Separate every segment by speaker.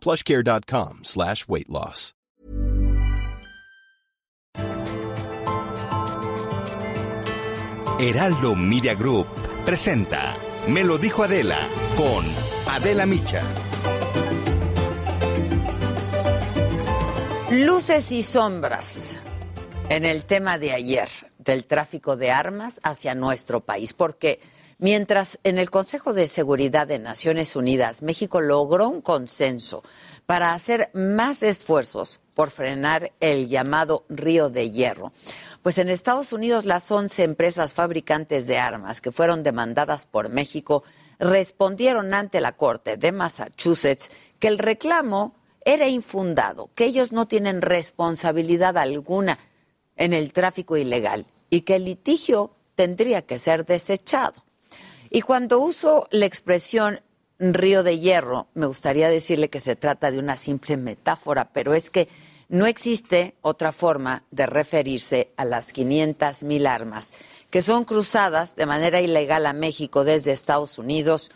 Speaker 1: Plushcare.com slash weight loss.
Speaker 2: Heraldo Media Group presenta Me lo dijo Adela con Adela Micha.
Speaker 3: Luces y sombras en el tema de ayer del tráfico de armas hacia nuestro país, porque mientras en el Consejo de Seguridad de Naciones Unidas México logró un consenso para hacer más esfuerzos por frenar el llamado río de hierro, pues en Estados Unidos las 11 empresas fabricantes de armas que fueron demandadas por México respondieron ante la Corte de Massachusetts que el reclamo era infundado, que ellos no tienen responsabilidad alguna en el tráfico ilegal y que el litigio tendría que ser desechado. Y cuando uso la expresión río de hierro, me gustaría decirle que se trata de una simple metáfora, pero es que no existe otra forma de referirse a las 500.000 armas que son cruzadas de manera ilegal a México desde Estados Unidos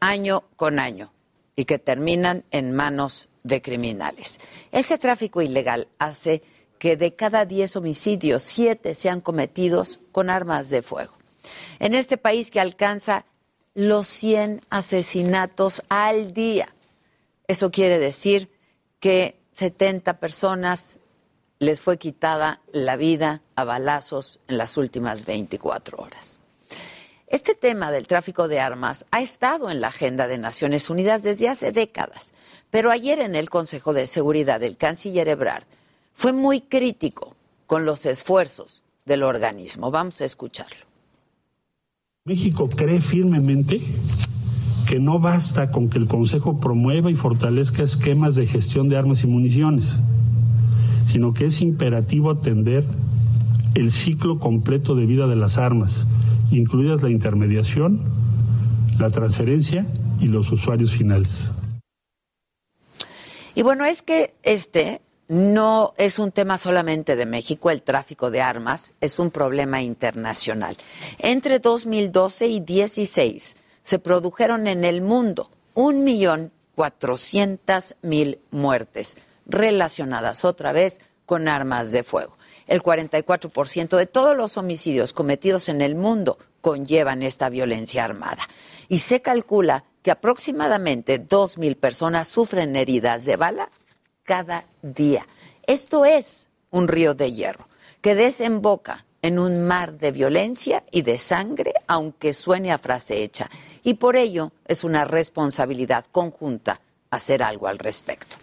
Speaker 3: año con año y que terminan en manos de criminales. Ese tráfico ilegal hace que de cada 10 homicidios, 7 sean cometidos con armas de fuego. En este país que alcanza los 100 asesinatos al día, eso quiere decir que 70 personas les fue quitada la vida a balazos en las últimas 24 horas. Este tema del tráfico de armas ha estado en la agenda de Naciones Unidas desde hace décadas, pero ayer en el Consejo de Seguridad el canciller Ebrard fue muy crítico con los esfuerzos del organismo. Vamos a escucharlo.
Speaker 4: México cree firmemente que no basta con que el Consejo promueva y fortalezca esquemas de gestión de armas y municiones, sino que es imperativo atender el ciclo completo de vida de las armas, incluidas la intermediación, la transferencia y los usuarios finales.
Speaker 3: Y bueno, es que este no es un tema solamente de México, el tráfico de armas es un problema internacional. Entre 2012 y 2016 se produjeron en el mundo 1.400.000 muertes relacionadas otra vez con armas de fuego. El 44% de todos los homicidios cometidos en el mundo conllevan esta violencia armada. Y se calcula que aproximadamente 2.000 personas sufren heridas de bala cada día. Esto es un río de hierro que desemboca en un mar de violencia y de sangre, aunque suene a frase hecha. Y por ello es una responsabilidad conjunta hacer algo al respecto.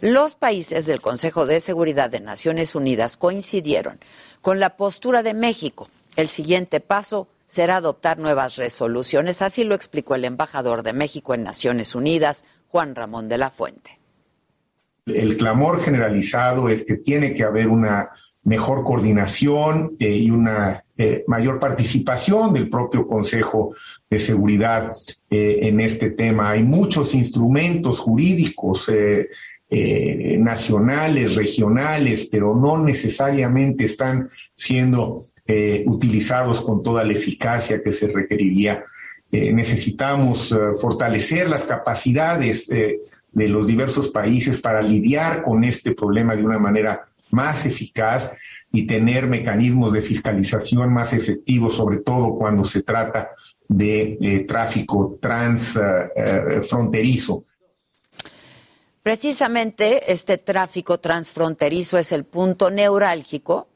Speaker 3: Los países del Consejo de Seguridad de Naciones Unidas coincidieron con la postura de México. El siguiente paso será adoptar nuevas resoluciones, así lo explicó el embajador de México en Naciones Unidas, Juan Ramón de la Fuente
Speaker 5: el clamor generalizado es que tiene que haber una mejor coordinación eh, y una eh, mayor participación del propio Consejo de Seguridad eh, en este tema. Hay muchos instrumentos jurídicos eh, nacionales, regionales, pero no necesariamente están siendo eh, utilizados con toda la eficacia que se requeriría. Eh, necesitamos eh, fortalecer las capacidades eh, de los diversos países para lidiar con este problema de una manera más eficaz y tener mecanismos de fiscalización más efectivos, sobre todo cuando se trata de eh, tráfico eh, transfronterizo. Uh, uh,
Speaker 3: Precisamente este tráfico transfronterizo es el punto neurálgico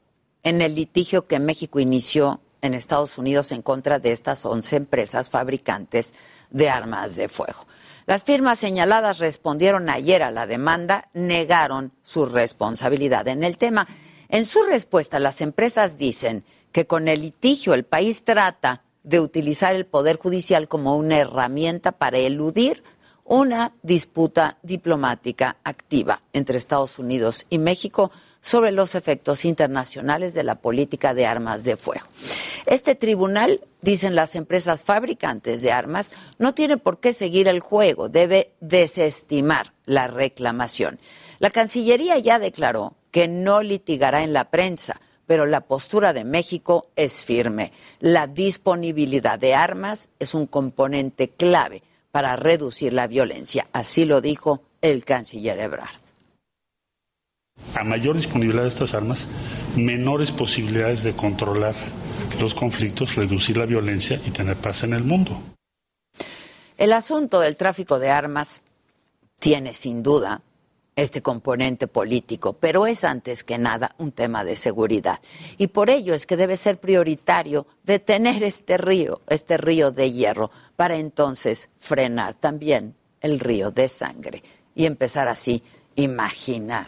Speaker 3: en el litigio que México inició en Estados Unidos en contra de estas 11 empresas fabricantes de armas de fuego. Las firmas señaladas respondieron ayer a la demanda, negaron su responsabilidad en el tema. En su respuesta, las empresas dicen que con el litigio el país trata de utilizar el Poder Judicial como una herramienta para eludir una disputa diplomática activa entre Estados Unidos y México sobre los efectos internacionales de la política de armas de fuego. Este tribunal, dicen las empresas fabricantes de armas, no tiene por qué seguir el juego, debe desestimar la reclamación. La Cancillería ya declaró que no litigará en la prensa, pero la postura de México es firme. La disponibilidad de armas es un componente clave para reducir la violencia. Así lo dijo el canciller Ebrard.
Speaker 4: A mayor disponibilidad de estas armas, menores posibilidades de controlar los conflictos, reducir la violencia y tener paz en el mundo.
Speaker 3: El asunto del tráfico de armas tiene sin duda este componente político, pero es antes que nada un tema de seguridad. Y por ello es que debe ser prioritario detener este río, este río de hierro, para entonces frenar también el río de sangre y empezar así a imaginar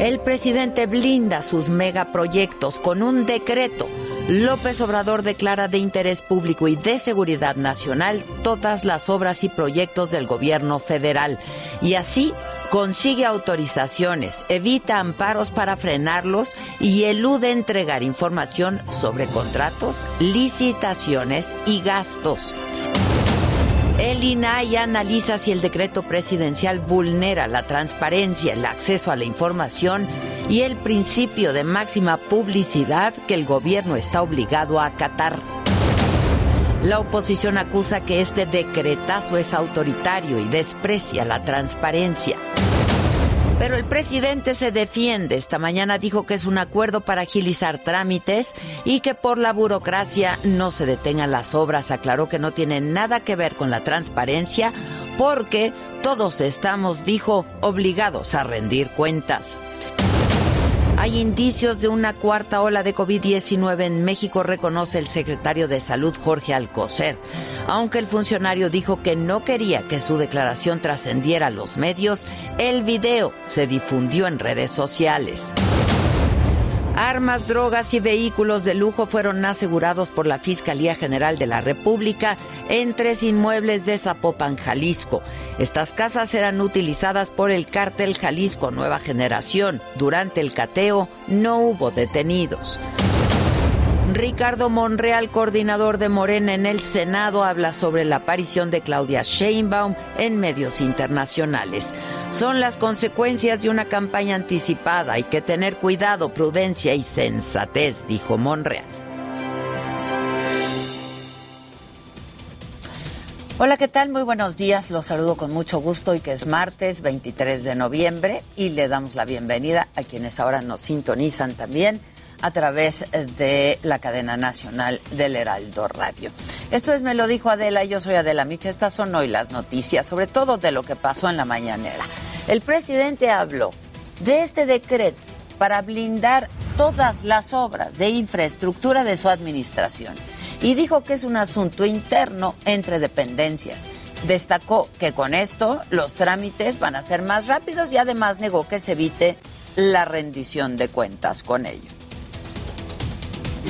Speaker 3: El presidente blinda sus megaproyectos con un decreto. López Obrador declara de interés público y de seguridad nacional todas las obras y proyectos del gobierno federal y así consigue autorizaciones, evita amparos para frenarlos y elude entregar información sobre contratos, licitaciones y gastos. El INAI analiza si el decreto presidencial vulnera la transparencia, el acceso a la información y el principio de máxima publicidad que el gobierno está obligado a acatar. La oposición acusa que este decretazo es autoritario y desprecia la transparencia. Pero el presidente se defiende. Esta mañana dijo que es un acuerdo para agilizar trámites y que por la burocracia no se detengan las obras. Aclaró que no tiene nada que ver con la transparencia porque todos estamos, dijo, obligados a rendir cuentas. Hay indicios de una cuarta ola de COVID-19 en México, reconoce el secretario de Salud Jorge Alcocer, aunque el funcionario dijo que no quería que su declaración trascendiera a los medios, el video se difundió en redes sociales. Armas, drogas y vehículos de lujo fueron asegurados por la Fiscalía General de la República en tres inmuebles de Zapopan, Jalisco. Estas casas eran utilizadas por el cártel Jalisco Nueva Generación. Durante el cateo no hubo detenidos. Ricardo Monreal, coordinador de Morena en el Senado, habla sobre la aparición de Claudia Sheinbaum en medios internacionales. Son las consecuencias de una campaña anticipada. Hay que tener cuidado, prudencia y sensatez, dijo Monreal. Hola, ¿qué tal? Muy buenos días. Los saludo con mucho gusto y que es martes 23 de noviembre y le damos la bienvenida a quienes ahora nos sintonizan también a través de la cadena nacional del Heraldo Radio. Esto es Me lo dijo Adela, yo soy Adela Micha, estas son hoy las noticias, sobre todo de lo que pasó en la mañanera. El presidente habló de este decreto para blindar todas las obras de infraestructura de su administración y dijo que es un asunto interno entre dependencias. Destacó que con esto los trámites van a ser más rápidos y además negó que se evite la rendición de cuentas con ello.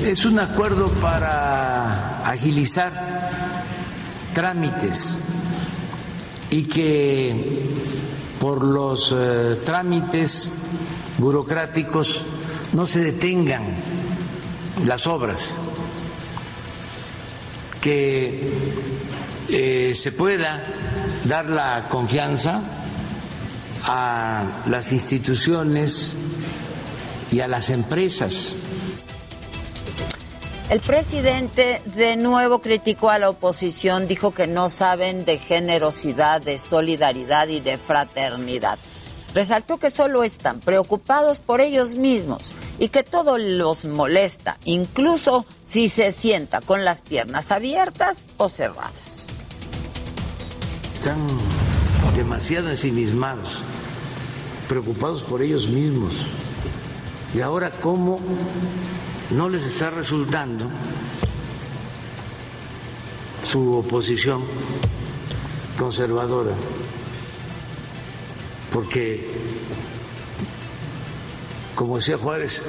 Speaker 6: Es un acuerdo para agilizar trámites y que por los eh, trámites burocráticos no se detengan las obras, que eh, se pueda dar la confianza a las instituciones y a las empresas.
Speaker 3: El presidente de nuevo criticó a la oposición, dijo que no saben de generosidad, de solidaridad y de fraternidad. Resaltó que solo están preocupados por ellos mismos y que todo los molesta, incluso si se sienta con las piernas abiertas o cerradas.
Speaker 6: Están demasiado ensimismados, preocupados por ellos mismos. Y ahora, ¿cómo no les está resultando su oposición conservadora? Porque, como decía Juárez,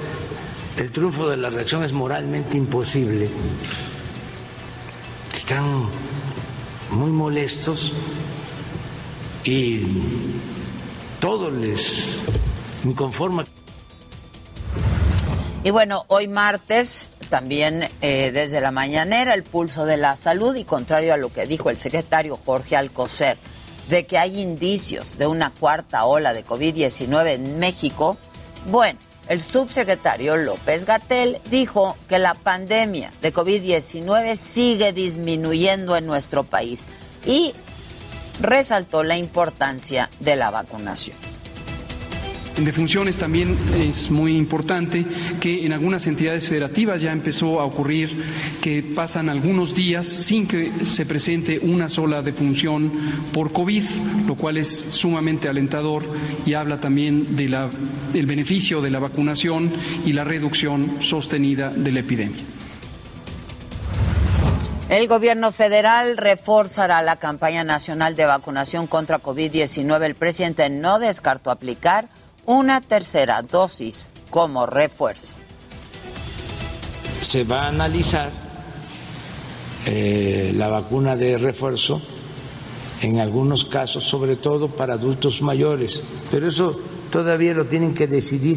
Speaker 6: el triunfo de la reacción es moralmente imposible. Están muy molestos y todo les inconforma.
Speaker 3: Y bueno, hoy martes, también eh, desde la mañanera, el pulso de la salud y contrario a lo que dijo el secretario Jorge Alcocer, de que hay indicios de una cuarta ola de COVID-19 en México, bueno, el subsecretario López Gatel dijo que la pandemia de COVID-19 sigue disminuyendo en nuestro país y resaltó la importancia de la vacunación.
Speaker 7: En defunciones también es muy importante que en algunas entidades federativas ya empezó a ocurrir que pasan algunos días sin que se presente una sola defunción por COVID, lo cual es sumamente alentador y habla también del de beneficio de la vacunación y la reducción sostenida de la epidemia.
Speaker 3: El gobierno federal reforzará la campaña nacional de vacunación contra COVID-19. El presidente no descartó aplicar una tercera dosis como refuerzo.
Speaker 6: Se va a analizar eh, la vacuna de refuerzo en algunos casos, sobre todo para adultos mayores, pero eso todavía lo tienen que decidir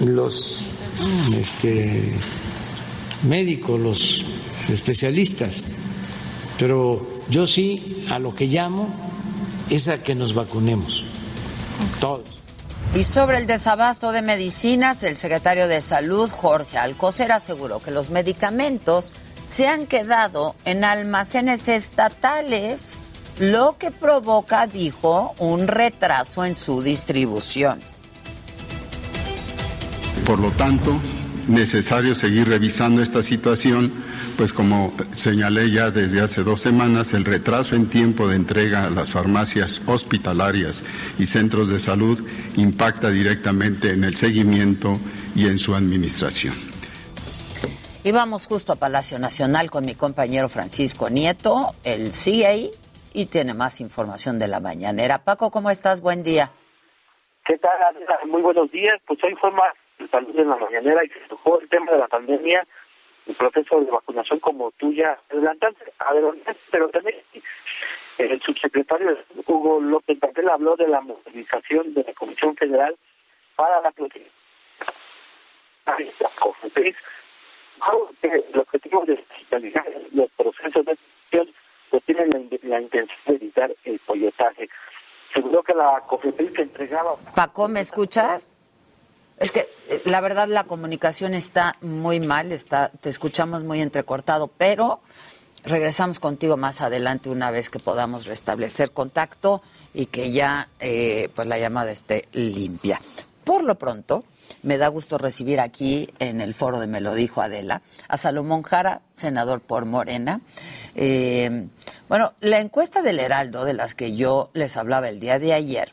Speaker 6: los este, médicos, los especialistas. Pero yo sí a lo que llamo es a que nos vacunemos, todos.
Speaker 3: Y sobre el desabasto de medicinas, el secretario de Salud, Jorge Alcocer, aseguró que los medicamentos se han quedado en almacenes estatales, lo que provoca, dijo, un retraso en su distribución.
Speaker 8: Por lo tanto, necesario seguir revisando esta situación, pues como señalé ya desde hace dos semanas, el retraso en tiempo de entrega a las farmacias hospitalarias y centros de salud impacta directamente en el seguimiento y en su administración.
Speaker 3: Y vamos justo a Palacio Nacional con mi compañero Francisco Nieto, el CIEI, y tiene más información de la mañanera. Paco, ¿cómo estás? Buen día.
Speaker 9: ¿Qué tal? Muy buenos días. Pues hoy fue más salud en la mañanera y se tocó el tema de la pandemia, el proceso de vacunación como tuya adelantante, adelantante pero también el subsecretario Hugo López Patel habló de la movilización de la Comisión Federal para la protección. El objetivo de digitalizar los procesos de gestión pues tienen la, la intención de evitar el coyotaje. Seguro que la COFEPRIS que entregaba...
Speaker 3: Paco, ¿me escuchas? Es que eh, la verdad la comunicación está muy mal, está, te escuchamos muy entrecortado, pero regresamos contigo más adelante una vez que podamos restablecer contacto y que ya eh, pues la llamada esté limpia. Por lo pronto, me da gusto recibir aquí en el foro de Me lo dijo Adela a Salomón Jara, senador por Morena. Eh, bueno, la encuesta del Heraldo de las que yo les hablaba el día de ayer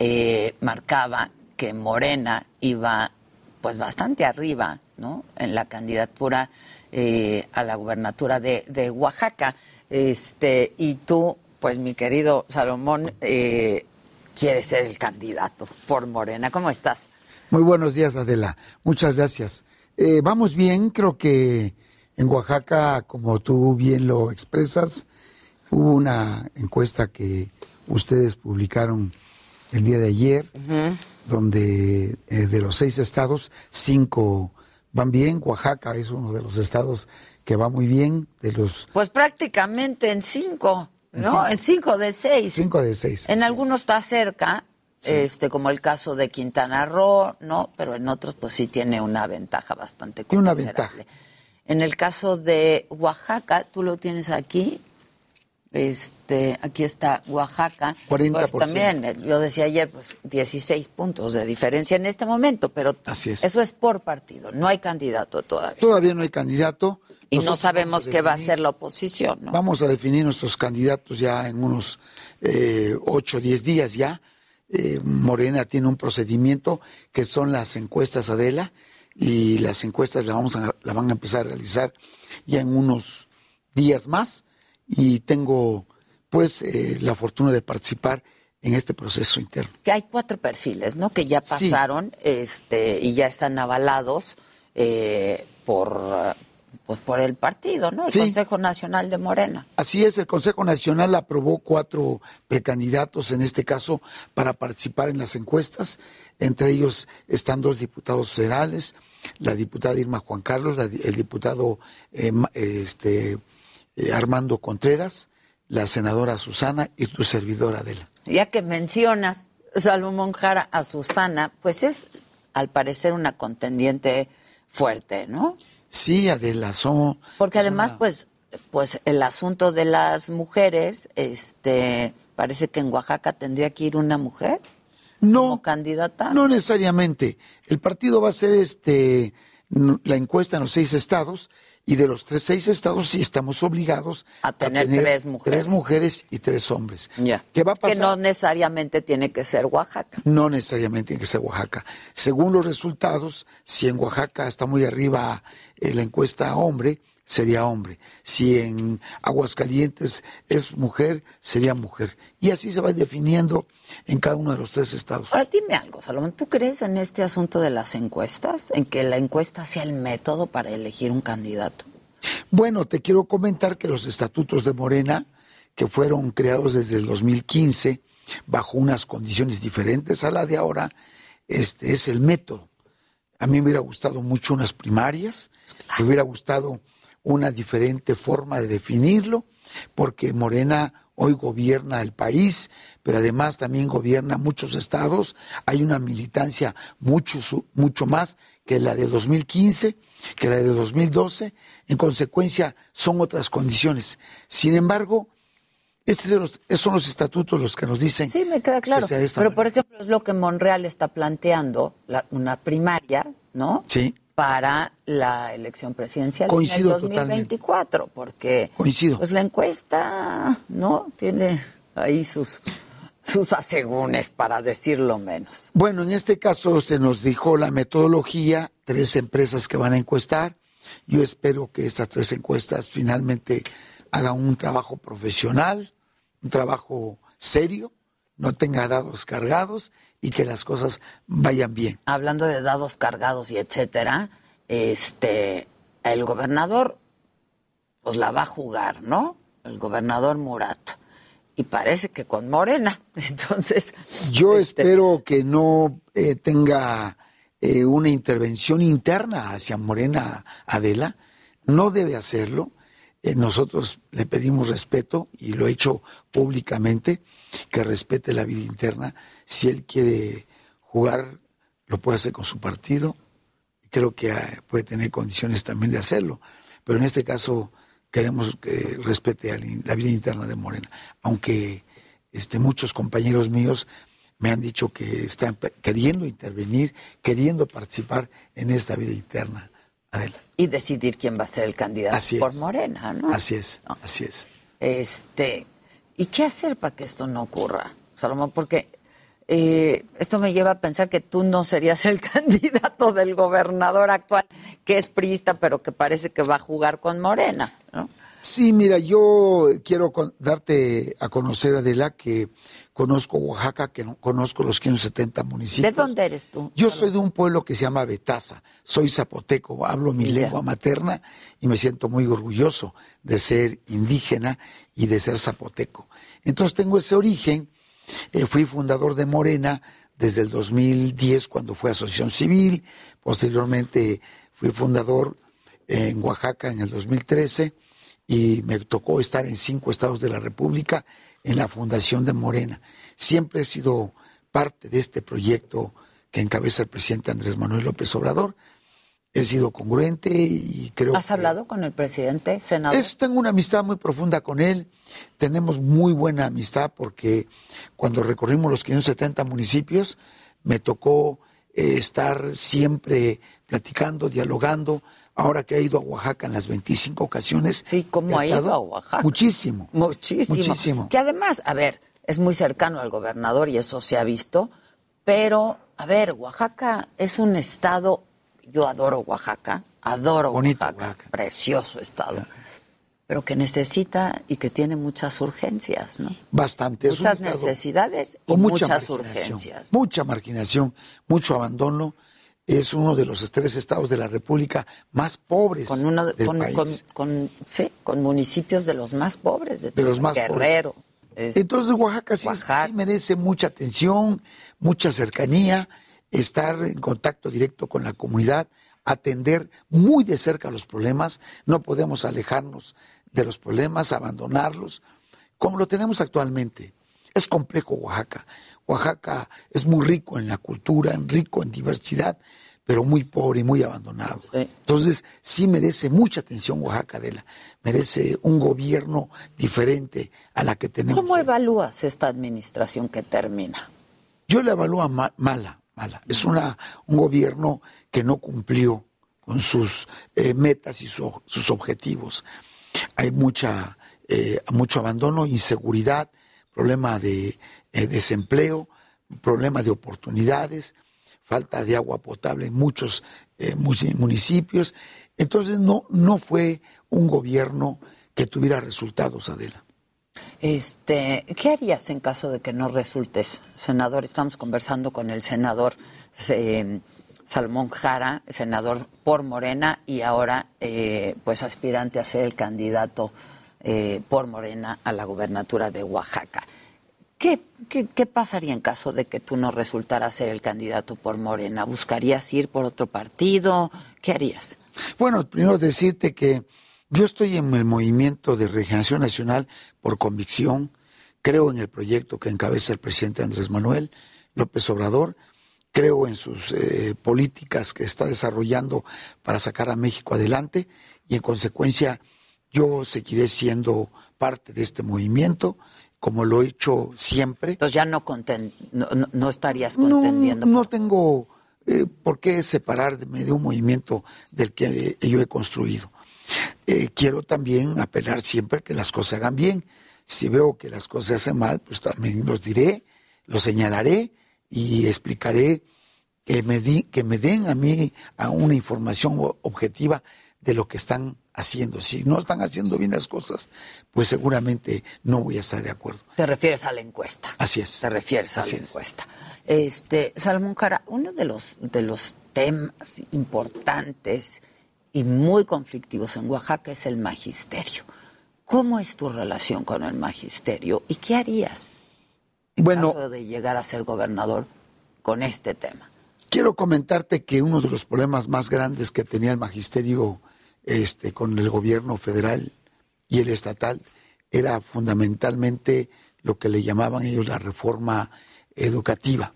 Speaker 3: eh, marcaba que Morena iba pues bastante arriba, ¿no? En la candidatura eh, a la gubernatura de, de, Oaxaca. Este, y tú, pues mi querido Salomón, eh, quieres ser el candidato por Morena. ¿Cómo estás?
Speaker 10: Muy buenos días, Adela. Muchas gracias. Eh, vamos bien, creo que en Oaxaca, como tú bien lo expresas, hubo una encuesta que ustedes publicaron el día de ayer, uh -huh. donde eh, de los seis estados, cinco van bien. Oaxaca es uno de los estados que va muy bien. De los
Speaker 3: Pues prácticamente en cinco, ¿En ¿no? Cinco. En cinco de seis.
Speaker 10: Cinco de seis.
Speaker 3: En algunos está cerca. Sí. Este, como el caso de Quintana Roo, ¿no? Pero en otros, pues sí tiene una ventaja bastante
Speaker 10: tiene considerable. Una ventaja.
Speaker 3: En el caso de Oaxaca, tú lo tienes aquí, Este, aquí está Oaxaca.
Speaker 10: 40%.
Speaker 3: Pues también, eh, yo decía ayer, pues 16 puntos de diferencia en este momento, pero
Speaker 10: Así es.
Speaker 3: eso es por partido, no hay candidato todavía.
Speaker 10: Todavía no hay candidato.
Speaker 3: Y no
Speaker 10: Nosotros
Speaker 3: sabemos
Speaker 10: vamos a
Speaker 3: qué va a
Speaker 10: definir-
Speaker 3: hacer la oposición, ¿no?
Speaker 10: Vamos a definir nuestros candidatos ya en unos eh, 8 o 10 días ya. Eh, Morena tiene un procedimiento que son las encuestas Adela y las encuestas las, vamos a, la van a empezar a realizar ya en unos días más y tengo pues eh, la fortuna de participar en este proceso interno.
Speaker 3: Que hay cuatro perfiles, ¿no? Que ya
Speaker 10: Sí.
Speaker 3: pasaron este, y ya están avalados eh, por, eh, pues por el partido, ¿no? El
Speaker 10: Sí.
Speaker 3: Consejo Nacional de Morena.
Speaker 10: Así es, el Consejo Nacional aprobó cuatro precandidatos en este caso para participar en las encuestas. Entre ellos están dos diputados federales, la diputada Irma Juan Carlos, la di- el diputado eh, Ma- eh, este, eh, Armando Contreras, la senadora Susana y tu servidora Adela.
Speaker 3: Ya que mencionas, Salomón Jara, a Susana, pues es, al parecer, una contendiente fuerte, ¿no?
Speaker 10: Sí, Adela, somos...
Speaker 3: Porque
Speaker 10: es
Speaker 3: además,
Speaker 10: una-
Speaker 3: pues, pues el asunto de las mujeres, este, parece que en Oaxaca tendría que ir una mujer como
Speaker 10: No,
Speaker 3: candidata.
Speaker 10: No necesariamente. El partido va a hacer este n- la encuesta en los seis estados y de los tres, seis estados sí estamos obligados
Speaker 3: A tener tres mujeres.
Speaker 10: tres mujeres y tres hombres.
Speaker 3: Ya.
Speaker 10: ¿Qué va a pasar?
Speaker 3: Que no necesariamente tiene que ser Oaxaca.
Speaker 10: No necesariamente tiene que ser Oaxaca. Según los resultados, si en Oaxaca está muy arriba eh, la encuesta hombre, sería hombre. Si en Aguascalientes es mujer, sería mujer. Y así se va definiendo en cada uno de los tres estados.
Speaker 3: Ahora dime algo, Salomón, ¿tú crees en este asunto de las encuestas? ¿En que la encuesta sea el método para elegir un candidato?
Speaker 10: Bueno, te quiero comentar que los estatutos de Morena, que fueron creados desde el 2015, bajo unas condiciones diferentes a la de ahora, este es el método. A mí me hubiera gustado mucho unas primarias,
Speaker 3: Pues
Speaker 10: me hubiera gustado una diferente forma de definirlo, porque Morena hoy gobierna el país, pero además también gobierna muchos estados. Hay una militancia mucho, su- mucho más que la de 2015, que la de 2012. En consecuencia, son otras condiciones. Sin embargo, estos son los- esos son los estatutos los que nos dicen.
Speaker 3: Sí, me queda claro.
Speaker 10: que sea de esta
Speaker 3: Pero, por
Speaker 10: manera.
Speaker 3: ejemplo, es lo que Monreal está planteando, la- una primaria, ¿no?
Speaker 10: Sí.
Speaker 3: Para la elección presidencial
Speaker 10: Coincido
Speaker 3: en el 2024, porque
Speaker 10: Coincido.
Speaker 3: pues la encuesta, ¿no? Tiene ahí sus sus asegúnes para decirlo menos.
Speaker 10: Bueno, en este caso se nos dijo la metodología, tres empresas que van a encuestar. Yo espero que estas tres encuestas finalmente hagan un trabajo profesional, un trabajo serio, no tenga dados cargados y que las cosas vayan bien.
Speaker 3: hablando de dados cargados y etcétera, este, el gobernador pues la va a jugar, ¿no? El gobernador Murat. Y parece que con Morena. Entonces,
Speaker 10: Yo
Speaker 3: este,
Speaker 10: espero que no eh, tenga eh, una intervención interna hacia Morena Adela. No debe hacerlo. Eh, nosotros le pedimos respeto y lo he hecho públicamente, que respete la vida interna. Si él quiere jugar, lo puede hacer con su partido. Creo que eh, puede tener condiciones también de hacerlo. Pero en este caso queremos que respete a la in- la vida interna de Morena. Aunque este, muchos compañeros míos me han dicho que están pe- queriendo intervenir, queriendo participar en esta vida interna. Adela.
Speaker 3: Y decidir quién va a ser el candidato
Speaker 10: Así
Speaker 3: por
Speaker 10: es.
Speaker 3: Morena, ¿no?
Speaker 10: Así es, así es.
Speaker 3: Este, ¿y qué hacer para que esto no ocurra, Salomón? Porque eh, esto me lleva a pensar que tú no serías el candidato del gobernador actual, que es priista, pero que parece que va a jugar con Morena, ¿no?
Speaker 10: Sí, mira, yo quiero con- darte a conocer, Adela, que conozco Oaxaca, que no- conozco los 570 municipios.
Speaker 3: ¿De dónde eres tú?
Speaker 10: Yo soy de un pueblo que se llama Betaza, soy zapoteco, hablo mi
Speaker 3: Ya.
Speaker 10: lengua materna y me siento muy orgulloso de ser indígena y de ser zapoteco. Entonces tengo ese origen, eh, fui fundador de Morena desde el 2010 cuando fue asociación civil, posteriormente fui fundador en Oaxaca en el 2013 y me tocó estar en cinco estados de la República en la fundación de Morena. Siempre he sido parte de este proyecto que encabeza el presidente Andrés Manuel López Obrador he sido congruente y creo.
Speaker 3: ¿Has hablado con el presidente, senador?
Speaker 10: Es- tengo una amistad muy profunda con él. Tenemos muy buena amistad porque cuando recorrimos los 570 municipios, me tocó eh, estar siempre platicando, dialogando. Ahora que he ido a Oaxaca en las 25 ocasiones.
Speaker 3: Sí, ¿cómo
Speaker 10: he
Speaker 3: ha ido
Speaker 10: estado?
Speaker 3: a Oaxaca?
Speaker 10: Muchísimo.
Speaker 3: Muchísimo.
Speaker 10: Muchísimo.
Speaker 3: Que además, a ver, es muy cercano al gobernador y eso se ha visto, pero, a ver, Oaxaca es un estado, yo adoro Oaxaca, adoro
Speaker 10: Bonito
Speaker 3: Oaxaca,
Speaker 10: Oaxaca.
Speaker 3: precioso estado, pero que necesita y que tiene muchas urgencias, ¿no?
Speaker 10: Bastante. Es un
Speaker 3: muchas
Speaker 10: estado-
Speaker 3: necesidades y
Speaker 10: con mucha
Speaker 3: muchas
Speaker 10: marginación,
Speaker 3: urgencias.
Speaker 10: Mucha marginación, mucho abandono. Es uno de los tres estados de la República más pobres
Speaker 3: Con, uno de-
Speaker 10: del
Speaker 3: con,
Speaker 10: país.
Speaker 3: con- con- sí, con municipios de los más pobres de,
Speaker 10: De los
Speaker 3: todo
Speaker 10: más pobres.
Speaker 3: Guerrero. es-
Speaker 10: Entonces Oaxaca sí,
Speaker 3: Oaxaca.
Speaker 10: sí merece mucha atención, mucha cercanía, estar en contacto directo con la comunidad, atender muy de cerca los problemas, no podemos alejarnos de los problemas, abandonarlos, como lo tenemos actualmente. Es complejo Oaxaca. Oaxaca es muy rico en la cultura, rico en diversidad, pero muy pobre y muy abandonado.
Speaker 3: Sí.
Speaker 10: Entonces, sí merece mucha atención Oaxaca, Adela. Merece un gobierno diferente a la que tenemos.
Speaker 3: ¿Cómo evalúas esta administración que termina?
Speaker 10: Yo la evalúo a ma- mala, mala. Es una, un gobierno que no cumplió con sus eh, metas y su- sus objetivos. Hay mucha, eh, mucho abandono, inseguridad, problema de eh, desempleo, problema de oportunidades, falta de agua potable en muchos eh, muci- municipios. Entonces no, no fue un gobierno que tuviera resultados, Adela.
Speaker 3: Este, ¿Qué harías en caso de que no resultes, senador? Estamos conversando con el senador eh, Salmón Jara, senador por Morena y ahora eh, pues aspirante a ser el candidato eh, por Morena a la gubernatura de Oaxaca. ¿Qué, qué, qué pasaría en caso de que tú no resultaras ser el candidato por Morena? ¿Buscarías ir por otro partido? ¿Qué harías?
Speaker 10: Bueno, primero decirte que yo estoy en el movimiento de regeneración nacional por convicción, creo en el proyecto que encabeza el presidente Andrés Manuel López Obrador, creo en sus eh, políticas que está desarrollando para sacar a México adelante y en consecuencia yo seguiré siendo parte de este movimiento como lo he hecho siempre.
Speaker 3: Entonces ya no, conten- no, no- no estarías
Speaker 10: No,
Speaker 3: contendiendo.
Speaker 10: No,
Speaker 3: por-
Speaker 10: tengo eh, por qué separarme de un movimiento del que eh, yo he construido. Eh, quiero también apelar siempre que las cosas se hagan bien. Si veo que las cosas se hacen mal, pues también los diré, los señalaré y explicaré que me, di- que me den a mí a una información o- objetiva de lo que están haciendo. Si no están haciendo bien las cosas, pues seguramente no voy a estar de acuerdo.
Speaker 3: Te refieres a la encuesta.
Speaker 10: Así es.
Speaker 3: Te refieres a
Speaker 10: Así
Speaker 3: la
Speaker 10: es.
Speaker 3: encuesta. Este, Salmón Jara, uno de los, de los temas importantes y muy conflictivos en Oaxaca es el magisterio. ¿Cómo es tu relación con el magisterio y qué harías en
Speaker 10: Bueno,
Speaker 3: caso de llegar a ser gobernador con este tema?
Speaker 10: Quiero comentarte que uno de los problemas más grandes que tenía el magisterio este, con el gobierno federal y el estatal era fundamentalmente lo que le llamaban ellos la reforma educativa,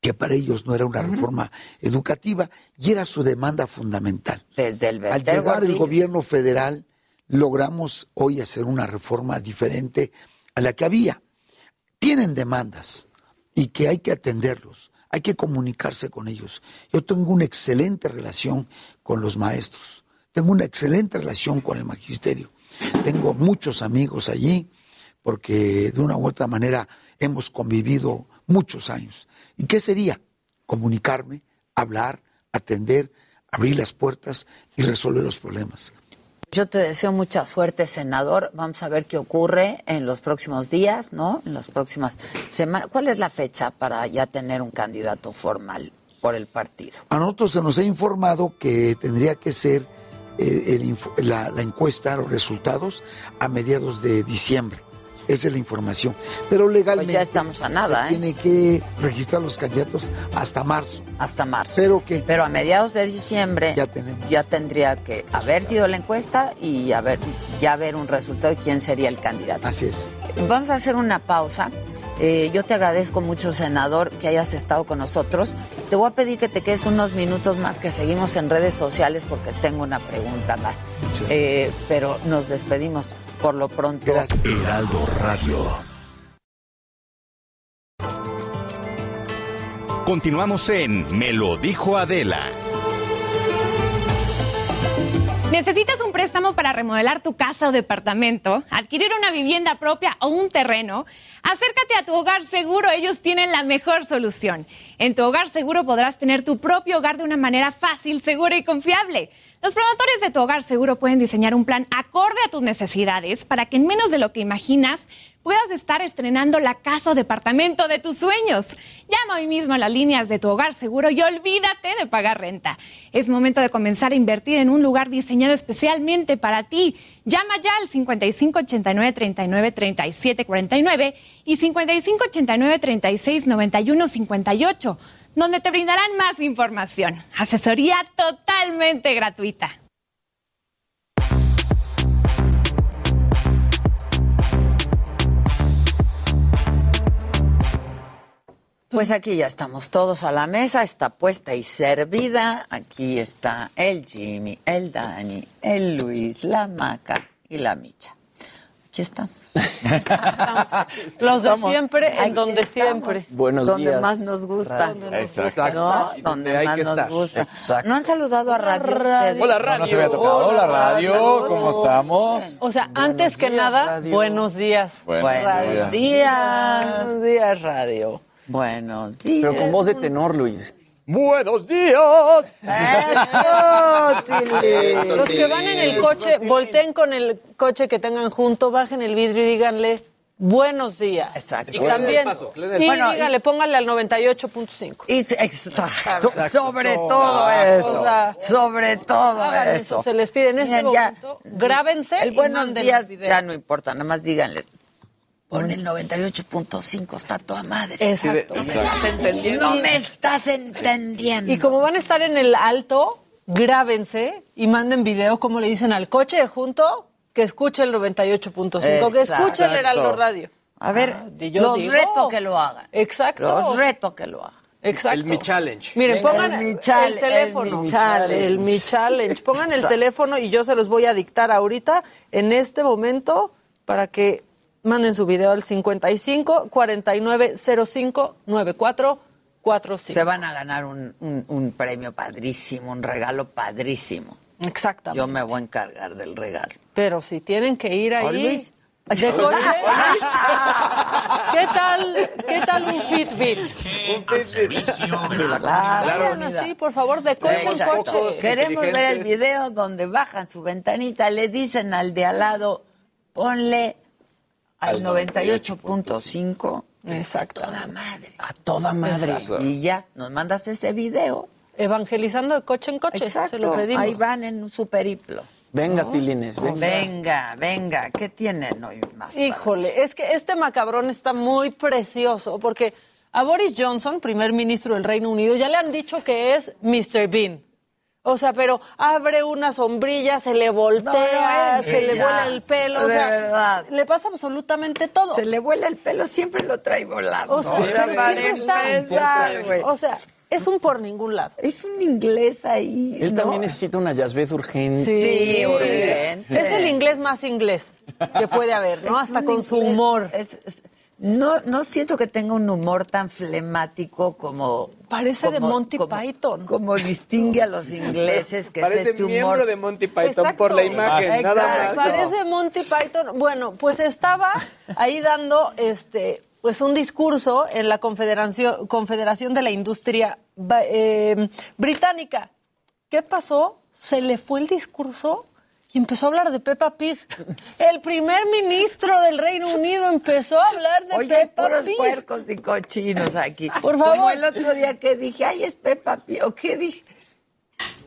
Speaker 10: que para ellos no era una reforma educativa y era su demanda fundamental.
Speaker 3: Desde el
Speaker 10: Al
Speaker 3: Bertel
Speaker 10: llegar el
Speaker 3: Gordillo.
Speaker 10: gobierno federal, logramos hoy hacer una reforma diferente a la que había. Tienen demandas y que hay que atenderlos, hay que comunicarse con ellos. Yo tengo una excelente relación con los maestros, tengo una excelente relación con el magisterio, tengo muchos amigos allí porque de una u otra manera hemos convivido muchos años. ¿Y qué sería? Comunicarme, hablar, atender, abrir las puertas y resolver los problemas.
Speaker 3: Yo te deseo mucha suerte, senador. Vamos a ver qué ocurre en los próximos días, ¿no? En las próximas semanas. ¿Cuál es la fecha para ya tener un candidato formal por el partido?
Speaker 10: A nosotros se nos ha informado que tendría que ser eh, el inf- la, la encuesta, los resultados, a mediados de diciembre. Esa es la información. Pero legalmente
Speaker 3: Pues estamos a nada,
Speaker 10: se
Speaker 3: ¿eh?
Speaker 10: tiene que registrar los candidatos hasta marzo.
Speaker 3: hasta marzo.
Speaker 10: Pero que
Speaker 3: Pero a mediados de diciembre
Speaker 10: Ya tenemos.
Speaker 3: ya tendría que haber sido la encuesta y haber, ya haber un resultado de quién sería el candidato.
Speaker 10: así es.
Speaker 3: Vamos a hacer una pausa Eh, yo te agradezco mucho, senador, que hayas estado con nosotros. Te voy a pedir que te quedes unos minutos más, que seguimos en redes sociales porque tengo una pregunta más. Eh, pero nos despedimos por lo pronto. Gracias.
Speaker 11: Heraldo Radio.
Speaker 2: Continuamos en Me lo dijo Adela.
Speaker 12: ¿Necesitas un préstamo para remodelar tu casa o departamento, adquirir una vivienda propia o un terreno? Acércate a tu hogar seguro, ellos tienen la mejor solución. En tu hogar seguro podrás tener tu propio hogar de una manera fácil, segura y confiable. Los promotores de tu hogar seguro pueden diseñar un plan acorde a tus necesidades para que en menos de lo que imaginas puedas estar estrenando la casa o departamento de tus sueños. Llama hoy mismo a las líneas de tu hogar seguro y olvídate de pagar renta. Es momento de comenzar a invertir en un lugar diseñado especialmente para ti. Llama ya al 55 89 39 37 49 y 55 89 36 91 58, donde te brindarán más información. Asesoría totalmente gratuita.
Speaker 3: Pues aquí ya estamos todos a la mesa, está puesta y servida. Aquí está el Jimmy, el Dani, el Luis, la Maca y la Micha. Aquí estamos.
Speaker 13: Los de
Speaker 3: Estamos.
Speaker 13: siempre,
Speaker 3: Ahí
Speaker 13: en donde
Speaker 3: estamos.
Speaker 13: siempre.
Speaker 14: Buenos
Speaker 3: donde
Speaker 14: días.
Speaker 3: más nos gusta.
Speaker 13: Radio.
Speaker 3: Donde nos
Speaker 14: Exacto.
Speaker 3: gusta, ¿no?
Speaker 14: Y
Speaker 3: Donde
Speaker 14: donde hay
Speaker 3: más
Speaker 14: que
Speaker 3: nos
Speaker 14: estar.
Speaker 3: gusta. No han saludado a radio. ustedes?
Speaker 14: Hola, radio. No, no se había tocado. Hola, radio. ¿Cómo estamos?
Speaker 13: O sea, antes que nada, buenos días.
Speaker 14: Buenos
Speaker 13: Radio.
Speaker 14: días.
Speaker 13: Buenos días, radio.
Speaker 3: Buenos días.
Speaker 14: Pero con voz de tenor, Luis.
Speaker 13: Buenos días.
Speaker 14: Tilly.
Speaker 13: Los que van en el coche, volteen con el coche que tengan junto, bajen el vidrio y díganle buenos días. Exacto. Y
Speaker 3: Bueno.
Speaker 13: también,
Speaker 3: Paso, le den el
Speaker 13: y
Speaker 3: paso.
Speaker 13: díganle, póngale al 98.5.
Speaker 3: Exacto, sobre todo eso.
Speaker 13: O sea,
Speaker 3: sobre todo
Speaker 13: hagan
Speaker 3: eso.
Speaker 13: eso, se les pide en este
Speaker 3: Miren, ya,
Speaker 13: momento, grábense
Speaker 3: El
Speaker 13: y
Speaker 3: buenos
Speaker 13: manden
Speaker 3: días
Speaker 13: el video.
Speaker 3: ya no importa, nada más díganle. Pon el 98.5, está toda madre.
Speaker 13: Exacto. No me estás entendiendo.
Speaker 3: No me estás entendiendo.
Speaker 13: Y como van a estar en el alto, grábense y manden video como le dicen al coche de junto, que escuche el 98.5, que
Speaker 3: Exacto.
Speaker 13: escuche el Heraldo Radio.
Speaker 3: A ver,
Speaker 13: Ah, yo
Speaker 3: los
Speaker 13: digo.
Speaker 3: reto que lo hagan.
Speaker 13: Exacto.
Speaker 3: Los reto que lo hagan.
Speaker 13: Exacto.
Speaker 3: El Mi Challenge.
Speaker 13: Miren,
Speaker 3: Venga.
Speaker 13: pongan
Speaker 3: El Mi
Speaker 13: el,
Speaker 3: Challenge,
Speaker 13: teléfono.
Speaker 3: el Mi Challenge.
Speaker 13: El Mi Challenge. Pongan el
Speaker 3: Exacto.
Speaker 13: teléfono y yo se los voy a dictar ahorita, en este momento, para que manden su video al 55 49 05 94 45.
Speaker 3: Se van a ganar un, un- un premio padrísimo, un regalo padrísimo.
Speaker 13: Exactamente.
Speaker 3: Yo me voy a encargar del regalo.
Speaker 13: Pero si tienen que ir ahí.
Speaker 3: Luis.
Speaker 13: De coche. ¿Qué tal, ¿Qué tal un Fitbit?
Speaker 3: Claro.
Speaker 13: Vayan así, por favor, de coche en
Speaker 3: Exacto.
Speaker 13: coche.
Speaker 3: Queremos ver el
Speaker 13: inteligentes.
Speaker 3: video donde bajan su ventanita, le dicen al de al lado, ponle al 98.5.
Speaker 13: Exacto.
Speaker 3: A toda madre. A toda madre.
Speaker 13: Exacto.
Speaker 3: Y ya, nos mandas ese video.
Speaker 13: Evangelizando de coche en coche.
Speaker 3: Exacto.
Speaker 13: Se lo pedimos.
Speaker 3: Ahí van en su periplo.
Speaker 14: Venga, Tilines, venga.
Speaker 3: Venga, venga. ¿Qué tienen hoy más? para-
Speaker 13: Híjole, es que este macabrón está muy precioso porque a Boris Johnson, primer ministro del Reino Unido, ya le han dicho que es Mr. Bean. O sea, pero abre una sombrilla, se le voltea,
Speaker 3: No, no, es
Speaker 13: se
Speaker 3: que
Speaker 13: le
Speaker 3: ya,
Speaker 13: vuela el pelo,
Speaker 3: de
Speaker 13: o sea,
Speaker 3: verdad.
Speaker 13: le pasa absolutamente todo.
Speaker 3: Se le vuela el pelo, siempre lo trae volando.
Speaker 13: o sea,
Speaker 3: O sea,
Speaker 13: pero
Speaker 3: para
Speaker 13: siempre está-
Speaker 3: empezar, güey.
Speaker 13: o sea, es un por ningún lado.
Speaker 3: Es un inglés ahí.
Speaker 14: Él
Speaker 3: ¿no?
Speaker 14: también necesita una jazzbez urgente.
Speaker 3: Sí, urgente.
Speaker 13: Es el inglés más inglés que puede haber, ¿no?
Speaker 3: Es
Speaker 13: Hasta
Speaker 3: un
Speaker 13: con su
Speaker 3: inglés-
Speaker 13: humor.
Speaker 3: es- es- no, no siento que tenga un humor tan flemático como.
Speaker 13: Parece de Monty Python.
Speaker 3: Como distingue a los ingleses, que es este humor.
Speaker 15: Monty
Speaker 13: Exacto.
Speaker 3: Exacto.
Speaker 13: Parece Monty Python. Bueno, pues estaba ahí dando este pues un discurso en la Confederación, Confederación de la Industria Ba- eh, Británica. ¿Qué pasó? Se le fue el discurso y empezó a hablar de Peppa Pig. El primer ministro del Reino Unido empezó a hablar de
Speaker 3: Oye,
Speaker 13: Peppa
Speaker 3: puros
Speaker 13: Pig.
Speaker 3: puercos y cochinos aquí.
Speaker 13: Por favor.
Speaker 3: Como el otro día que dije, ay, es Peppa Pig. ¿O qué dije?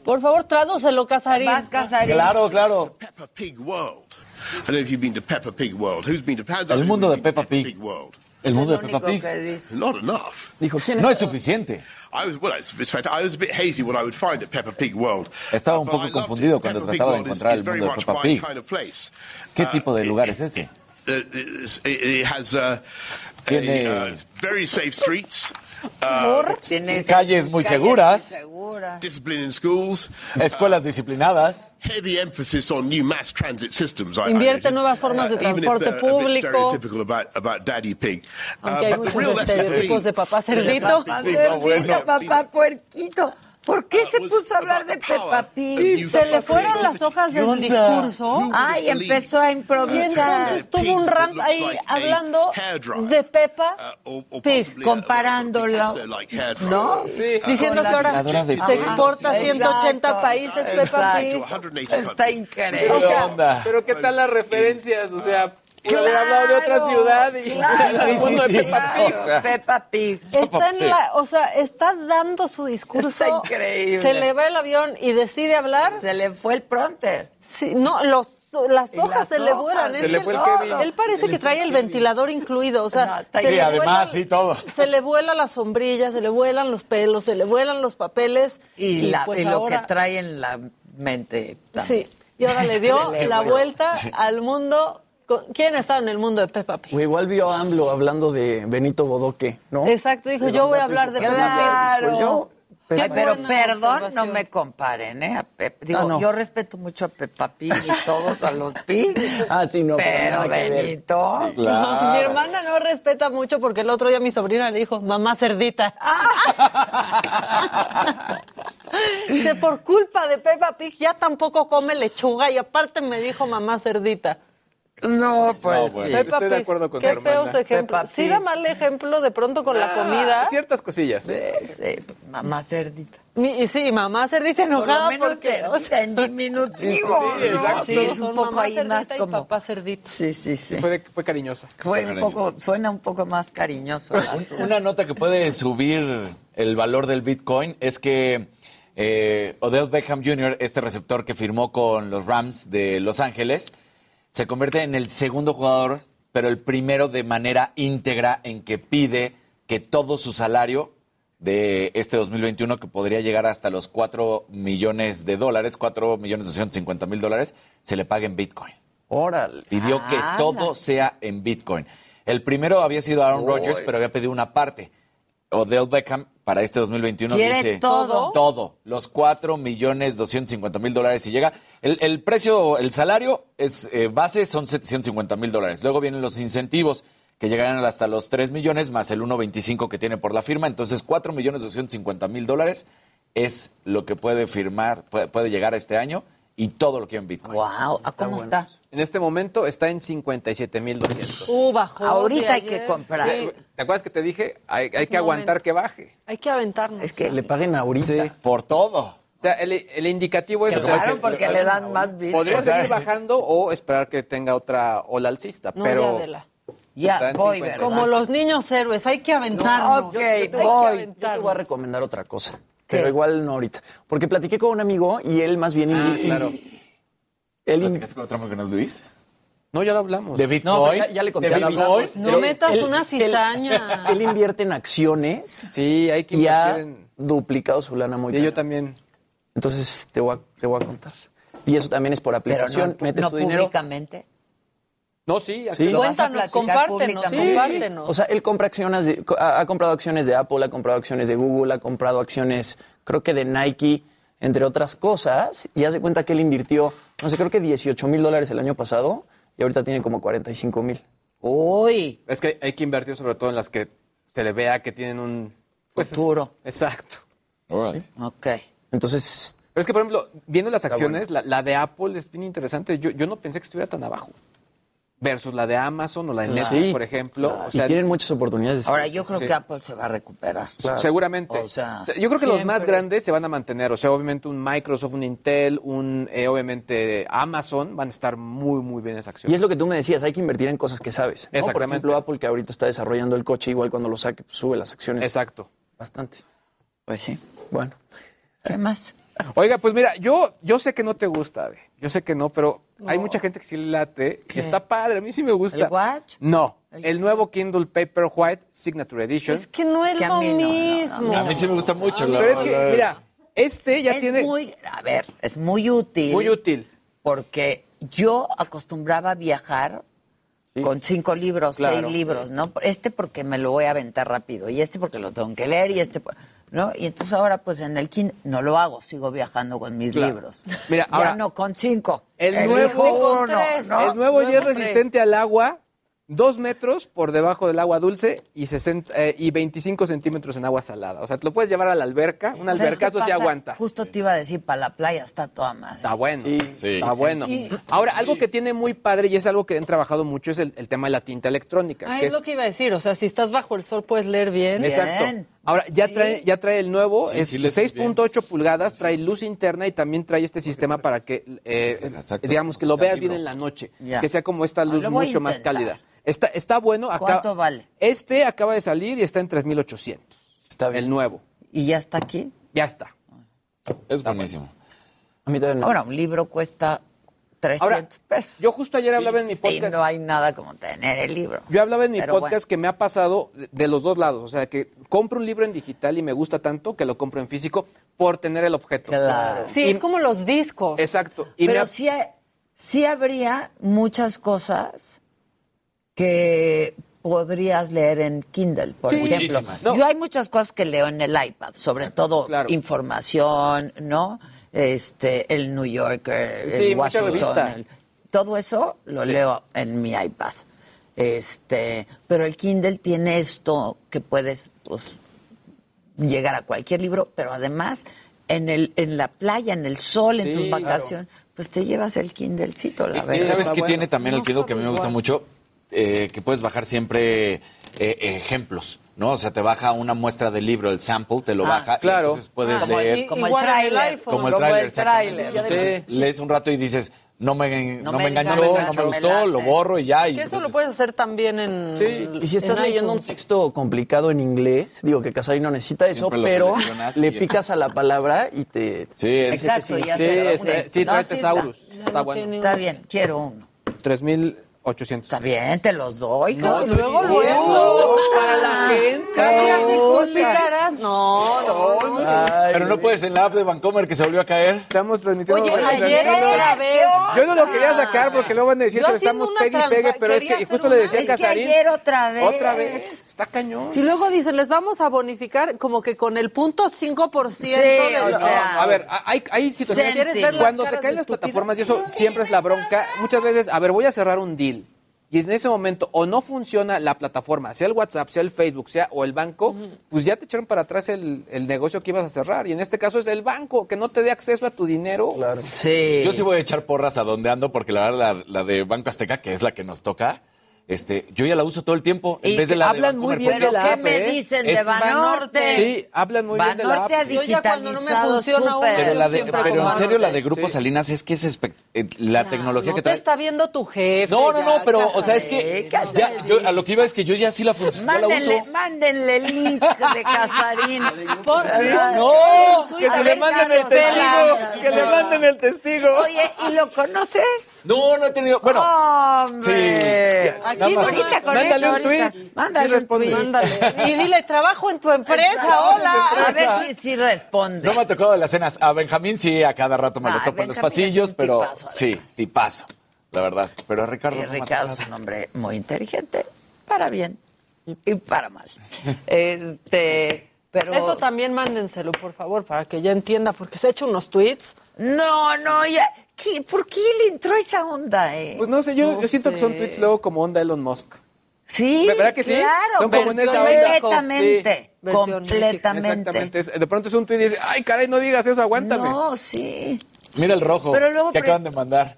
Speaker 13: Por favor, tradúcelo, Casarín.
Speaker 3: Vas Casarín.
Speaker 14: Claro, claro.
Speaker 16: Peppa Pig World. I don't know if you've been to Peppa Pig World. Who's been to Peppa
Speaker 17: El mundo de Peppa Pig.
Speaker 16: World?
Speaker 17: El mundo de
Speaker 3: Es lo
Speaker 17: Peppa Pig.
Speaker 3: único que dice.
Speaker 16: Not enough.
Speaker 14: Dijo, ¿quién
Speaker 17: No es
Speaker 14: es?
Speaker 17: suficiente.
Speaker 16: I was well. It's, it's fact, I was a bit hazy what I would find at Peppa Pig World.
Speaker 17: Estaba un
Speaker 16: But
Speaker 17: poco
Speaker 16: I loved it.
Speaker 17: confundido cuando
Speaker 16: Peppa Pig
Speaker 17: trataba de
Speaker 16: World is-
Speaker 17: encontrar
Speaker 16: is
Speaker 17: el
Speaker 16: very
Speaker 17: mundo de
Speaker 16: much
Speaker 17: Peppa
Speaker 16: my
Speaker 17: Pig.
Speaker 16: kind of place.
Speaker 14: Ah,
Speaker 17: ¿Qué
Speaker 16: Uh,
Speaker 17: tipo de
Speaker 16: it-
Speaker 17: lugar es ese?
Speaker 16: uh, it, it has uh, a, uh, very safe streets. uh,
Speaker 3: Por- Tiene calles muy seguras. seguras.
Speaker 16: Discipline in schools. uh,
Speaker 14: Escuelas disciplinadas.
Speaker 16: Heavy emphasis on new mass transit systems. I- I
Speaker 13: Invierte
Speaker 16: noticed.
Speaker 13: nuevas formas de
Speaker 16: Uh, even if
Speaker 13: transporte
Speaker 16: they're a bit
Speaker 13: público.
Speaker 16: stereotypical about, about Daddy Pig. Uh,
Speaker 13: Aunque hay
Speaker 16: but the real lesson
Speaker 13: muchos
Speaker 16: for me-
Speaker 13: estereotipos de papá cerdito.
Speaker 16: Sí, no, bueno. Ah, pues,
Speaker 3: Papá puerquito. ¿Por qué se puso a hablar de Peppa Pig?
Speaker 13: Se le fueron las hojas del discurso.
Speaker 3: Ay, empezó a
Speaker 13: Y
Speaker 3: improvisar.
Speaker 13: entonces tuvo un rant ahí hablando de Peppa Pig.
Speaker 3: Comparándolo. ¿No?
Speaker 13: Diciendo que ahora se exporta a 180 países Peppa Pig.
Speaker 3: Está increíble.
Speaker 11: Pero,
Speaker 13: O sea,
Speaker 11: pero qué tal las referencias, o sea, puede haber
Speaker 13: Claro,
Speaker 11: hablado de otra ciudad y
Speaker 13: claro.
Speaker 11: el mundo de
Speaker 13: Sí, sí, sí,
Speaker 11: Peppa
Speaker 13: claro.
Speaker 11: Pig.
Speaker 13: O sea,
Speaker 3: Peppa Pig.
Speaker 13: Está en la, o sea, está dando su discurso.
Speaker 3: Está increíble.
Speaker 13: Se le va el avión y decide hablar.
Speaker 3: Se le fue el pronter.
Speaker 13: Sí, no, los las
Speaker 3: Y
Speaker 13: hojas
Speaker 3: las
Speaker 13: se le
Speaker 3: hojas,
Speaker 13: vuelan.
Speaker 11: se
Speaker 13: es
Speaker 11: le
Speaker 13: que
Speaker 11: fue el
Speaker 13: no,
Speaker 11: Kevin.
Speaker 13: Él parece que trae el ventilador incluido. O sea, se,
Speaker 11: Sí,
Speaker 13: le
Speaker 11: además, sí, todo.
Speaker 13: vuela, se le vuela la sombrilla, se le vuelan los pelos, se le vuelan los papeles.
Speaker 3: Y, la-
Speaker 13: pues
Speaker 3: y lo
Speaker 13: ahora-
Speaker 3: que trae en la mente. también.
Speaker 13: Sí, y ahora le dio
Speaker 3: Se le
Speaker 13: la
Speaker 3: vuela.
Speaker 13: vuelta al mundo. con- ¿Quién estaba en el mundo de Peppa Pig?
Speaker 15: O igual vio a AMLO hablando de Benito Bodoque, ¿no?
Speaker 13: Exacto, dijo, yo voy a hablar de Peppa Pig.
Speaker 15: "Pues
Speaker 3: Claro.
Speaker 15: Peppa
Speaker 3: Ay, pero
Speaker 13: buena
Speaker 3: perdón, no
Speaker 13: observación.
Speaker 3: me comparen, ¿eh? A Pep- Digo,
Speaker 15: Ah, no.
Speaker 3: yo respeto mucho a Peppa Pig y todos a los pigs.
Speaker 15: Ah, sí, no, pero
Speaker 3: pero
Speaker 15: nada que ver.
Speaker 3: Benito.
Speaker 15: Sí, claro.
Speaker 13: Mi hermana no respeta mucho porque el otro día mi sobrina le dijo, mamá cerdita. que por culpa de Peppa Pig ya tampoco come lechuga y aparte me dijo mamá cerdita.
Speaker 3: No, pues
Speaker 11: No, bueno,
Speaker 3: sí.
Speaker 11: estoy de acuerdo con
Speaker 13: Qué
Speaker 11: tu hermana.
Speaker 13: feos ejemplos.
Speaker 3: Peppa
Speaker 13: Sí
Speaker 3: Pig.
Speaker 13: da mal ejemplo de pronto con la
Speaker 11: Ah,
Speaker 13: comida.
Speaker 11: Ciertas cosillas, ¿eh?
Speaker 3: Sí, mamá cerdita.
Speaker 13: Mi- y sí, mamá cerdita
Speaker 3: Por lo
Speaker 13: enojada
Speaker 3: menos
Speaker 13: porque...
Speaker 3: cerdita en diminutivo.
Speaker 11: Sí, sí, sí,
Speaker 3: ¿no?
Speaker 11: exacto.
Speaker 3: Sí, es
Speaker 13: Son
Speaker 3: un poco
Speaker 13: mamá
Speaker 3: ahí más
Speaker 13: cerdita y
Speaker 3: como...
Speaker 13: papá cerdita.
Speaker 3: Sí, sí, sí.
Speaker 11: Fue, fue cariñosa.
Speaker 3: Fue un poco, suena un poco más cariñoso. el asunto.
Speaker 14: Una nota que puede subir el valor del Bitcoin es que eh, Odell Beckham Jr., este receptor que firmó con los Rams de Los Ángeles, se convierte en el segundo jugador, pero el primero de manera íntegra en que pide que todo su salario de este 2021, que podría llegar hasta los 4 millones de dólares, 4 millones 250 mil dólares, se le pague en Bitcoin.
Speaker 15: Órale.
Speaker 14: Pidió que
Speaker 3: Ah,
Speaker 14: todo
Speaker 3: la-
Speaker 14: sea en Bitcoin. El primero había sido Aaron
Speaker 3: Uy.
Speaker 14: Rodgers, pero había pedido una parte. Odell Beckham para este 2021
Speaker 3: ¿Quiere
Speaker 14: dice
Speaker 3: todo?
Speaker 14: todo, los 4 millones 250 mil dólares y llega. El, el precio, el salario es eh, base son 750 mil dólares. Luego vienen los incentivos que llegarán hasta los 3 millones más el 1.25 que tiene por la firma. Entonces 4 millones 250 mil dólares es lo que puede firmar, puede, puede llegar a este año y todo lo que en Bitcoin.
Speaker 3: Guau, ¿a ¿cómo
Speaker 11: bueno.
Speaker 3: está?
Speaker 11: En este momento está en 57,200.
Speaker 13: Uh, bajó de
Speaker 3: Ahorita hay
Speaker 13: ayer.
Speaker 3: que comprar.
Speaker 13: Sí,
Speaker 11: ¿Te acuerdas que te dije? Hay, hay que
Speaker 13: Un
Speaker 11: aguantar
Speaker 13: momento.
Speaker 11: que baje.
Speaker 13: hay que aventarnos.
Speaker 3: Es que
Speaker 15: Le paguen ahorita.
Speaker 11: Sí.
Speaker 14: Por todo.
Speaker 11: O sea, el, el indicativo es... o sea,
Speaker 3: claro,
Speaker 11: se-
Speaker 3: porque le dan más vida.
Speaker 11: Podría
Speaker 14: O sea,
Speaker 11: seguir bajando o esperar que tenga otra ola alcista,
Speaker 13: No, ya,
Speaker 11: pero...
Speaker 13: Adela.
Speaker 3: Ya,
Speaker 11: Están
Speaker 3: voy,
Speaker 11: 50.
Speaker 3: ¿verdad?
Speaker 13: Como los niños héroes, hay que aventarnos.
Speaker 3: No, ok,
Speaker 13: Hay
Speaker 15: Yo te
Speaker 3: voy.
Speaker 13: que
Speaker 15: voy a
Speaker 13: aventarnos.
Speaker 15: recomendar otra cosa,
Speaker 3: ¿Qué?
Speaker 15: pero igual no ahorita. Porque platiqué con un amigo y él más bien...
Speaker 11: Ah,
Speaker 15: indi-
Speaker 11: claro.
Speaker 15: él in-
Speaker 14: ¿Platicaste con otro amigo que no es Luis?
Speaker 11: No, ya lo hablamos.
Speaker 14: De
Speaker 15: No,
Speaker 14: Bitcoin.
Speaker 15: ya, ya le conté.
Speaker 14: De
Speaker 15: ya lo hablamos.
Speaker 14: Bitcoin.
Speaker 13: No metas
Speaker 15: Él-
Speaker 13: una
Speaker 15: él-
Speaker 13: cizaña.
Speaker 15: Él, invierte en acciones
Speaker 11: Sí, hay que
Speaker 15: y ha
Speaker 11: invertir en...
Speaker 15: duplicado su lana muy
Speaker 11: Sí, yo
Speaker 15: cañón.
Speaker 11: también.
Speaker 15: Entonces te voy, a, te voy a contar. Y eso también es por
Speaker 3: Pero
Speaker 15: aplicación.
Speaker 3: no,
Speaker 15: Metes
Speaker 3: no
Speaker 15: tu dinero.
Speaker 3: públicamente.
Speaker 11: No, sí,
Speaker 15: Sí.
Speaker 11: acciones.
Speaker 3: ¿Lo vas a
Speaker 13: Cuéntanos,
Speaker 3: platicar
Speaker 13: compártenos,
Speaker 3: públicamente?
Speaker 13: compártenos.
Speaker 15: O sea, él compra acciones, de- co- ha, ha comprado acciones de Apple, ha comprado acciones de Google, ha comprado acciones, creo que de Nike, entre otras cosas. Y hace cuenta que él invirtió, no sé, creo que 18 mil dólares el año pasado y ahorita tiene como 45 mil.
Speaker 3: Uy,
Speaker 11: Es que hay que invertir sobre todo en las que se le vea que tienen un... pues,
Speaker 3: Futuro.
Speaker 11: Exacto.
Speaker 3: ok.
Speaker 15: Entonces,
Speaker 11: Pero es que, por ejemplo, viendo las acciones, la, la de Apple es bien interesante. Yo, yo no pensé que estuviera tan abajo. Versus la de Amazon o la de
Speaker 15: Claro.
Speaker 11: Netflix,
Speaker 15: Sí.
Speaker 11: por ejemplo. O
Speaker 15: y
Speaker 11: sea,
Speaker 15: tienen muchas oportunidades. de-
Speaker 3: Ahora yo creo
Speaker 11: Sí.
Speaker 3: que Apple se va a recuperar.
Speaker 15: Claro.
Speaker 11: Seguramente.
Speaker 3: O sea,
Speaker 11: O sea, yo creo que los más
Speaker 3: siempre.
Speaker 11: grandes se van a mantener. O sea, obviamente un Microsoft, un Intel, un eh, obviamente Amazon van a estar muy, muy bien esas
Speaker 15: Y
Speaker 11: acciones.
Speaker 15: es lo que tú me decías, hay que invertir en cosas que sabes. ¿no? Por
Speaker 11: Exactamente.
Speaker 15: ejemplo, Apple, que ahorita está desarrollando el coche, igual cuando lo saque, pues, sube las acciones
Speaker 11: Exacto.
Speaker 15: bastante.
Speaker 3: Pues sí.
Speaker 15: Bueno,
Speaker 3: ¿Qué más?
Speaker 11: Oiga, pues mira, yo, yo sé que no te gusta, Ade. Yo sé que no, pero hay mucha gente que sí le late. y
Speaker 3: ¿Qué?
Speaker 11: está padre, a mí sí me gusta.
Speaker 3: ¿El Watch?
Speaker 11: No,
Speaker 3: ¿El
Speaker 11: el, nuevo Kindle Paperwhite Signature Edition.
Speaker 13: Es que no es
Speaker 3: Que a
Speaker 13: lo
Speaker 3: mí no, no, no,
Speaker 13: mismo.
Speaker 3: no.
Speaker 14: A mí sí me gusta mucho. la
Speaker 11: Pero es que,
Speaker 14: verdad.
Speaker 11: mira, este ya
Speaker 3: es
Speaker 11: tiene...
Speaker 3: muy, a ver, es muy útil.
Speaker 11: Muy útil.
Speaker 3: Porque yo acostumbraba a viajar Con cinco libros,
Speaker 17: Claro,
Speaker 3: seis libros, ¿no? Este porque me lo voy a aventar rápido, y este porque lo tengo que leer, y este, por- ¿no? Y entonces ahora, pues en el Kindle, no lo hago, sigo viajando con mis
Speaker 11: Claro.
Speaker 3: libros.
Speaker 11: Mira,
Speaker 3: Ya
Speaker 11: ahora-
Speaker 3: no, con cinco.
Speaker 11: El
Speaker 3: Elijo
Speaker 11: nuevo,
Speaker 3: uno, ¿no?
Speaker 11: el nuevo ya es
Speaker 3: tres.
Speaker 11: resistente al agua, dos metros por debajo del agua dulce y, 60, eh, y 25 centímetros en agua salada. O sea, te lo puedes llevar a la alberca, un
Speaker 3: ¿Sabes qué
Speaker 11: albercazo sí
Speaker 3: pasa?
Speaker 11: aguanta.
Speaker 3: Justo te iba a decir, para la playa está toda madre.
Speaker 11: Está bueno. Está bueno.
Speaker 3: Sí.
Speaker 11: Ahora, algo que tiene muy padre y es algo que han trabajado mucho es el, el tema de la tinta electrónica.
Speaker 13: Ah,
Speaker 11: que
Speaker 13: es lo que iba a decir, o sea, si estás bajo el sol puedes leer bien.
Speaker 11: Exacto. Ahora, ya trae, ya trae el nuevo,
Speaker 14: Sí,
Speaker 11: es
Speaker 14: sí, le-
Speaker 11: 6.8 pulgadas, trae luz interna y también trae este sistema para que, eh, digamos, que lo veas bien en la noche,
Speaker 14: Ya.
Speaker 11: que sea como
Speaker 3: Ah,
Speaker 11: esta luz
Speaker 14: lo voy a
Speaker 11: mucho más
Speaker 14: intentar.
Speaker 11: cálida. Está, está bueno. Acá,
Speaker 3: ¿Cuánto vale?
Speaker 11: Este acaba de salir y está en 3.800. Está bien. El nuevo.
Speaker 3: ¿Y ya está aquí?
Speaker 11: Ya está.
Speaker 14: Es buenísimo.
Speaker 15: A mí todavía no.
Speaker 3: Ahora, un libro cuesta 300 pesos.
Speaker 11: Yo justo ayer hablaba en mi
Speaker 3: podcast. Y no hay nada como tener el libro.
Speaker 11: Yo hablaba en mi
Speaker 3: Pero
Speaker 11: podcast
Speaker 3: bueno.
Speaker 11: que me ha pasado de- de los dos lados. O sea, que compro un libro en digital y me gusta tanto que lo compro en físico por tener el objeto.
Speaker 3: Claro. Sí, es
Speaker 11: como los discos. Exacto. Y me
Speaker 3: Pero
Speaker 11: ha-
Speaker 3: sí, ha- sí habría muchas cosas que Eh, podrías leer en Kindle, por
Speaker 17: Sí.
Speaker 3: ejemplo.
Speaker 17: Muchísimas.
Speaker 3: Yo hay muchas cosas que leo en el iPad, sobre todo información, ¿no? Este, el New Yorker,
Speaker 17: Sí,
Speaker 3: el
Speaker 17: mucha
Speaker 3: Washington,
Speaker 17: revista.
Speaker 3: el- todo eso lo leo en mi iPad. Este, pero el Kindle tiene esto que puedes pues, llegar a cualquier libro, pero además en el en la playa, en el sol, en
Speaker 14: Sí,
Speaker 3: tus
Speaker 14: claro.
Speaker 3: vacaciones, pues te llevas el Kindlecito, la
Speaker 14: ¿Y
Speaker 3: verdad.
Speaker 14: ¿Sabes qué tiene también el Kindle que a mí me gusta mucho? Eh, que puedes bajar siempre eh, ejemplos, ¿no? O sea, te baja una muestra del libro, el sample, te lo
Speaker 3: Ah,
Speaker 14: baja. y
Speaker 3: claro.
Speaker 14: entonces puedes
Speaker 3: Ah, como-
Speaker 14: leer.
Speaker 3: y- como el igual en el tráiler. iPhone.
Speaker 14: Como el
Speaker 3: Como
Speaker 14: tráiler.
Speaker 3: el
Speaker 14: exactamente.
Speaker 3: tráiler.
Speaker 14: Y entonces
Speaker 13: Sí.
Speaker 14: lees un rato y dices, no me, no
Speaker 13: me
Speaker 14: me enganchó,
Speaker 13: enganchó,
Speaker 14: no me
Speaker 13: me
Speaker 14: gustó,
Speaker 13: late.
Speaker 14: lo borro y ya. Y
Speaker 13: Que eso lo puedes hacer también en.
Speaker 15: Y si estás
Speaker 13: en
Speaker 15: leyendo un
Speaker 13: iTunes.
Speaker 15: texto complicado en inglés, digo que Casari no necesita eso,
Speaker 14: Siempre lo
Speaker 15: pero
Speaker 14: seleccionas y-
Speaker 15: le picas a la palabra y te...
Speaker 14: Sí, es-
Speaker 15: se te
Speaker 3: Exacto, ya
Speaker 15: significa.
Speaker 3: te lo une. No, sí está.
Speaker 11: Está bueno.
Speaker 3: Está bien, quiero uno.
Speaker 11: 3.800. Está
Speaker 3: bien, te los doy.
Speaker 11: No,
Speaker 3: cabrón.
Speaker 11: luego,
Speaker 3: Sí,
Speaker 11: luego.
Speaker 13: Para la gente. Gracias, explicarás. No, no, no.
Speaker 14: Pero no puedes en la app de Vancomer que se volvió a caer.
Speaker 11: Estamos transmitiendo.
Speaker 13: Oye,
Speaker 11: Estamos
Speaker 13: ayer
Speaker 11: transmitiendo.
Speaker 13: era vez.
Speaker 11: Yo no lo quería sacar porque luego van a decir
Speaker 13: Yo
Speaker 11: que le
Speaker 13: haciendo
Speaker 11: estamos pegue
Speaker 13: una
Speaker 11: y pegue,
Speaker 13: transa-
Speaker 11: pero es
Speaker 13: quería
Speaker 11: que y
Speaker 13: hacer
Speaker 11: justo le
Speaker 13: una-
Speaker 11: decía a
Speaker 13: Es que
Speaker 11: Casarín.
Speaker 13: ayer otra vez.
Speaker 11: Otra vez. Está cañón.
Speaker 13: Y luego dicen, les vamos a bonificar como que con el punto 5%
Speaker 11: Sí,
Speaker 13: de
Speaker 11: o
Speaker 13: los-
Speaker 11: sea, a ver, hay, hay situaciones.
Speaker 13: ¿Quieres ver las
Speaker 11: Cuando se
Speaker 13: caras
Speaker 11: caen
Speaker 13: de
Speaker 11: las
Speaker 13: estúpido?
Speaker 11: plataformas, y eso siempre es la bronca, muchas veces, a ver, voy a cerrar un deal. Y en ese momento, o no funciona la plataforma, sea el WhatsApp, sea el Facebook, sea o el banco, pues ya te echaron para atrás el, el negocio que ibas a cerrar. Y en este caso es el banco, que no te dé acceso a tu dinero. Claro.
Speaker 3: Sí.
Speaker 14: Yo sí voy a echar porras a donde ando, porque la verdad, la, la de Banco Azteca, que es la que nos toca, este, yo ya la uso todo el tiempo. En
Speaker 11: Y
Speaker 14: vez de
Speaker 11: que
Speaker 14: la
Speaker 11: hablan
Speaker 14: de
Speaker 11: muy
Speaker 14: Bancomer,
Speaker 11: bien
Speaker 14: porque
Speaker 11: de
Speaker 14: es
Speaker 11: la
Speaker 14: la
Speaker 11: app,
Speaker 14: app,
Speaker 11: ¿eh?
Speaker 14: ¿eh?
Speaker 11: Es-
Speaker 14: Es-
Speaker 11: Sí, hablan muy bien de la app.
Speaker 3: Banorte ha
Speaker 11: sí.
Speaker 13: Yo ya cuando no me
Speaker 3: digitalizado
Speaker 13: funciona una,
Speaker 3: súper.
Speaker 14: Pero, la de-
Speaker 13: siempre
Speaker 14: pero en
Speaker 13: con
Speaker 14: serio, la
Speaker 13: Banorte.
Speaker 14: de Grupo Salinas es que es espect- eh, la tecnología
Speaker 13: No
Speaker 14: que
Speaker 13: te
Speaker 14: trae.
Speaker 13: está viendo tu jefe.
Speaker 14: No, no,
Speaker 13: ya,
Speaker 14: no, pero, o sea, es
Speaker 13: Casarín.
Speaker 14: que ya, yo, a lo que iba es que yo ya sí la, fun- ya la uso.
Speaker 3: Mándenle, mándenle el link de Casarín.
Speaker 13: Por-
Speaker 14: No, que
Speaker 3: A
Speaker 14: se le
Speaker 3: ver,
Speaker 14: manden el
Speaker 3: Carlos,
Speaker 14: testigo, que le manden
Speaker 11: el testigo.
Speaker 3: Oye, ¿y lo conoces?
Speaker 14: No, no he tenido. Bueno,
Speaker 3: ¡Hombre!
Speaker 14: sí.
Speaker 3: Aquí
Speaker 14: Nada más.
Speaker 3: ahorita con
Speaker 14: Mándale
Speaker 3: eso,
Speaker 14: un
Speaker 3: ahorita.
Speaker 14: tweet.
Speaker 3: Mándale
Speaker 14: Sí
Speaker 3: un tweet.
Speaker 13: Y dile, trabajo en tu empresa, hola.
Speaker 3: A ver si, si responde.
Speaker 14: No me ha tocado de las cenas. A Benjamín sí, a cada rato me lo
Speaker 3: Ah,
Speaker 14: topo en los
Speaker 3: Benjamín es
Speaker 14: pasillos,
Speaker 3: un
Speaker 14: pero
Speaker 3: tipazo,
Speaker 14: sí, tipazo, la verdad. Pero a Ricardo.
Speaker 3: Y
Speaker 14: no me ha
Speaker 3: Ricardo
Speaker 14: tocado.
Speaker 3: es un hombre muy inteligente, para bien y para mal. Este, pero
Speaker 13: Eso también mándenselo, por favor, para que ya entienda, porque se ha hecho unos tweets.
Speaker 3: No, no, ya. ¿Qué- ¿Por qué le entró esa onda, eh?
Speaker 11: Pues no sé, yo, yo siento que son tweets luego como onda Elon Musk.
Speaker 3: Sí,
Speaker 11: ¿Verdad que sí?
Speaker 3: claro,
Speaker 11: Son como en esa onda.
Speaker 3: completamente,
Speaker 11: Sí.
Speaker 3: completamente.
Speaker 11: Exactamente. Es- De pronto es un tweet y dice, ay, caray, no digas eso, aguántame.
Speaker 3: No, sí.
Speaker 14: Mira el rojo
Speaker 11: Pero luego
Speaker 14: que
Speaker 11: pre-
Speaker 14: acaban de mandar.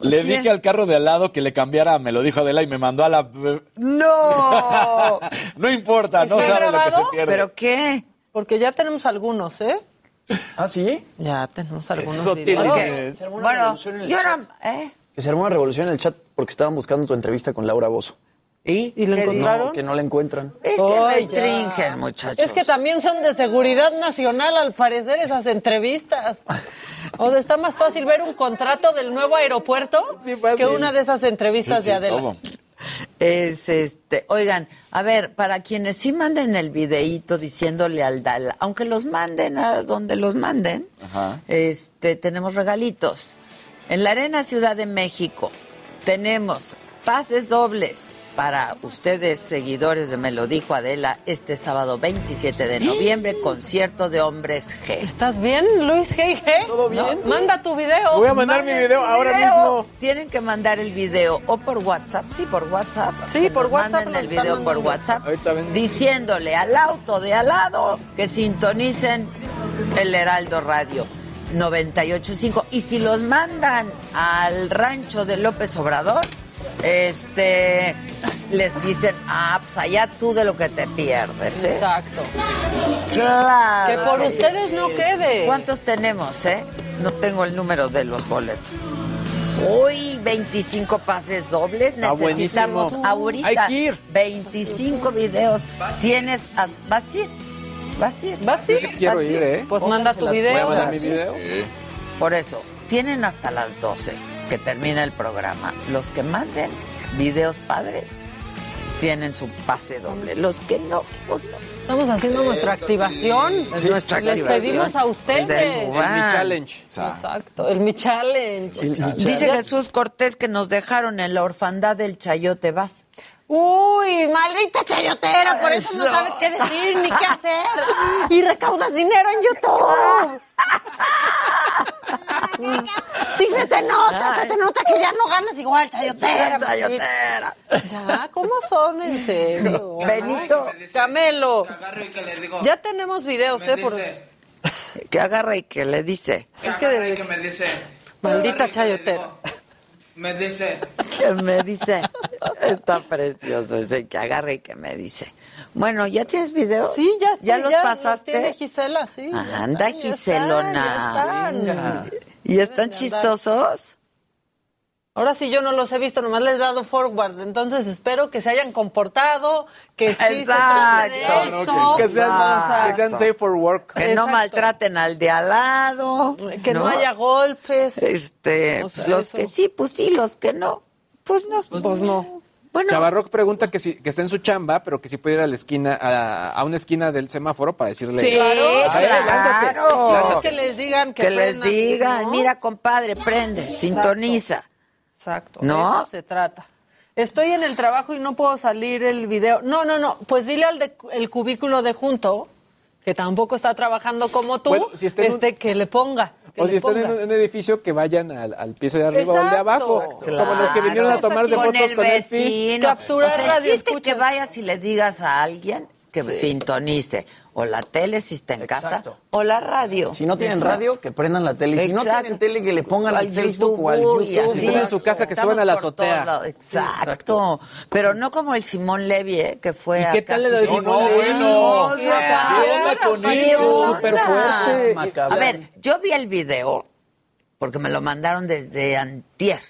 Speaker 14: Le dije al carro de al lado que le cambiara, me lo dijo Adela y me mandó a la.
Speaker 3: ¡No!
Speaker 14: no importa, no
Speaker 13: ¿Está
Speaker 14: sabe lo que
Speaker 13: grabado?
Speaker 14: se pierde.
Speaker 3: qué?
Speaker 13: Porque ya tenemos algunos, ¿eh?
Speaker 15: ¿Ah, sí?
Speaker 13: Ya tenemos
Speaker 15: algunos
Speaker 3: Ok. Bueno, yo no. ¿eh?
Speaker 15: Que se armó una revolución en el chat porque estaban buscando tu entrevista con Laura Bozo.
Speaker 3: ¿Y?
Speaker 13: la
Speaker 15: No,
Speaker 13: encontraron?
Speaker 15: que no la encuentran.
Speaker 3: Es
Speaker 13: que
Speaker 15: Ay,
Speaker 13: restringen,
Speaker 15: ya.
Speaker 13: Es que también son de seguridad nacional, al parecer, esas entrevistas. O sea, está más fácil ver un contrato del nuevo aeropuerto que una de esas entrevistas de Adela.
Speaker 3: Es este, oigan, a ver, para quienes sí manden el videíto diciéndole al Dal, aunque los manden a donde los manden,
Speaker 17: Ajá.
Speaker 3: este, tenemos regalitos. En la Arena Ciudad de México tenemos Pases dobles para ustedes, seguidores de Me lo dijo Adela, este sábado 27 de noviembre, concierto de hombres G.
Speaker 13: ¿Estás bien, Luis G? ¿Todo
Speaker 3: bien?
Speaker 13: Manda tu video.
Speaker 3: Manden su video. Tienen que mandar el video o por WhatsApp. Sí, por WhatsApp. Sí, por WhatsApp. Manden el
Speaker 11: están
Speaker 3: video por WhatsApp diciéndole al auto de al lado que sintonicen el Heraldo Radio 985. Y si los mandan al rancho de López Obrador, este les dicen, ah, pues allá tú de lo que te pierdes, ¿eh?
Speaker 13: Exacto.
Speaker 3: Claro.
Speaker 13: Que por ustedes no quede.
Speaker 3: ¿Cuántos tenemos, eh? No tengo el número de los boletos. Uy, 25 pases dobles
Speaker 11: Está
Speaker 3: necesitamos
Speaker 11: buenísimo.
Speaker 3: ahorita.
Speaker 11: Hay que ir.
Speaker 3: 25 videos. Tienes as- vas a ir. Vas a ir. Vas a ir.
Speaker 11: quiero
Speaker 3: vas a
Speaker 11: ir, ¿eh? Pues
Speaker 13: manda
Speaker 3: Pónganse
Speaker 13: tu
Speaker 3: las Este
Speaker 13: video.
Speaker 3: pilas.
Speaker 13: Voy a mandar mi video.
Speaker 3: Por eso, tienen hasta las 12 que termina el programa. Los que manden videos padres tienen su pase doble. Los que no, pues no.
Speaker 13: Estamos haciendo nuestra activación.
Speaker 3: Sí, nuestra
Speaker 13: Les
Speaker 3: activación.
Speaker 13: pedimos a ustedes.
Speaker 3: Ustedes van. El Mi Challenge.
Speaker 13: Exacto, el Mi Challenge.
Speaker 3: Dice Jesús Cortés que nos dejaron en la orfandad del Chayote Vas.
Speaker 13: Uy, maldita chayotera, por eso,
Speaker 3: Eso.
Speaker 13: no sabes qué decir ni qué hacer. Y recaudas dinero en YouTube. Sí se te nota, se te nota que ya no ganas igual, chayotera.
Speaker 3: Chayotera.
Speaker 13: Ya, ¿cómo son en serio?
Speaker 3: Benito.
Speaker 13: Camelo. Ya tenemos videos,
Speaker 17: Me
Speaker 13: ¿eh? Por...
Speaker 17: dice,
Speaker 3: Que agarra y que le dice.
Speaker 13: Es que desde
Speaker 17: que me dice,
Speaker 13: Maldita chayotera.
Speaker 17: me dice,
Speaker 3: que me dice. Está precioso ese que agarra y que me dice. Bueno, ¿ya tienes video?
Speaker 13: Sí, ya está,
Speaker 3: ¿Ya los
Speaker 13: tiene
Speaker 3: pasaste?
Speaker 13: Gisela, sí. ya están,
Speaker 3: Anda,
Speaker 13: ya están, ya
Speaker 3: Giselona.
Speaker 13: están.
Speaker 3: Venga. ¿Y están
Speaker 13: andar.
Speaker 3: chistosos?
Speaker 13: Ahora sí yo no los he visto, nomás les he dado forward, entonces espero que se hayan comportado, que sí
Speaker 3: Exacto.
Speaker 13: se traten de esto.
Speaker 11: que, sean, que sean safe for work.
Speaker 3: Que no maltraten al de al lado.
Speaker 13: que no, haya golpes.
Speaker 3: Este,
Speaker 13: O sea,
Speaker 3: los
Speaker 13: eso.
Speaker 3: que sí, pues sí, los que no, pues no. Pues
Speaker 13: no.
Speaker 3: Bueno,
Speaker 11: Chavarroc pregunta que, si, que está en su chamba, pero que si puede ir a la esquina, a, a una esquina del semáforo para decirle.
Speaker 3: Sí,
Speaker 11: A ver, lánzate,
Speaker 3: claro.
Speaker 11: lánzate.
Speaker 13: Que les digan que
Speaker 3: que, les
Speaker 13: frenan,
Speaker 3: digan,
Speaker 13: ¿no?
Speaker 3: mira, compadre, prende, sintoniza.
Speaker 13: Exacto,
Speaker 3: ¿No?
Speaker 13: de eso se trata. Estoy en el trabajo y no puedo salir el video. No, no, no, pues dile al de- el cubículo de junto, que tampoco está trabajando como tú,
Speaker 11: Bueno, si está en un-
Speaker 13: este, que le ponga. que
Speaker 11: O
Speaker 13: le
Speaker 11: si están
Speaker 13: ponga.
Speaker 11: en un, en un edificio, que vayan al, al piso de arriba o al de
Speaker 13: Exacto.
Speaker 11: abajo.
Speaker 3: Claro.
Speaker 11: Como los que vinieron a tomarse
Speaker 3: con
Speaker 13: Pues
Speaker 11: fotos
Speaker 3: el
Speaker 11: con el pi.
Speaker 3: vecino.
Speaker 13: Captura
Speaker 3: o sea, el
Speaker 13: radio,
Speaker 3: chiste es
Speaker 13: escucha.
Speaker 3: que vayas y le digas a alguien que sintonice o la tele si está en
Speaker 15: Exacto.
Speaker 3: casa o la radio.
Speaker 15: Si no tienen
Speaker 3: Exacto.
Speaker 15: radio, que prendan la tele. Y Si no
Speaker 3: Exacto.
Speaker 15: tienen tele, que le pongan al
Speaker 3: Al
Speaker 15: Facebook o al YouTube.
Speaker 3: y así.
Speaker 11: Si están en su casa, que
Speaker 3: Estamos
Speaker 11: suban a la
Speaker 3: por todos
Speaker 11: azotea.
Speaker 3: lados. Exacto. Pero no como el Simón Levy, ¿eh? que fue a
Speaker 11: ¿Qué tal
Speaker 3: casi-
Speaker 11: le decimos?
Speaker 14: No, bueno.
Speaker 3: ¿Qué onda
Speaker 11: con
Speaker 3: ¿Qué
Speaker 11: eso?
Speaker 3: onda?
Speaker 11: Súper fuerte.
Speaker 3: A ver, yo vi el video porque me lo mandaron desde antier.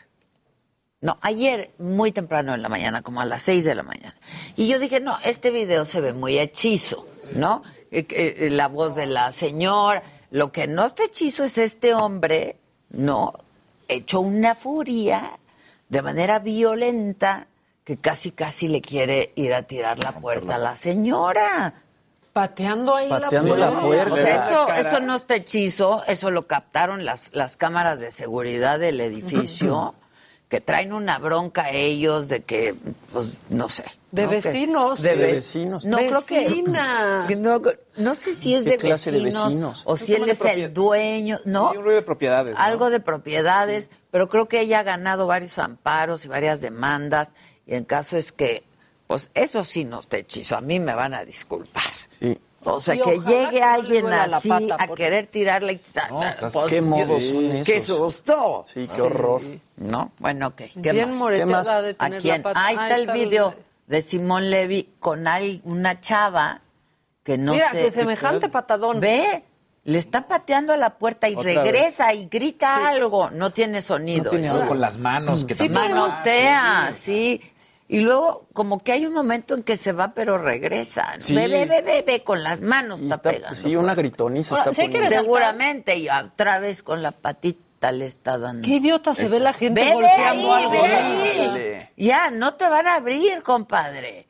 Speaker 3: No, ayer muy temprano en la mañana, como a las 6 de la mañana. Y yo dije, no, este video se ve muy hechizo, ¿no? Eh, eh, eh, La voz de la señora. Lo que no está hechizo es este hombre, ¿no? Hecho una furia de manera violenta que casi, casi le quiere ir a tirar la puerta a la señora.
Speaker 13: Pateando ahí
Speaker 15: Pateando
Speaker 13: la
Speaker 15: la
Speaker 13: puerta.
Speaker 15: puerta.
Speaker 3: O sea, eso,
Speaker 11: Cara.
Speaker 3: eso no está hechizo, eso lo captaron las, las cámaras de seguridad del edificio, que traen una bronca ellos de que, pues, no sé.
Speaker 13: De
Speaker 3: ¿no? Que-
Speaker 13: vecinos.
Speaker 3: de,
Speaker 15: De
Speaker 3: ve-
Speaker 15: vecinos.
Speaker 3: No creo que-
Speaker 13: Vecinas.
Speaker 3: que no, no sé si es
Speaker 15: ¿Qué
Speaker 3: de
Speaker 15: clase de
Speaker 3: vecinos,
Speaker 15: vecinos?
Speaker 3: o si
Speaker 11: Es como
Speaker 3: él
Speaker 11: de
Speaker 3: es el
Speaker 11: propied-
Speaker 3: dueño, ¿no?
Speaker 11: Sí, un ruido de propiedades. ¿no?
Speaker 3: algo de propiedades, pero creo que ella ha ganado varios amparos y varias demandas. Y el caso es que, pues eso sí no está hechizo, a mí me van a disculpar. O sea,
Speaker 13: Y
Speaker 3: que
Speaker 13: ojalá que
Speaker 3: llegue
Speaker 13: no le
Speaker 3: alguien
Speaker 13: duela la
Speaker 3: así
Speaker 13: pata,
Speaker 3: a
Speaker 13: porque-
Speaker 3: querer tirarle.
Speaker 14: estás-
Speaker 3: pues,
Speaker 15: ¿Qué modos son
Speaker 3: ¡Qué
Speaker 15: esos?
Speaker 3: susto!
Speaker 15: Sí, qué horror.
Speaker 3: No, bueno, ok. ¿Qué
Speaker 13: Bien
Speaker 3: más?
Speaker 15: ¿Qué
Speaker 13: moreteada
Speaker 15: más?
Speaker 13: de
Speaker 3: ¿A
Speaker 13: tener
Speaker 3: quién?
Speaker 13: la pata.
Speaker 3: Ahí está el video de Simón Levy con al- una chava que no
Speaker 13: Mira,
Speaker 3: sé.
Speaker 13: que semejante patadón.
Speaker 3: Ve, le está pateando a la puerta y
Speaker 11: Otra
Speaker 3: regresa y grita algo. No tiene sonido. eso.
Speaker 14: Eso con las manos que
Speaker 13: Sí,
Speaker 14: también-
Speaker 13: pero-
Speaker 3: Manotea, sí. Y luego, como que hay un momento en que se va, pero regresa. ¿no?
Speaker 15: Sí.
Speaker 3: Ve, ve, ve, ve, ve, con las manos
Speaker 15: Y
Speaker 3: está,
Speaker 15: está-
Speaker 3: pegando.
Speaker 15: sí, una gritoniza
Speaker 13: Ahora,
Speaker 15: está
Speaker 13: sí hay que
Speaker 15: poniendo.
Speaker 3: Seguramente, y otra vez con la patita le está dando.
Speaker 13: Qué idiota se ve la gente
Speaker 3: Ve, ve
Speaker 13: golpeando
Speaker 3: ahí,
Speaker 13: algo.
Speaker 3: ve ahí.
Speaker 15: Ándale.
Speaker 3: Ya, no te van a abrir, compadre.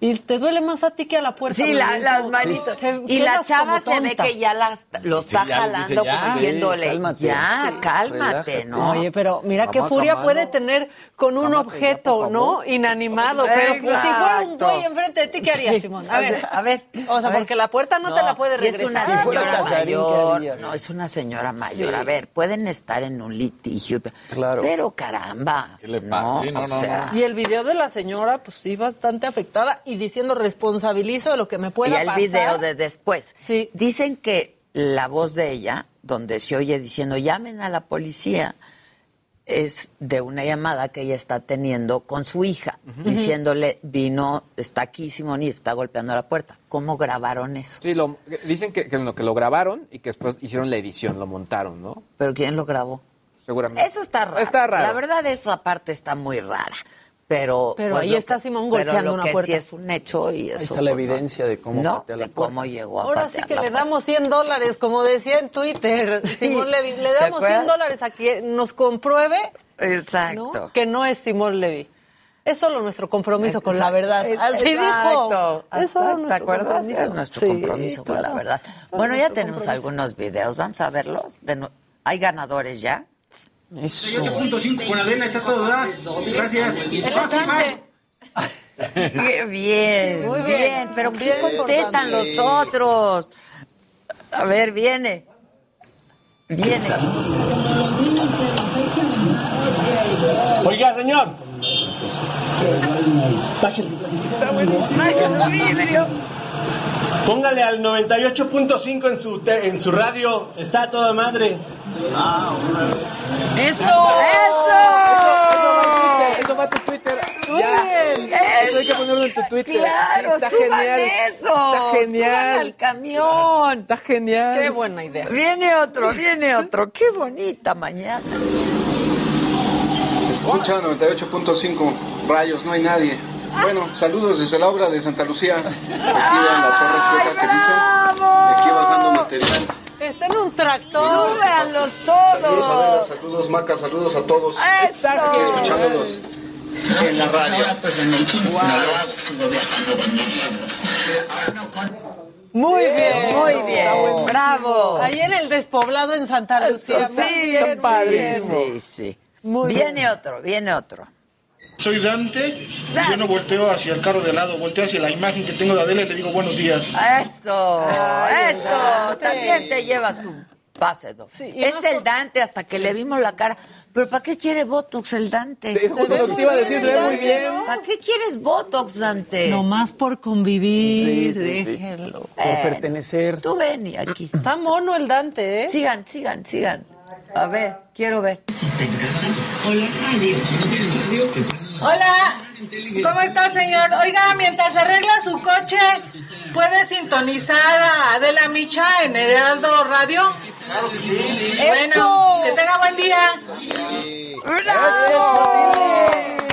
Speaker 13: Y te duele más a ti que a la puerta.
Speaker 3: Sí, la-
Speaker 13: Miguel,
Speaker 3: las
Speaker 13: como-
Speaker 3: manitos.
Speaker 13: Te-
Speaker 3: Y la
Speaker 13: quedas
Speaker 3: chava
Speaker 13: como
Speaker 3: se ve
Speaker 13: tonta.
Speaker 3: que ya las- lo
Speaker 13: Sí,
Speaker 3: está
Speaker 13: ya le dice,
Speaker 3: jalando
Speaker 13: ya,
Speaker 3: como
Speaker 13: sí,
Speaker 3: diciéndole,
Speaker 13: cálmate,
Speaker 3: ya,
Speaker 13: sí,
Speaker 3: cálmate,
Speaker 13: relájate.
Speaker 3: ¿no?
Speaker 13: Oye, pero mira qué furia puede tener con un objeto, ¿no? Inanimado. Pero pues, si fuera un
Speaker 3: Exacto.
Speaker 13: güey enfrente de ti, ¿qué harías,
Speaker 3: Sí.
Speaker 13: Simón? A ver,
Speaker 3: a ver.
Speaker 13: O sea,
Speaker 3: a ver.
Speaker 13: porque la puerta no, te la puede
Speaker 3: y es
Speaker 13: regresar.
Speaker 3: una señora mayor. No, es una señora mayor.
Speaker 13: Sí.
Speaker 3: A ver, pueden estar en un litigio. Claro. Pero caramba. ¿Qué le
Speaker 14: pasa? Sí, no, no,
Speaker 3: o sea,
Speaker 13: Y el video de la señora, pues sí, bastante afectada y diciendo responsabilizo de lo que me
Speaker 3: Y
Speaker 13: pueda
Speaker 3: el
Speaker 13: pasar.
Speaker 3: video de después. Dicen que la voz de ella, donde se oye diciendo llamen a la policía, es de una llamada que ella está teniendo con su hija, diciéndole vino, está aquí Simón y está golpeando la puerta. ¿Cómo grabaron eso?
Speaker 11: Sí, lo, dicen que, que lo, que lo grabaron y que después hicieron la edición, lo montaron, ¿no?
Speaker 3: ¿Pero quién lo grabó?
Speaker 11: Seguramente.
Speaker 3: Eso está raro. La verdad, esa parte está muy rara. Pero, pues
Speaker 13: Pero ahí
Speaker 3: lo
Speaker 13: está
Speaker 3: que-
Speaker 13: Simón
Speaker 3: pero
Speaker 13: golpeando
Speaker 3: lo
Speaker 13: una
Speaker 3: que
Speaker 13: puerta.
Speaker 3: sí es un hecho y eso.
Speaker 15: está la
Speaker 3: pues, no-
Speaker 15: evidencia de cómo
Speaker 3: no,
Speaker 15: patea la
Speaker 3: de cómo llegó a
Speaker 13: Ahora sí
Speaker 3: patear
Speaker 13: que
Speaker 3: la
Speaker 13: le damos 100 dólares, como decía en Twitter. Simón Levy, le
Speaker 3: ¿te
Speaker 13: damos 100
Speaker 3: acuerdas?
Speaker 13: dólares a quien nos compruebe
Speaker 3: Exacto.
Speaker 13: ¿no? que no es Simón Levy. Es solo nuestro compromiso con la
Speaker 3: Exacto.
Speaker 13: verdad. Así
Speaker 3: Exacto.
Speaker 13: dijo. Es solo
Speaker 3: Exacto. ¿Te
Speaker 13: nuestro
Speaker 3: acuerdas?
Speaker 13: compromiso.
Speaker 3: Es nuestro
Speaker 13: Sí,
Speaker 3: compromiso con la
Speaker 13: claro.
Speaker 3: verdad.
Speaker 13: Solo
Speaker 3: Bueno, ya
Speaker 13: nuestro
Speaker 3: tenemos
Speaker 13: compromiso.
Speaker 3: algunos videos. Vamos a verlos. De nu- ¿Hay ganadores ya? Eso.
Speaker 18: 8.5 con Adela, está todo, ¿verdad? Gracias. Spotify.
Speaker 3: Qué bien,
Speaker 18: Muy
Speaker 3: bien,
Speaker 18: bien.
Speaker 3: Pero ¿qué
Speaker 18: Bien
Speaker 3: contestan
Speaker 18: importante.
Speaker 3: los otros? A ver, viene. Viene.
Speaker 19: Oiga, señor. Póngale al 98.5 en su te- en su radio. Está a toda madre.
Speaker 13: ¡Eso!
Speaker 11: ¡Eso! Eso va a tu Twitter. Eso va a tu Twitter. Ya. Eso hay que ponerlo en tu Twitter.
Speaker 3: Claro,
Speaker 11: Sí, está
Speaker 3: suban
Speaker 11: genial.
Speaker 3: eso.
Speaker 11: Está
Speaker 3: Suban
Speaker 11: genial.
Speaker 3: al camión.
Speaker 11: Está genial.
Speaker 13: Qué buena idea.
Speaker 3: Viene otro, viene otro. Qué bonita mañana.
Speaker 18: Escucha 98.5 rayos, no hay nadie. Bueno, saludos desde la obra de Santa Lucía. Aquí vean la torre chueca que dice. Aquí bajando material.
Speaker 13: Está en un tractor.
Speaker 3: ¡Súbanlos
Speaker 18: Saludos Adela, saludos Maca, saludos a todos. Aquí escuchándolos en la radio.
Speaker 13: Muy bien.
Speaker 3: Muy bien.
Speaker 13: Está buenísimo.
Speaker 3: Bravo.
Speaker 13: Ahí en el despoblado en Santa Lucía.
Speaker 3: Sí,
Speaker 13: Muy bien,
Speaker 3: sí,
Speaker 13: muy bien.
Speaker 3: sí, sí.
Speaker 13: Muy
Speaker 3: viene
Speaker 13: bien.
Speaker 3: otro, viene otro.
Speaker 18: Soy Dante y yo no volteo hacia el carro de lado, volteo hacia la imagen que tengo de Adela y le digo buenos días.
Speaker 3: Eso, eso. También te llevas tu pase, Doc. es el Dante hasta que le vimos la cara. Pero ¿para qué quiere Botox el Dante?
Speaker 11: Sí, justo lo que te iba a decir, se ve muy bien.
Speaker 3: ¿Para qué quieres Botox, Dante?
Speaker 13: Nomás por
Speaker 3: Sí,
Speaker 13: convivir.
Speaker 3: sí, sí.
Speaker 13: déjenlo.
Speaker 3: Bueno,
Speaker 15: pertenecer.
Speaker 3: Tú ven y aquí.
Speaker 13: Está mono el Dante, ¿eh?
Speaker 3: Sigan, sigan, sigan. A ver, quiero ver.
Speaker 17: Hola, ¿cómo está señor? Oiga, mientras arregla su coche, ¿puede sintonizar a Adela Micha en Heraldo Radio? Claro que sí. Bueno, que tenga buen día.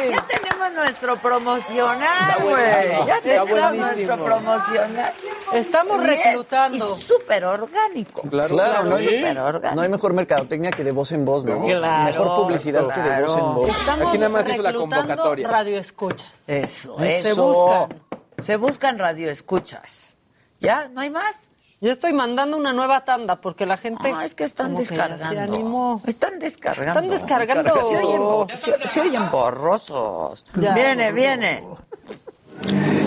Speaker 3: Ya tenemos nuestro promocional, güey.
Speaker 13: buenísimo.
Speaker 3: Ya
Speaker 13: Está
Speaker 3: tenemos
Speaker 13: buenísimo.
Speaker 3: nuestro promocional.
Speaker 13: Estamos
Speaker 3: Bien,
Speaker 13: reclutando.
Speaker 3: Y súper orgánico.
Speaker 15: Claro, no, hay, no hay mejor mercadotecnia que de voz en voz, ¿no?
Speaker 3: Claro,
Speaker 15: mejor publicidad que de voz en voz.
Speaker 13: Estamos reclutando Radio escuchas.
Speaker 3: Eso,
Speaker 13: Se
Speaker 3: eso. Se buscan radioescuchas. ¿Ya? ¿No hay más?
Speaker 13: Yo estoy mandando una nueva tanda porque la gente.
Speaker 3: No, Ah, es que están
Speaker 13: como ya se
Speaker 3: descargando.
Speaker 13: animó.
Speaker 3: Están descargando.
Speaker 13: Están descargando.
Speaker 3: Se oyen, bo- se- se oyen borrosos.
Speaker 13: Ya.
Speaker 3: Viene, viene.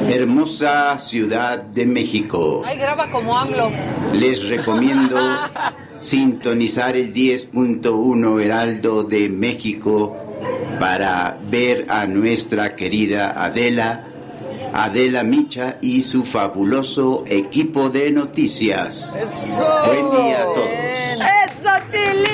Speaker 20: Hermosa Ciudad de México,
Speaker 13: Ay, graba como AMLO.
Speaker 20: les recomiendo sintonizar el 10.1 Heraldo de México para ver a nuestra querida Adela, Adela Micha y su fabuloso equipo de noticias. Buen día a todos.
Speaker 3: ¡Eso, Tilín!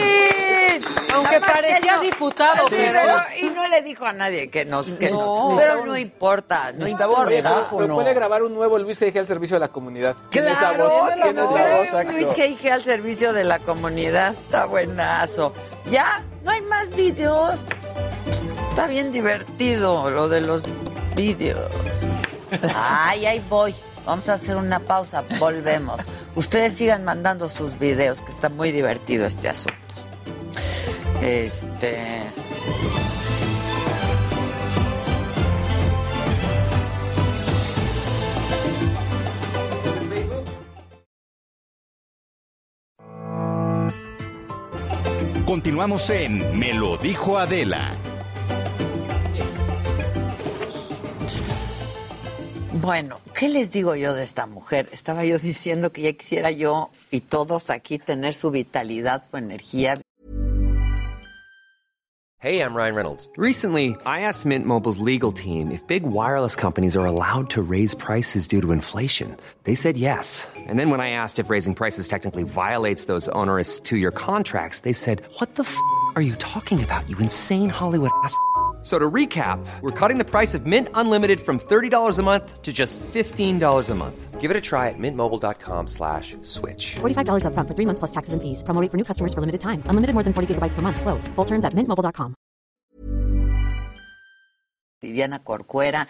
Speaker 13: Aunque
Speaker 3: Nada más
Speaker 13: parecía
Speaker 3: que no-
Speaker 13: diputado,
Speaker 3: Sí,
Speaker 13: pero-
Speaker 3: pero- Y no le dijo a nadie que nos... Que
Speaker 13: No.
Speaker 3: nos- pero no importa, no
Speaker 11: Necesitaba un
Speaker 3: importa.
Speaker 11: megáfono. Lo puede grabar un nuevo Luis que dije al servicio de la comunidad. Tiene esa
Speaker 3: Claro,
Speaker 11: voz,
Speaker 3: que
Speaker 11: tiene
Speaker 3: nos
Speaker 11: esa
Speaker 3: grabe
Speaker 11: voz,
Speaker 3: un Luis
Speaker 11: exacto.
Speaker 3: G.I.G. al servicio de la comunidad. Está buenazo. ¿Ya? ¿No hay más videos? Está bien divertido lo de los videos. Ay, ahí voy. Vamos a hacer una pausa. Volvemos. Ustedes sigan mandando sus videos, que está muy divertido este asunto. Este.
Speaker 2: Continuamos en Me lo dijo Adela.
Speaker 3: Bueno, ¿qué les digo yo de esta mujer? Estaba yo diciendo que ya quisiera yo y todos aquí tener su vitalidad, su energía.
Speaker 21: Hey, I'm Ryan Reynolds. Recently, I asked Mint Mobile's legal team if big wireless companies are allowed to raise prices due to inflation. They said yes. And then when I asked if raising prices technically violates those onerous two year contracts, they said, What the f are you talking about, you insane Hollywood ass? f- So to recap, we're cutting the price of Mint Unlimited from $30 a month to just $15 a month. Give it a try at mintmobile.com slash switch.
Speaker 22: $45 up front for three months plus taxes and fees. Promoting for new customers for limited time. Unlimited more than 40 gigabytes per month. Slows. Full terms at mintmobile.com.
Speaker 3: Viviana Corcuera,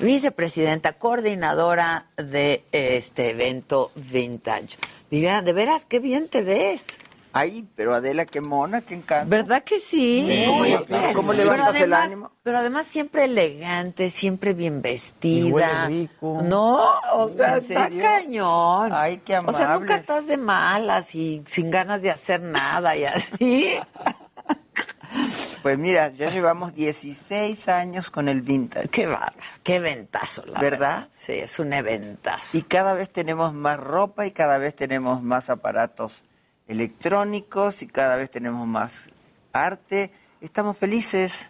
Speaker 3: vicepresidenta coordinadora de este evento Vintage. Viviana, de veras, qué bien te ves.
Speaker 23: Ay, pero Adela, qué mona, qué encanto.
Speaker 3: ¿Verdad que sí?
Speaker 23: Sí, ¿Cómo le- cómo
Speaker 3: Pero
Speaker 23: levantas el
Speaker 3: además-
Speaker 23: ánimo?
Speaker 3: Pero además siempre elegante, siempre bien vestida.
Speaker 23: Y huele rico.
Speaker 3: No, o
Speaker 23: ¿En
Speaker 3: sea, está
Speaker 23: serio?
Speaker 3: cañón.
Speaker 23: Ay, qué
Speaker 3: O sea, nunca
Speaker 23: amables.
Speaker 3: estás de malas y sin ganas de hacer nada y así.
Speaker 23: Pues mira, ya llevamos 16 años con el vintage.
Speaker 3: Qué bárbaro, qué ventazo, la
Speaker 23: ¿Verdad?
Speaker 3: verdad. Sí, es un eventazo.
Speaker 23: Y cada vez tenemos más ropa y cada vez tenemos más aparatos electrónicos y cada vez tenemos más arte. Estamos felices.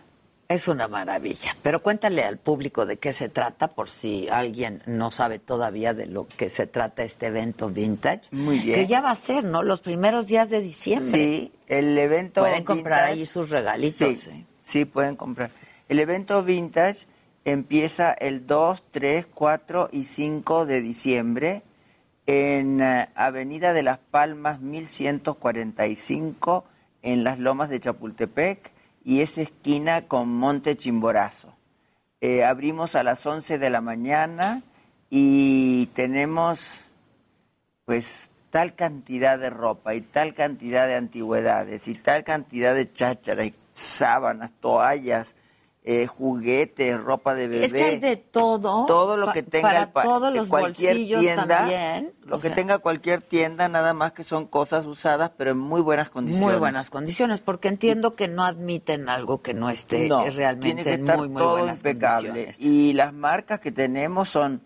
Speaker 3: Es una maravilla. Pero cuéntale al público de qué se trata, por si alguien no sabe todavía de lo que se trata este evento vintage.
Speaker 23: Muy bien.
Speaker 3: Que ya va a ser, ¿no? Los primeros días de diciembre.
Speaker 23: Sí, el evento.
Speaker 3: Pueden comprar
Speaker 23: vintage-
Speaker 3: ahí sus regalitos.
Speaker 23: Sí, sí, pueden comprar. El evento vintage empieza el 2, 3, 4 y 5 de diciembre en eh, Avenida de las Palmas 1145 en las Lomas de Chapultepec y es esquina con Monte Chimborazo. Eh, abrimos a las 11 de la mañana y tenemos pues tal cantidad de ropa y tal cantidad de antigüedades y tal cantidad de cháchara y sábanas, toallas, eh, juguetes, ropa de bebé.
Speaker 3: Es que hay de todo.
Speaker 23: Todo lo
Speaker 3: pa-
Speaker 23: que tenga
Speaker 3: para
Speaker 23: el pa-
Speaker 3: todos los
Speaker 23: cualquier
Speaker 3: bolsillos
Speaker 23: tienda,
Speaker 3: también.
Speaker 23: Lo
Speaker 3: O
Speaker 23: que
Speaker 3: sea,
Speaker 23: tenga cualquier tienda, nada más que son cosas usadas, pero en muy buenas condiciones.
Speaker 3: muy buenas condiciones, porque entiendo que no admiten algo que no esté
Speaker 23: No,
Speaker 3: eh,
Speaker 23: tiene
Speaker 3: realmente
Speaker 23: que
Speaker 3: en
Speaker 23: estar
Speaker 3: muy, muy
Speaker 23: todo
Speaker 3: buenas
Speaker 23: impecable.
Speaker 3: condiciones.
Speaker 23: Y las marcas que tenemos son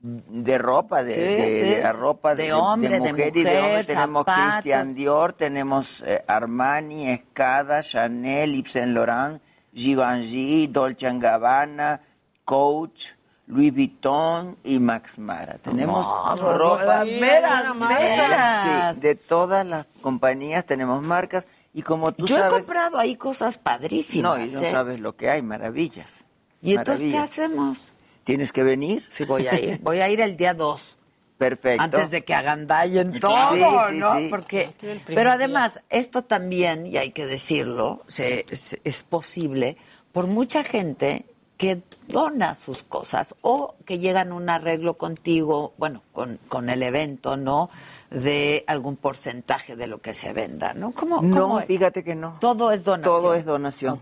Speaker 23: de ropa, de,
Speaker 3: Sí,
Speaker 23: de-
Speaker 3: sí,
Speaker 23: de la
Speaker 3: sí.
Speaker 23: ropa
Speaker 3: De hombre, de
Speaker 23: y de hombre.
Speaker 3: mujer,
Speaker 23: Tenemos
Speaker 3: zapatos.
Speaker 23: Christian Dior, tenemos eh, Armani, Escada, Chanel, Yves Saint Laurent, Givenchy, Dolce Gabbana, Coach, Louis Vuitton y Max Mara. Tenemos
Speaker 3: Vamos,
Speaker 23: ropa
Speaker 3: las meras, meras.
Speaker 23: Sí, de todas las compañías tenemos marcas y como tú
Speaker 3: Yo he
Speaker 23: sabes
Speaker 3: comprado ahí cosas padrísimas.
Speaker 23: no, y no
Speaker 3: ¿eh?
Speaker 23: sabes lo que hay, maravillas.
Speaker 3: ¿Y entonces qué
Speaker 23: Maravillas.
Speaker 3: hacemos?
Speaker 23: ¿Tienes que venir?
Speaker 3: Sí, voy a ir. Voy a ir el día 2.
Speaker 23: Perfecto.
Speaker 3: Antes de que agandalle todo,
Speaker 23: Sí, sí,
Speaker 3: ¿no?
Speaker 23: sí.
Speaker 3: Porque,
Speaker 23: Aquí el primer
Speaker 3: pero
Speaker 23: día.
Speaker 3: además, esto también, y hay que decirlo, se- se- es posible por mucha gente que dona sus cosas o que llegan a un arreglo contigo, bueno, con, con el evento, ¿no? De algún porcentaje de lo que se venda, ¿no? ¿Cómo,
Speaker 23: No,
Speaker 3: cómo es?
Speaker 23: fíjate que no.
Speaker 3: Todo es donación.
Speaker 23: Todo es donación.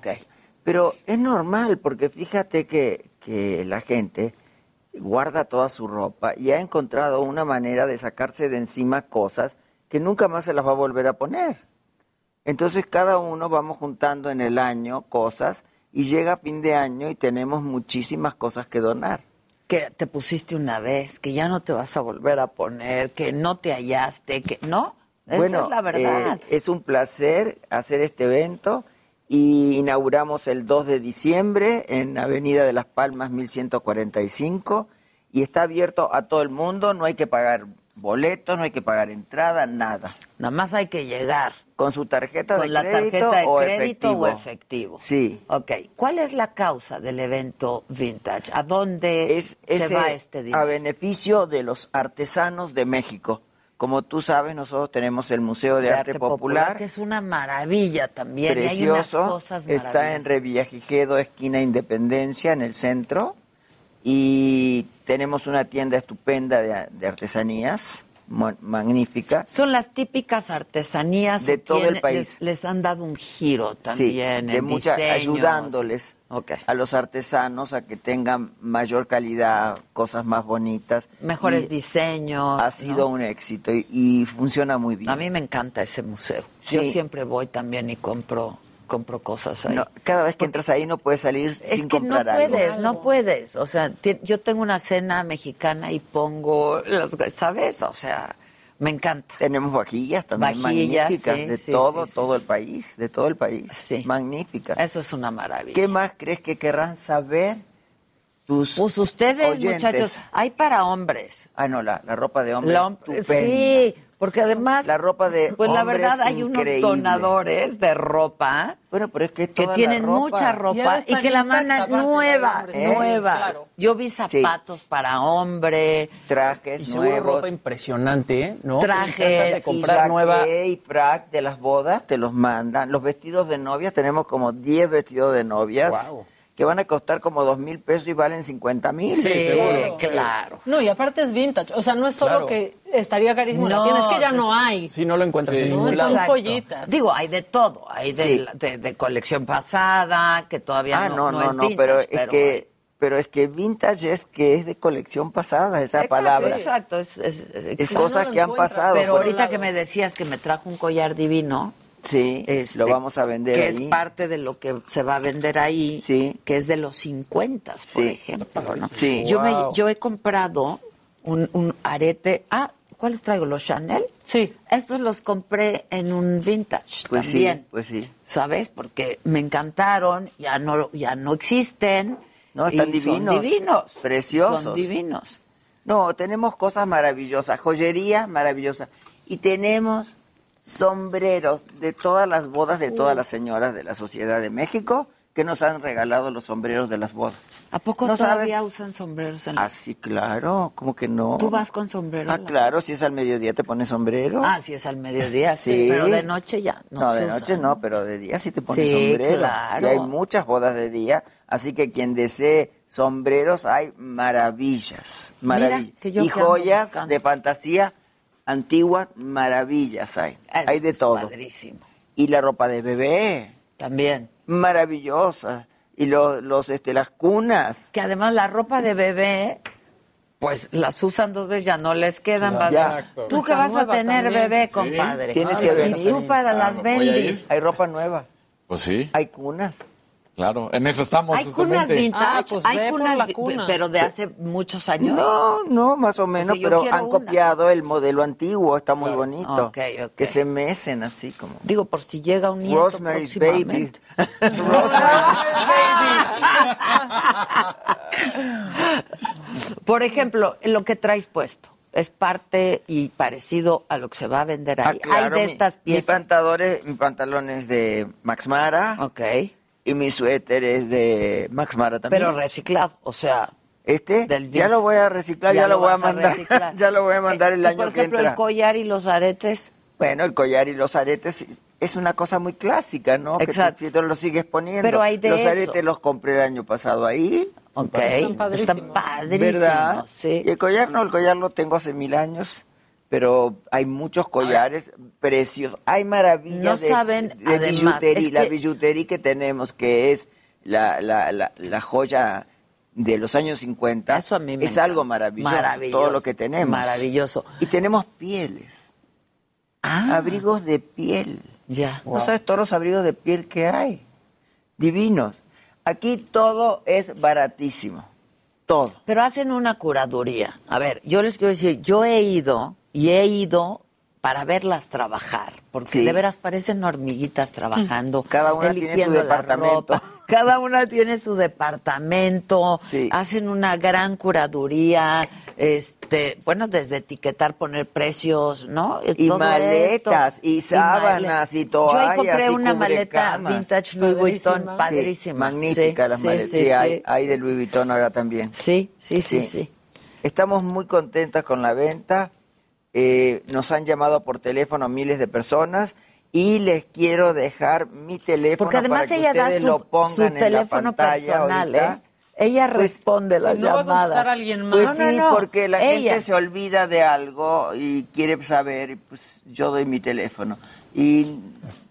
Speaker 23: Pero es normal, porque fíjate que, que la gente guarda toda su ropa y ha encontrado una manera de sacarse de encima cosas que nunca más se las va a volver a poner. Entonces cada uno vamos juntando en el año cosas y llega fin de año y tenemos muchísimas cosas que donar.
Speaker 3: que te pusiste una vez, que ya no te vas a volver a poner, que no te hallaste, que no, esa es la
Speaker 23: eh,
Speaker 3: verdad.
Speaker 23: es un placer hacer este evento y inauguramos el 2 de diciembre en Avenida de las Palmas 1145 y está abierto a todo el mundo, no hay que pagar boletos, no hay que pagar entrada, nada.
Speaker 3: Nada más hay que llegar.
Speaker 23: Con su tarjeta
Speaker 3: Con
Speaker 23: de
Speaker 3: la
Speaker 23: crédito
Speaker 3: tarjeta de
Speaker 23: o
Speaker 3: crédito
Speaker 23: efectivo.
Speaker 3: o efectivo.
Speaker 23: Sí.
Speaker 3: Ok, ¿cuál es la causa del evento vintage? ¿A dónde se
Speaker 23: Ese
Speaker 3: va este dinero?
Speaker 23: A beneficio de los artesanos de México. Como tú sabes, nosotros tenemos el Museo de, Arte, Popular
Speaker 3: que es una maravilla también. y hay unas
Speaker 23: precioso.
Speaker 3: cosas
Speaker 23: Está en
Speaker 3: maravillosas.
Speaker 23: Revillagigedo, esquina Independencia, en el centro. Y tenemos una tienda estupenda de, de artesanías, mon- magnífica.
Speaker 3: Son las típicas artesanías
Speaker 23: De
Speaker 3: o
Speaker 23: todo el
Speaker 3: tiene-
Speaker 23: país.
Speaker 3: Les, les han dado un giro
Speaker 23: Sí,
Speaker 3: también,
Speaker 23: de
Speaker 3: en
Speaker 23: mucha-
Speaker 3: diseños.
Speaker 23: ayudándoles a los artesanos a que tengan mayor calidad, cosas más bonitas.
Speaker 3: Mejores
Speaker 23: Y
Speaker 3: diseños.
Speaker 23: Ha sido un éxito y, y funciona muy bien.
Speaker 3: A mí me encanta ese museo. Yo
Speaker 23: Sí.
Speaker 3: siempre voy también y compro compro cosas ahí.
Speaker 23: No, cada vez que entras ahí no puedes salir
Speaker 3: es
Speaker 23: sin
Speaker 3: que no
Speaker 23: comprar algo.
Speaker 3: puedes, no puedes. O sea, ti- yo tengo una cena mexicana y pongo las, ¿sabes? O sea, me encanta.
Speaker 23: Tenemos vajillas también
Speaker 3: Vajillas,
Speaker 23: magníficas
Speaker 3: sí,
Speaker 23: de
Speaker 3: sí,
Speaker 23: todo,
Speaker 3: sí, sí.
Speaker 23: todo el país, de todo el país. Magníficas.
Speaker 3: Eso es una maravilla.
Speaker 23: ¿Qué más crees que querrán saber tus
Speaker 3: Pues ustedes,
Speaker 23: oyentes?
Speaker 3: muchachos, hay para hombres.
Speaker 23: Ah, no, la, la ropa de hombre.
Speaker 3: La hom-
Speaker 23: estupenda.
Speaker 3: sí, porque además,
Speaker 23: La ropa de
Speaker 3: pues la
Speaker 23: hombre
Speaker 3: verdad
Speaker 23: es
Speaker 3: hay unos
Speaker 23: increíble.
Speaker 3: donadores de ropa
Speaker 23: Bueno, pero es que
Speaker 3: que
Speaker 23: toda la
Speaker 3: tienen
Speaker 23: ropa-
Speaker 3: mucha ropa y, que la mandan nueva,
Speaker 23: ¿Eh?
Speaker 3: nueva.
Speaker 23: Claro.
Speaker 3: Yo vi zapatos para hombre,
Speaker 23: trajes
Speaker 15: Y seguro ropa impresionante, ¿eh? ¿no? Que se trata de
Speaker 23: Trajes,
Speaker 15: comprar nueva.
Speaker 23: y frac de las bodas te los mandan. Los vestidos de novias, tenemos como 10 vestidos de novias
Speaker 11: Guau.
Speaker 23: que van a costar como 2 mil pesos y valen 50 mil.
Speaker 3: Sí, Sí, seguro. claro.
Speaker 13: No, y aparte es vintage. O sea, no es
Speaker 23: Claro.
Speaker 13: solo que estaría carísimo en la
Speaker 3: No,
Speaker 13: tienda, es que ya
Speaker 3: te-
Speaker 13: no hay.
Speaker 15: Sí, no lo encuentras en
Speaker 3: Sí,
Speaker 15: ningún
Speaker 13: son
Speaker 15: lado.
Speaker 3: Exacto.
Speaker 13: joyitas.
Speaker 3: Digo, hay de todo, hay de,
Speaker 23: Sí.
Speaker 3: la- de- de colección pasada, que todavía
Speaker 23: Ah,
Speaker 3: no, no es vintage,
Speaker 23: pero, es
Speaker 3: pero
Speaker 23: que pero es que vintage es que es de colección pasada esa
Speaker 3: Exacto,
Speaker 23: palabra.
Speaker 3: Exacto, es, es- exacto.
Speaker 23: cosas que han pasado,
Speaker 3: Pero
Speaker 23: por
Speaker 3: ahorita
Speaker 23: lado.
Speaker 3: que me decías que me trajo un collar divino,
Speaker 23: Sí,
Speaker 3: Este,
Speaker 23: lo vamos a vender
Speaker 3: que
Speaker 23: ahí.
Speaker 3: es parte de lo que se va a vender ahí, que es de los 50, por ejemplo. ¿no?
Speaker 23: Sí.
Speaker 3: Yo, me-
Speaker 23: Wow.
Speaker 3: yo he comprado un, un arete. Ah, ¿cuáles traigo? ¿Los Chanel?
Speaker 13: Sí.
Speaker 3: Estos los compré en un vintage
Speaker 23: Pues
Speaker 3: también.
Speaker 23: sí, pues sí.
Speaker 3: ¿Sabes? Porque me encantaron, ya no, ya no existen.
Speaker 23: No, están
Speaker 3: y son
Speaker 23: divinos.
Speaker 3: divinos.
Speaker 23: Preciosos.
Speaker 3: Son divinos.
Speaker 23: No, tenemos cosas maravillosas, joyería maravillosa. Y tenemos sombreros de todas las bodas de todas
Speaker 3: Uh.
Speaker 23: las señoras de la Sociedad de México que nos han regalado los sombreros de las bodas.
Speaker 3: ¿A poco
Speaker 23: No
Speaker 3: todavía usan sombreros? En la-
Speaker 23: Así, claro, como que no.
Speaker 3: ¿Tú vas con sombrero?
Speaker 23: Ah, claro, si es al mediodía te pones sombrero.
Speaker 3: Ah, sí, es al mediodía, sí. Pero de noche ya no,
Speaker 13: no
Speaker 23: No,
Speaker 13: se
Speaker 23: de
Speaker 13: usa,
Speaker 23: noche no, pero de día sí te pones
Speaker 3: Sí,
Speaker 23: sombrero.
Speaker 3: claro.
Speaker 23: Y hay muchas bodas de día, así que quien desee sombreros hay maravillas, maravillas.
Speaker 3: Mira, que yo
Speaker 23: y
Speaker 3: que ando
Speaker 23: joyas
Speaker 3: buscando.
Speaker 23: de fantasía antiguas, maravillas hay.
Speaker 3: Eso
Speaker 23: hay de
Speaker 3: es
Speaker 23: todo.
Speaker 3: padrísimo.
Speaker 23: Y la ropa de bebé.
Speaker 3: También.
Speaker 23: Maravillosa. Y los, los este las cunas.
Speaker 3: Que además la ropa de bebé, pues las usan dos veces, ya no les quedan. vas-
Speaker 23: Exacto. Pues
Speaker 3: Tú que
Speaker 23: Está
Speaker 3: vas a
Speaker 23: nueva
Speaker 3: tener
Speaker 23: también.
Speaker 3: bebé,
Speaker 23: Sí.
Speaker 3: compadre.
Speaker 23: Tienes que
Speaker 3: Y
Speaker 23: venir.
Speaker 3: tú para las bendis.
Speaker 23: Hay ropa nueva.
Speaker 14: Pues sí,
Speaker 23: Hay cunas.
Speaker 14: claro. En eso estamos
Speaker 3: Hay cunas
Speaker 14: justamente.
Speaker 3: vintage,
Speaker 23: Ah, pues ve
Speaker 3: hay
Speaker 23: por
Speaker 3: cunas,
Speaker 23: la
Speaker 3: vi-
Speaker 23: cuna.
Speaker 3: pero de hace muchos años.
Speaker 23: No, no, más o menos,
Speaker 3: Porque yo
Speaker 23: pero
Speaker 3: quiero
Speaker 23: han
Speaker 3: una.
Speaker 23: copiado el modelo antiguo, está muy bonito.
Speaker 3: Ok, ok.
Speaker 23: Que se mecen así como.
Speaker 3: Digo, por si llega un nieto
Speaker 23: Rosemary's Baby.
Speaker 3: próximamente. Por ejemplo, lo que traes puesto es parte y parecido a lo que se va a vender ahí.
Speaker 23: Ah, Claro,
Speaker 3: hay de
Speaker 23: mi-
Speaker 3: estas
Speaker 23: Mis
Speaker 3: piezas.
Speaker 23: pantalones, mis pantalones de Max Mara.
Speaker 3: Ok.
Speaker 23: Y mi suéter es de Max Mara también.
Speaker 3: Pero reciclado, o sea,
Speaker 23: este ya
Speaker 3: vintage.
Speaker 23: lo voy a reciclar, ya, lo voy a
Speaker 3: vas
Speaker 23: mandar.
Speaker 3: reciclar.
Speaker 23: ya lo voy a mandar el
Speaker 3: Y,
Speaker 23: año
Speaker 3: Por
Speaker 23: que
Speaker 3: ejemplo,
Speaker 23: entra.
Speaker 3: el collar y los aretes.
Speaker 23: bueno, el collar y los aretes es una cosa muy clásica, ¿no? Que tú-
Speaker 3: Exacto.
Speaker 23: si tú los sigues poniendo.
Speaker 3: Pero hay de
Speaker 23: los
Speaker 3: eso.
Speaker 23: aretes los compré el año pasado ahí.
Speaker 3: Ok.
Speaker 23: Están
Speaker 3: Están padrísimos.
Speaker 23: ¿Verdad?
Speaker 3: Sí.
Speaker 23: Y el collar no, el collar lo tengo hace mil años, pero hay muchos collares preciosos. Hay maravillas
Speaker 3: No
Speaker 23: de,
Speaker 3: saben,
Speaker 23: de
Speaker 3: además,
Speaker 23: billutería,
Speaker 3: es
Speaker 23: la
Speaker 3: que-
Speaker 23: billutería que tenemos, que es la, la, la, la joya de los años 50.
Speaker 3: Eso a mí me
Speaker 23: es
Speaker 3: encanta.
Speaker 23: algo maravilloso,
Speaker 3: Maravilloso,
Speaker 23: todo lo que tenemos.
Speaker 3: maravilloso.
Speaker 23: Y tenemos pieles,
Speaker 3: Ah.
Speaker 23: abrigos de piel.
Speaker 3: Ya.
Speaker 23: No sabes todos los abrigos de piel que hay. Divinos. Aquí todo es baratísimo. Todo.
Speaker 3: Pero hacen una curaduría. A ver, yo les quiero decir, yo he ido y he ido para verlas trabajar, porque
Speaker 23: Sí. Mm.
Speaker 3: de veras parecen hormiguitas trabajando,
Speaker 23: Cada una tiene su
Speaker 3: eligiendo la
Speaker 23: departamento.
Speaker 3: ropa. Cada una tiene su departamento, hacen una gran curaduría, este, bueno, desde etiquetar, poner precios, ¿no?
Speaker 23: Y
Speaker 3: Todo
Speaker 23: maletas,
Speaker 3: esto.
Speaker 23: y sábanas,
Speaker 3: male-
Speaker 23: y toallas.
Speaker 3: Yo ahí compré
Speaker 23: y
Speaker 3: una maleta
Speaker 23: cubrecamas.
Speaker 3: vintage Louis Vuitton,
Speaker 23: Sí,
Speaker 3: padrísima.
Speaker 23: magnífica
Speaker 3: Sí,
Speaker 23: las
Speaker 3: sí,
Speaker 23: maletas.
Speaker 3: sí,
Speaker 23: Sí, hay,
Speaker 3: sí.
Speaker 23: hay de Louis Vuitton ahora también.
Speaker 3: Sí, sí, sí, sí.
Speaker 23: Estamos muy contentas con la venta. Eh, nos han llamado por teléfono miles de personas y les quiero dejar mi teléfono
Speaker 3: Porque además
Speaker 23: para que
Speaker 3: ella da
Speaker 23: ustedes
Speaker 3: su-
Speaker 23: lo pongan
Speaker 3: su
Speaker 23: en la
Speaker 3: teléfono
Speaker 23: pantalla
Speaker 3: personal,
Speaker 23: ahorita.
Speaker 3: ¿eh? Ella responde la
Speaker 23: Pues, si no va a
Speaker 3: llamada.
Speaker 23: contestar
Speaker 13: alguien
Speaker 23: Pues sí, porque la
Speaker 3: Ella.
Speaker 23: gente se olvida de algo y quiere saber, y pues yo doy mi teléfono. Y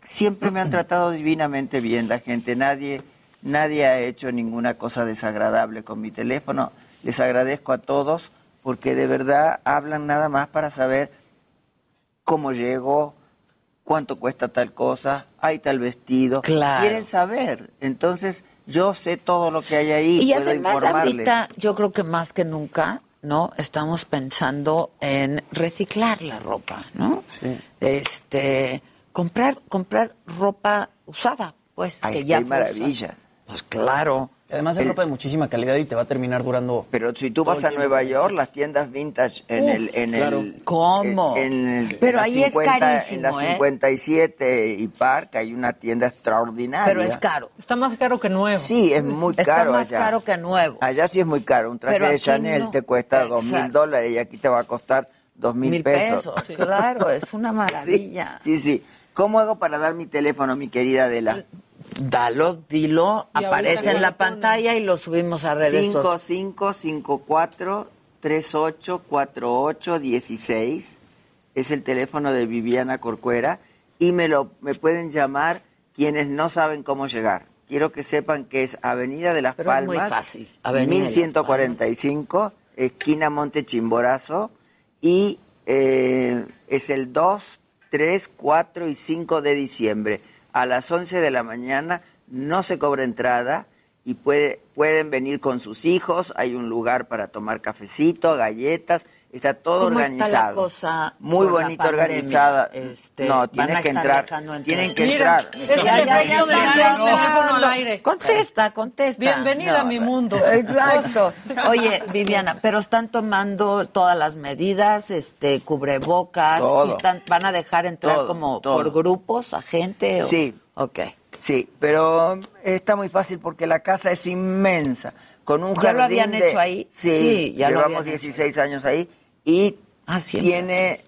Speaker 23: siempre me han tratado divinamente bien la gente, nadie, nadie ha hecho ninguna cosa desagradable con mi teléfono. Les agradezco a todos porque de verdad hablan nada más para saber cómo llego, cuánto cuesta tal cosa, hay tal vestido.
Speaker 3: Claro.
Speaker 23: Quieren saber. Entonces, yo sé todo lo que hay ahí.
Speaker 3: Y
Speaker 23: puedo
Speaker 3: además
Speaker 23: informarles.
Speaker 3: ahorita yo creo que más que nunca, ¿no? Estamos pensando en reciclar la ropa, ¿no? Este, comprar comprar ropa usada, pues
Speaker 23: Ay,
Speaker 3: que
Speaker 23: es
Speaker 3: ya
Speaker 23: que hay
Speaker 3: fue usada.
Speaker 23: maravillas.
Speaker 3: Pues claro.
Speaker 23: Además,
Speaker 15: es
Speaker 23: El-
Speaker 15: ropa de muchísima calidad y te va a terminar durando.
Speaker 23: Pero si tú vas a Nueva York, las tiendas vintage en
Speaker 15: Uf,
Speaker 23: el. En
Speaker 15: claro.
Speaker 23: el
Speaker 3: ¿Cómo?
Speaker 23: En el,
Speaker 3: Pero
Speaker 23: en la
Speaker 3: ahí es
Speaker 23: 50, En la
Speaker 3: carísimo, ¿eh?
Speaker 23: 57 y Park hay una tienda extraordinaria.
Speaker 3: Pero es caro.
Speaker 13: Está más caro que nuevo.
Speaker 23: ¿ah? Sí, es muy
Speaker 3: Está
Speaker 23: caro
Speaker 3: más
Speaker 23: allá.
Speaker 3: caro que nuevo.
Speaker 23: Allá sí es muy caro. Un traje
Speaker 3: Pero
Speaker 23: de
Speaker 3: aquí
Speaker 23: Chanel
Speaker 3: no.
Speaker 23: te cuesta dos mil
Speaker 3: Exacto.
Speaker 23: dólares y aquí te va a costar dos mil
Speaker 3: Mil
Speaker 23: pesos.
Speaker 3: pesos, claro, es una
Speaker 23: Sí,
Speaker 3: maravilla.
Speaker 23: sí, sí. ¿Cómo hago para dar mi teléfono, mi querida Adela?
Speaker 3: Dalo, dilo,
Speaker 23: Y ahorita
Speaker 3: aparece
Speaker 23: no
Speaker 3: en la
Speaker 23: lo
Speaker 3: pantalla y lo subimos a redes sociales.
Speaker 23: 5554 384816 es el teléfono de Viviana Corcuera y me lo me pueden llamar quienes no saben cómo llegar. Quiero que sepan que es Avenida de las
Speaker 3: Pero es muy
Speaker 23: Palmas,
Speaker 3: fácil, Avenida de las
Speaker 23: 1145, esquina Monte Chimborazo y eh, es el 2, 3, 4 y 5 de diciembre. A las 11 de la mañana no se cobra entrada y puede- pueden venir con sus hijos. Hay un lugar para tomar cafecito, galletas. Está todo
Speaker 3: ¿Cómo está
Speaker 23: organizado.
Speaker 3: la cosa
Speaker 23: Muy
Speaker 3: con la
Speaker 23: bonita
Speaker 3: pandemia?
Speaker 23: organizada.
Speaker 3: Este,
Speaker 23: no,
Speaker 3: van
Speaker 23: tienen
Speaker 3: a
Speaker 23: que
Speaker 3: estar
Speaker 23: entrar.
Speaker 3: dejando entrar.
Speaker 23: Tienen que
Speaker 3: Mira,
Speaker 23: entrar.
Speaker 3: es el efecto de dar el teléfono al aire. Contesta, contesta.
Speaker 13: Bienvenida a mi mundo.
Speaker 3: Exacto. Oye, Viviana, pero están tomando todas las medidas, este, cubrebocas,
Speaker 23: Todo.
Speaker 3: y están, van a dejar entrar
Speaker 23: Todo,
Speaker 3: como
Speaker 23: todo.
Speaker 3: por grupos a gente. o-
Speaker 23: Sí.
Speaker 3: Ok.
Speaker 23: Sí, pero está muy fácil porque la casa es inmensa. Con un
Speaker 3: ¿Ya lo
Speaker 23: jardín
Speaker 3: habían
Speaker 23: de-
Speaker 3: hecho ahí?
Speaker 23: Sí,
Speaker 3: Sí, ya lo
Speaker 23: llevamos
Speaker 3: habían hecho. Ah,
Speaker 23: 16 años ahí y
Speaker 3: siempre
Speaker 23: tiene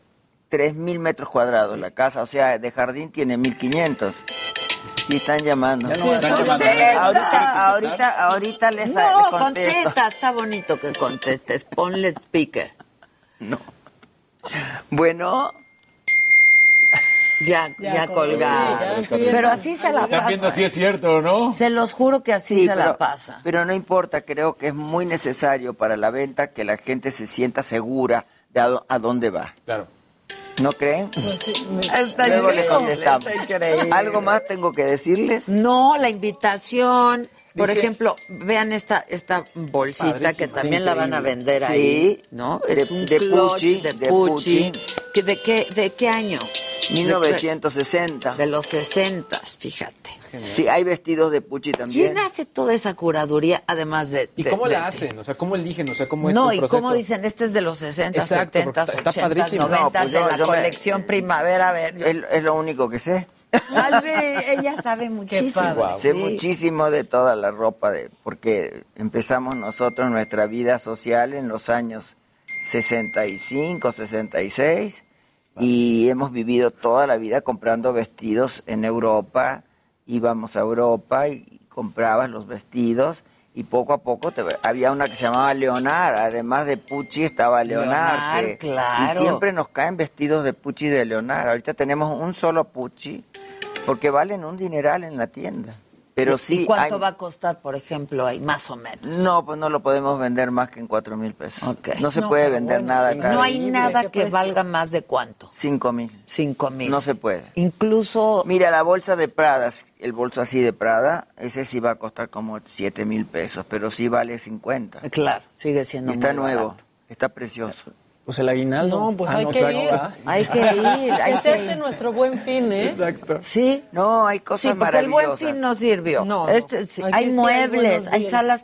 Speaker 23: 3.000 metros cuadrados la casa. O sea, de jardín tiene 1.500. Sí, están llamando.
Speaker 15: Ya no van a estar llamando.
Speaker 23: Ahorita,
Speaker 15: Contesta.
Speaker 23: ahorita, ahorita, les,
Speaker 3: No,
Speaker 23: les contesto.
Speaker 3: contesta, está bonito que contestes. Ponle speaker.
Speaker 23: Bueno,
Speaker 3: Ya, ya, colgada.
Speaker 23: Sí, ya, sí, ya.
Speaker 3: pero así se la
Speaker 23: Están
Speaker 3: pasa.
Speaker 23: viendo si es
Speaker 14: cierto o no.
Speaker 3: Se los juro que así
Speaker 23: Sí,
Speaker 3: se la pasa.
Speaker 23: Pero no importa, creo que es muy necesario para la venta que la gente se sienta segura de a, dó- a dónde va. Claro. ¿No creen?
Speaker 3: Está
Speaker 23: Luego le
Speaker 3: increíble,
Speaker 23: contestamos.
Speaker 3: está increíble.
Speaker 23: ¿Algo más tengo que decirles?
Speaker 3: No, la invitación. Por
Speaker 23: Dice-
Speaker 3: ejemplo, vean esta, esta bolsita
Speaker 23: Padrísimo,
Speaker 3: que
Speaker 23: está
Speaker 3: también la van a
Speaker 23: increíble.
Speaker 3: vender
Speaker 23: Sí,
Speaker 3: ahí, ¿no? Es
Speaker 23: de-
Speaker 3: un
Speaker 23: de
Speaker 3: clutch
Speaker 23: Pucci,
Speaker 3: de
Speaker 23: de
Speaker 3: Pucci.
Speaker 23: Pucci.
Speaker 3: ¿Que ¿De qué, ¿De qué año?
Speaker 23: 1960.
Speaker 3: De los 60, fíjate.
Speaker 23: Sí, hay vestidos de Pucci también.
Speaker 3: ¿Quién hace toda esa curaduría además de...
Speaker 11: ¿Y
Speaker 3: de-
Speaker 11: cómo
Speaker 3: de-
Speaker 11: la hacen? O sea, ¿cómo eligen? O sea, ¿cómo es
Speaker 3: no,
Speaker 11: el
Speaker 3: y
Speaker 11: proceso?
Speaker 3: cómo dicen, este es de los 60,
Speaker 11: Exacto,
Speaker 3: 70,
Speaker 11: porque está- está
Speaker 3: 80,
Speaker 11: padrísimo.
Speaker 3: 90
Speaker 23: No, pues
Speaker 3: de
Speaker 23: yo-
Speaker 3: la
Speaker 23: yo me-
Speaker 3: colección primavera. A ver, yo-
Speaker 23: Es, es lo único que sé.
Speaker 3: Ah, sí, ella sabe muchísimo.
Speaker 23: Sé
Speaker 3: sí.
Speaker 23: muchísimo de toda la ropa, de, porque empezamos nosotros nuestra vida social en los años 65, 66, y hemos vivido toda la vida comprando vestidos en Europa, íbamos a Europa y comprabas los vestidos. Y poco a poco te- había una que se llamaba Leonard, además de Pucci estaba Leonard.
Speaker 3: Leonard,
Speaker 23: que-
Speaker 3: claro.
Speaker 23: Y siempre nos caen vestidos de Pucci y de Leonard. Ahorita tenemos un solo Pucci, porque valen un dineral en la tienda. Pero
Speaker 3: ¿Y
Speaker 23: sí.
Speaker 3: cuánto
Speaker 23: hay-
Speaker 3: va a costar, por ejemplo, ahí, más o menos?
Speaker 23: No, pues no lo podemos vender más que en cuatro mil pesos. No se
Speaker 3: No,
Speaker 23: puede
Speaker 3: pero
Speaker 23: vender
Speaker 3: bueno,
Speaker 23: nada acá.
Speaker 3: No hay nada que valga más de cuánto.
Speaker 23: Cinco mil.
Speaker 3: Cinco mil.
Speaker 23: No se puede.
Speaker 3: Incluso.
Speaker 23: Mira, la bolsa de Prada, el bolso así de Prada, ese sí va a costar como siete mil pesos, pero sí vale 50.
Speaker 3: Claro, sigue siendo
Speaker 23: Y está
Speaker 3: muy
Speaker 23: nuevo,
Speaker 3: barato.
Speaker 23: está precioso.
Speaker 15: Pues el aguinaldo.
Speaker 23: No, pues hay que ir.
Speaker 3: Hay que ir, hay
Speaker 13: Ese
Speaker 3: que
Speaker 13: es
Speaker 3: ir.
Speaker 13: nuestro buen fin, ¿eh?
Speaker 15: Exacto.
Speaker 3: Sí.
Speaker 23: No, hay
Speaker 3: Sí,
Speaker 23: cosas
Speaker 3: porque el buen
Speaker 23: maravillosas.
Speaker 3: fin no sirvió.
Speaker 23: No, no.
Speaker 3: Este, sí,
Speaker 23: Aquí
Speaker 3: hay
Speaker 23: sí hay
Speaker 3: muebles,
Speaker 23: buenos
Speaker 3: hay,
Speaker 23: días.
Speaker 3: salas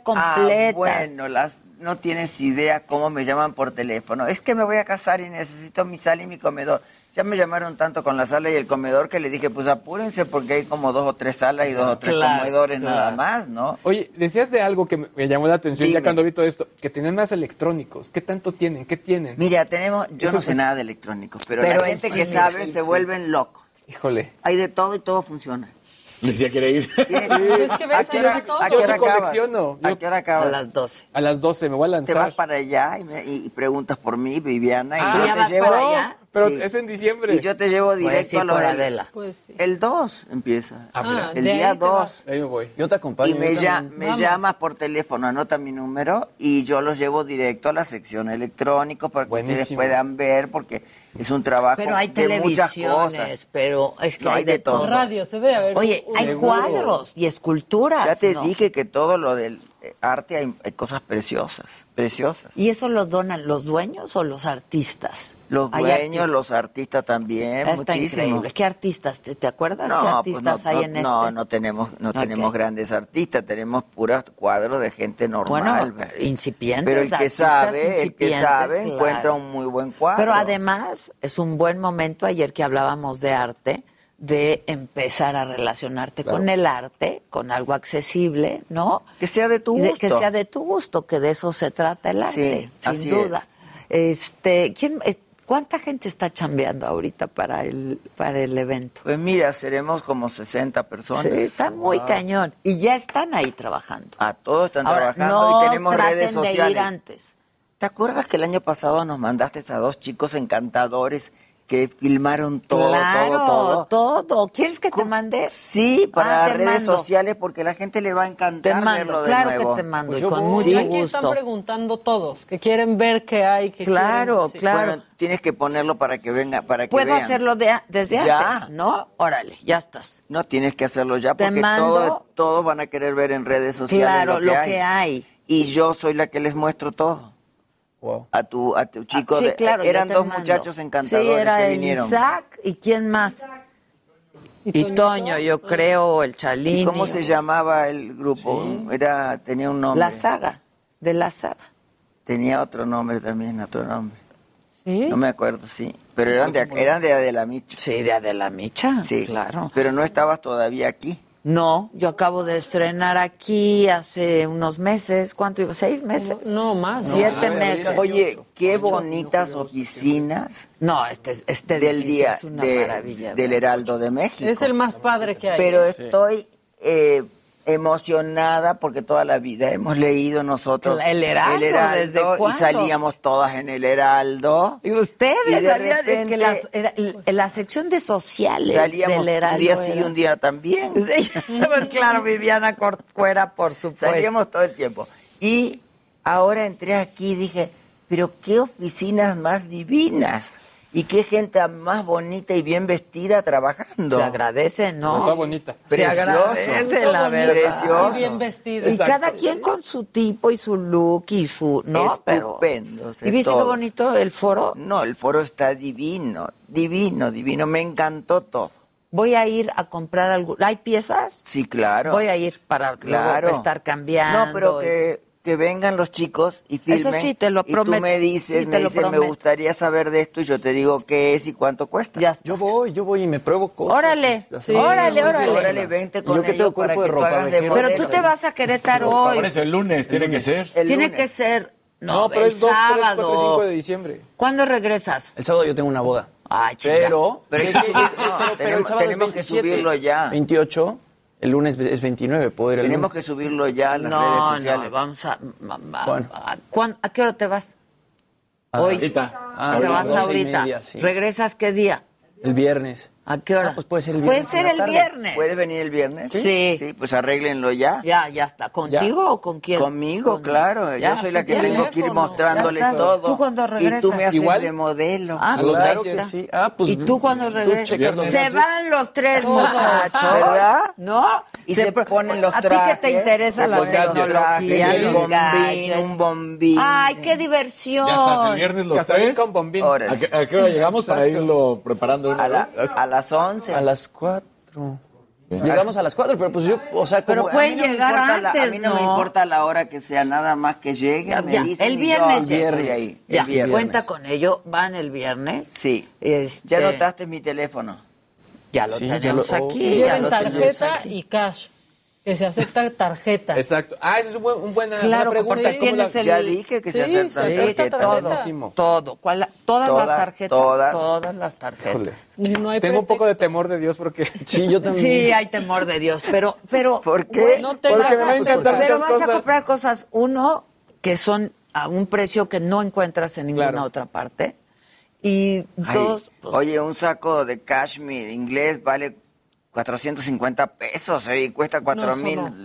Speaker 23: Ah,
Speaker 3: completas.
Speaker 23: bueno, las, no tienes idea cómo me llaman por teléfono. Es que me voy a casar y necesito mi sala y mi comedor. Ya me llamaron tanto con la sala y el comedor que le dije, pues apúrense porque hay como dos o tres salas y dos o tres
Speaker 11: Claro,
Speaker 23: comedores
Speaker 11: claro.
Speaker 23: nada más, ¿no?
Speaker 11: Oye, decías de algo que me me llamó la atención
Speaker 23: Dime.
Speaker 11: ya cuando vi todo esto, que tenían más electrónicos. ¿Qué tanto tienen? ¿Qué tienen?
Speaker 23: Mira, tenemos, yo
Speaker 11: Eso
Speaker 23: no sé
Speaker 11: pues-
Speaker 23: nada de electrónicos, pero,
Speaker 11: Pero
Speaker 23: la
Speaker 11: él
Speaker 23: gente
Speaker 11: sí,
Speaker 23: que
Speaker 11: mira,
Speaker 23: sabe
Speaker 11: él
Speaker 23: se
Speaker 11: sí.
Speaker 23: vuelven locos.
Speaker 11: Híjole.
Speaker 23: Hay de todo y todo funciona.
Speaker 14: Lucía quiere ir.
Speaker 13: Es que ves,
Speaker 11: ¿A qué
Speaker 13: ahora
Speaker 11: hora-
Speaker 13: todo.
Speaker 11: a qué
Speaker 13: Yo
Speaker 11: hora
Speaker 13: sí
Speaker 11: acabas?
Speaker 13: colecciono.
Speaker 11: ¿A
Speaker 13: Yo-
Speaker 11: qué hora acabas?
Speaker 13: A las
Speaker 3: 12.
Speaker 11: A las 12 me voy a
Speaker 23: Te
Speaker 11: lanzar.
Speaker 23: vas para allá y, me- y- y preguntas por mí, Viviana. Y
Speaker 11: Ah,
Speaker 23: yo
Speaker 11: ¿ya
Speaker 23: te
Speaker 11: vas
Speaker 23: llevo,
Speaker 11: para allá? Pero es
Speaker 23: en diciembre. Y yo te llevo
Speaker 11: Puedes
Speaker 23: directo
Speaker 11: ir
Speaker 23: a lo
Speaker 11: por
Speaker 23: de
Speaker 11: Adela.
Speaker 3: Pues
Speaker 23: El 2 empieza.
Speaker 11: Ah, mira. Ah,
Speaker 23: el
Speaker 11: de
Speaker 23: día
Speaker 11: ahí te
Speaker 23: 2.
Speaker 11: vas. Ahí me voy.
Speaker 23: Yo te acompaño. Y me,
Speaker 11: yo
Speaker 23: lla-
Speaker 11: también.
Speaker 23: me
Speaker 11: Pues Vamos.
Speaker 23: llamas por teléfono, anota mi número y yo los llevo directo a la sección electrónica para que ustedes
Speaker 3: Buenísimo.
Speaker 23: puedan ver porque es un trabajo
Speaker 3: Pero hay
Speaker 23: de muchas
Speaker 3: televisiones,
Speaker 23: cosas.
Speaker 3: pero es que
Speaker 23: No,
Speaker 3: hay de todo.
Speaker 23: Radio,
Speaker 13: se ve, a ver.
Speaker 3: Oye, hay
Speaker 23: Seguro.
Speaker 3: cuadros y esculturas.
Speaker 23: Ya te
Speaker 3: ¿no?
Speaker 23: dije que todo lo del eh, arte hay, hay cosas preciosas, preciosas.
Speaker 3: ¿Y eso lo donan los dueños o los artistas?
Speaker 23: Los
Speaker 3: Hay
Speaker 23: dueños,
Speaker 3: arti-
Speaker 23: los artistas también,
Speaker 3: Está
Speaker 23: Eh, muchísimo.
Speaker 3: increíble. ¿Qué artistas? ¿Te, te acuerdas qué
Speaker 23: No, pues
Speaker 3: artistas hay
Speaker 23: no,
Speaker 3: en
Speaker 23: no,
Speaker 3: este?
Speaker 23: no, no tenemos, no tenemos grandes artistas, tenemos puros cuadros de gente normal.
Speaker 3: Bueno, incipientes,
Speaker 23: Pero el que
Speaker 3: artistas
Speaker 23: sabe, el que
Speaker 3: incipientes,
Speaker 23: sabe
Speaker 3: claro.
Speaker 23: encuentra un muy buen cuadro.
Speaker 3: Pero además es un buen momento, ayer que hablábamos de arte, de empezar a relacionarte
Speaker 23: Claro.
Speaker 3: con el arte, con algo accesible, ¿no?
Speaker 23: Que sea de tu
Speaker 3: Y de-
Speaker 23: gusto.
Speaker 3: que sea de tu gusto, que de eso se trata el arte,
Speaker 23: Sí,
Speaker 3: sin
Speaker 23: así
Speaker 3: duda. Este, ¿quién, es- ¿Cuánta gente está chambeando ahorita para el, para el evento?
Speaker 23: Pues mira, seremos como 60 personas.
Speaker 3: Sí, está muy
Speaker 23: Wow.
Speaker 3: cañón. Y ya están ahí trabajando.
Speaker 23: A Ah, todos están
Speaker 3: Ahora,
Speaker 23: trabajando
Speaker 3: no
Speaker 23: y tenemos
Speaker 3: traten
Speaker 23: redes
Speaker 3: de ir
Speaker 23: sociales.
Speaker 3: antes.
Speaker 23: ¿Te acuerdas que el año pasado nos mandaste a dos chicos encantadores que filmaron todo,
Speaker 3: claro,
Speaker 23: todo, todo?
Speaker 3: todo, ¿Quieres que te mande?
Speaker 23: Sí, para
Speaker 3: Ah, te
Speaker 23: redes
Speaker 3: mando.
Speaker 23: sociales porque la gente le va a encantar
Speaker 3: Te mando,
Speaker 23: verlo de
Speaker 3: claro que
Speaker 23: nuevo.
Speaker 3: te mando,
Speaker 23: Pues
Speaker 3: y
Speaker 23: yo
Speaker 3: con
Speaker 23: voy.
Speaker 3: mucho
Speaker 23: Sí,
Speaker 13: Aquí están preguntando todos, que quieren ver qué hay, que quieren- sí.
Speaker 23: Bueno, tienes que ponerlo para que venga, para que
Speaker 3: Puedo
Speaker 23: vean.
Speaker 3: hacerlo de- desde
Speaker 23: Ya.
Speaker 3: antes, ¿no? Órale, ya estás.
Speaker 23: No tienes que hacerlo ya
Speaker 3: Te
Speaker 23: porque
Speaker 3: mando-
Speaker 23: todo- todos van a querer ver en redes sociales lo,
Speaker 3: Claro,
Speaker 23: que,
Speaker 3: lo
Speaker 23: hay.
Speaker 3: que hay.
Speaker 23: Y yo soy la que les muestro todo. A tu a tu chico
Speaker 3: Ah, Sí,
Speaker 23: de-
Speaker 3: claro, yo
Speaker 23: eh, eran
Speaker 3: te
Speaker 23: dos
Speaker 3: mando.
Speaker 23: muchachos encantadores
Speaker 3: Sí, era
Speaker 23: que
Speaker 3: el
Speaker 23: vinieron.
Speaker 3: Isaac y quién más. Y, Toño, yo creo, o el Chalini.
Speaker 23: ¿Y cómo se llamaba el grupo? Era tenía un nombre.
Speaker 3: La saga, de la saga.
Speaker 23: Tenía otro nombre también, otro nombre.
Speaker 3: ¿Sí?
Speaker 23: No me acuerdo, sí. Pero eran de, eran de Adela Micha.
Speaker 3: Sí, de Adela Micha.
Speaker 23: Sí,
Speaker 3: claro.
Speaker 23: Pero no estabas todavía aquí.
Speaker 3: No, yo acabo de estrenar aquí hace unos meses. ¿Cuánto iba? ¿Seis meses?
Speaker 13: No, más.
Speaker 3: Siete meses.
Speaker 23: Oye, qué bonitas oficinas.
Speaker 3: No, este, este
Speaker 23: del
Speaker 3: edificio
Speaker 23: día
Speaker 3: es una
Speaker 23: de-
Speaker 3: maravilla,
Speaker 23: del Heraldo de México.
Speaker 13: Es el más padre que hay.
Speaker 23: Pero
Speaker 13: ¿eh?
Speaker 23: estoy eh, emocionada porque toda la vida hemos leído nosotros
Speaker 3: Cla- el Heraldo, ¿desde
Speaker 23: y
Speaker 3: cuándo?
Speaker 23: salíamos todas en el Heraldo.
Speaker 3: Y ustedes
Speaker 23: de
Speaker 3: salían, es que
Speaker 23: repente
Speaker 3: las- era- la, sección de sociales
Speaker 23: salíamos
Speaker 3: del Heraldo
Speaker 23: un día sí y
Speaker 3: era-
Speaker 23: un día también.
Speaker 3: Sí, pues claro, Viviana Corcuera, por supuesto.
Speaker 23: Salíamos todo el tiempo. Y ahora entré aquí y dije, pero qué oficinas más divinas y qué gente más bonita y bien vestida trabajando.
Speaker 3: Se agradece, ¿no? Está bonita. Se agradece, la
Speaker 23: Todo
Speaker 3: verdad.
Speaker 23: Precioso.
Speaker 3: Y bien Y cada quien con su tipo y su look y su... No, pero...
Speaker 23: Estupendo.
Speaker 3: ¿Y viste qué bonito el foro?
Speaker 23: No, el foro está divino, divino, divino. Me encantó todo.
Speaker 3: Voy a ir a comprar algo. ¿Hay piezas?
Speaker 23: Sí, claro.
Speaker 3: Voy a ir para luego
Speaker 23: Claro.
Speaker 3: estar cambiando.
Speaker 23: No, pero
Speaker 3: y-
Speaker 23: que, que vengan los chicos y filmen.
Speaker 3: Eso sí, te lo
Speaker 23: Y
Speaker 3: prometo.
Speaker 23: tú me dices,
Speaker 3: Sí, te
Speaker 23: me
Speaker 3: lo
Speaker 23: dices, me
Speaker 3: prometo.
Speaker 23: gustaría saber de esto y yo te digo qué es y cuánto cuesta.
Speaker 15: Yo voy, yo voy y me pruebo cosas.
Speaker 3: Órale,
Speaker 15: Así.
Speaker 3: órale, órale.
Speaker 23: Órale, vente con
Speaker 15: Yo que tengo
Speaker 23: ellos para
Speaker 15: cuerpo de
Speaker 23: que tú
Speaker 15: ropa
Speaker 23: hagas de
Speaker 15: vejero.
Speaker 3: Pero tú te vas a Querétaro hoy.
Speaker 14: Por eso, el lunes tiene que ser.
Speaker 3: Tiene que ser. No,
Speaker 11: No, pero
Speaker 3: el
Speaker 11: es 2, 3, 4, 5
Speaker 3: sábado.
Speaker 11: de diciembre.
Speaker 3: ¿Cuándo regresas?
Speaker 15: El sábado yo tengo una boda.
Speaker 3: Ah, chinga.
Speaker 15: Pero,
Speaker 3: Pero
Speaker 15: es-
Speaker 3: eso-
Speaker 15: es- es-
Speaker 3: no,
Speaker 15: pero- pero el
Speaker 23: tenemos-
Speaker 15: sábado
Speaker 23: tenemos
Speaker 15: es
Speaker 23: que
Speaker 15: 27,
Speaker 23: subirlo ya.
Speaker 15: 28, el lunes es 29, puedo ir el
Speaker 23: Ah. Tenemos que
Speaker 15: lunes.
Speaker 23: subirlo ya a las redes
Speaker 3: No,
Speaker 23: sociales.
Speaker 3: no, vamos a. ma- ma-
Speaker 15: Bueno.
Speaker 23: Ah,
Speaker 3: ¿A, cuán- a qué hora te vas?
Speaker 15: Ah,
Speaker 3: Hoy.
Speaker 15: ahorita. Ah,
Speaker 3: te
Speaker 15: ahorita,
Speaker 3: vas
Speaker 15: doce y
Speaker 3: ahorita.
Speaker 15: media, sí.
Speaker 3: ¿Regresas qué día?
Speaker 15: El viernes.
Speaker 3: ¿A qué hora?
Speaker 15: pues puede ser el
Speaker 3: Puede
Speaker 15: viernes.
Speaker 3: ser el viernes.
Speaker 23: ¿Puede venir el viernes?
Speaker 3: Sí.
Speaker 23: pues arréglenlo ya.
Speaker 3: Ya, Ah, ya está. ¿Contigo o con quién?
Speaker 23: Conmigo, claro.
Speaker 3: Ya,
Speaker 23: yo soy
Speaker 3: sí,
Speaker 23: la que
Speaker 3: ya.
Speaker 23: tengo que ir mostrándoles
Speaker 3: Ya estás.
Speaker 23: todo.
Speaker 3: ¿Tú cuando
Speaker 23: Y tú
Speaker 3: regresas?
Speaker 23: me haces
Speaker 3: Igual.
Speaker 23: de modelo.
Speaker 3: Ah, pues
Speaker 15: Claro
Speaker 3: ahí
Speaker 15: que
Speaker 3: está.
Speaker 15: sí. Ah, pues.
Speaker 3: ¿Y tú cuando
Speaker 15: checas
Speaker 3: regresas?
Speaker 15: los
Speaker 3: Se
Speaker 15: gadgets.
Speaker 3: van los tres
Speaker 23: Todos,
Speaker 3: muchachos.
Speaker 23: ¿verdad?
Speaker 3: ¿No?
Speaker 23: Y se,
Speaker 3: pro-
Speaker 23: ponen los
Speaker 3: ¿A ti
Speaker 23: trajes.
Speaker 3: que te interesa
Speaker 23: se
Speaker 3: la
Speaker 23: ponen los
Speaker 3: tecnología,
Speaker 23: trajes,
Speaker 3: los
Speaker 23: un bombín,
Speaker 3: gadgets?
Speaker 23: un bombín.
Speaker 3: ¡Ay, qué diversión!
Speaker 14: Ya estás el viernes los
Speaker 11: Casabín
Speaker 14: tres.
Speaker 11: con bombín.
Speaker 14: ¿A qué, a qué hora llegamos para irlo preparando una
Speaker 23: A, la-
Speaker 14: vez?
Speaker 23: a las 11.
Speaker 15: A las 4. Llegamos a las 4, pero pues yo, o sea, como.
Speaker 3: Pero pueden
Speaker 23: me
Speaker 3: llegar
Speaker 23: importa la-
Speaker 3: antes,
Speaker 23: A mí no, me
Speaker 3: ¿no?
Speaker 23: importa la hora que sea, nada más que lleguen.
Speaker 3: Ya,
Speaker 23: me
Speaker 3: ya,
Speaker 23: dicen
Speaker 3: el
Speaker 23: y
Speaker 3: viernes
Speaker 23: yo "Ah,
Speaker 3: llegas.
Speaker 23: estoy ahí.
Speaker 3: Ya,
Speaker 23: el viernes.
Speaker 3: cuenta con ello, van el viernes.
Speaker 23: Sí.
Speaker 3: Este,
Speaker 23: Ya notaste mi teléfono.
Speaker 3: Ya lo
Speaker 15: Sí, ya
Speaker 3: tenemos
Speaker 15: lo-
Speaker 3: aquí,
Speaker 15: oh.
Speaker 3: ya
Speaker 13: Lleven
Speaker 3: lo tenemos
Speaker 13: tarjeta
Speaker 3: aquí.
Speaker 13: y cash. que se acepta tarjeta.
Speaker 11: Exacto. Ah, ese es un buen, un buen- una
Speaker 13: Claro,
Speaker 11: buena
Speaker 13: porque
Speaker 11: pregunta. ¿Cómo
Speaker 13: tienes
Speaker 11: la-
Speaker 13: el- Ya dije que se Sí, aceptan se acepta tarjetas. tarjeta.
Speaker 11: Buenísimo.
Speaker 3: Todo. ¿Cuál- todas,
Speaker 11: Todas,
Speaker 3: las tarjetas.
Speaker 11: todas.
Speaker 3: Todas, las tarjetas.
Speaker 11: Híjole. Tengo un poco de temor de Dios porque. Sí,
Speaker 3: Sí, hay temor de Dios, pero, pero. ¿Por
Speaker 11: qué?
Speaker 3: No
Speaker 11: te Porque
Speaker 3: vas
Speaker 11: me
Speaker 3: a,
Speaker 11: encantan
Speaker 3: pero
Speaker 11: muchas
Speaker 3: vas a
Speaker 11: cosas.
Speaker 3: comprar cosas, uno, que son a un precio que no encuentras en ninguna otra parte. Y
Speaker 23: Ay,
Speaker 3: dos, pues.
Speaker 23: Oye, un saco de cashmere inglés vale 450 pesos eh, y cuesta 4 mil
Speaker 3: No, eso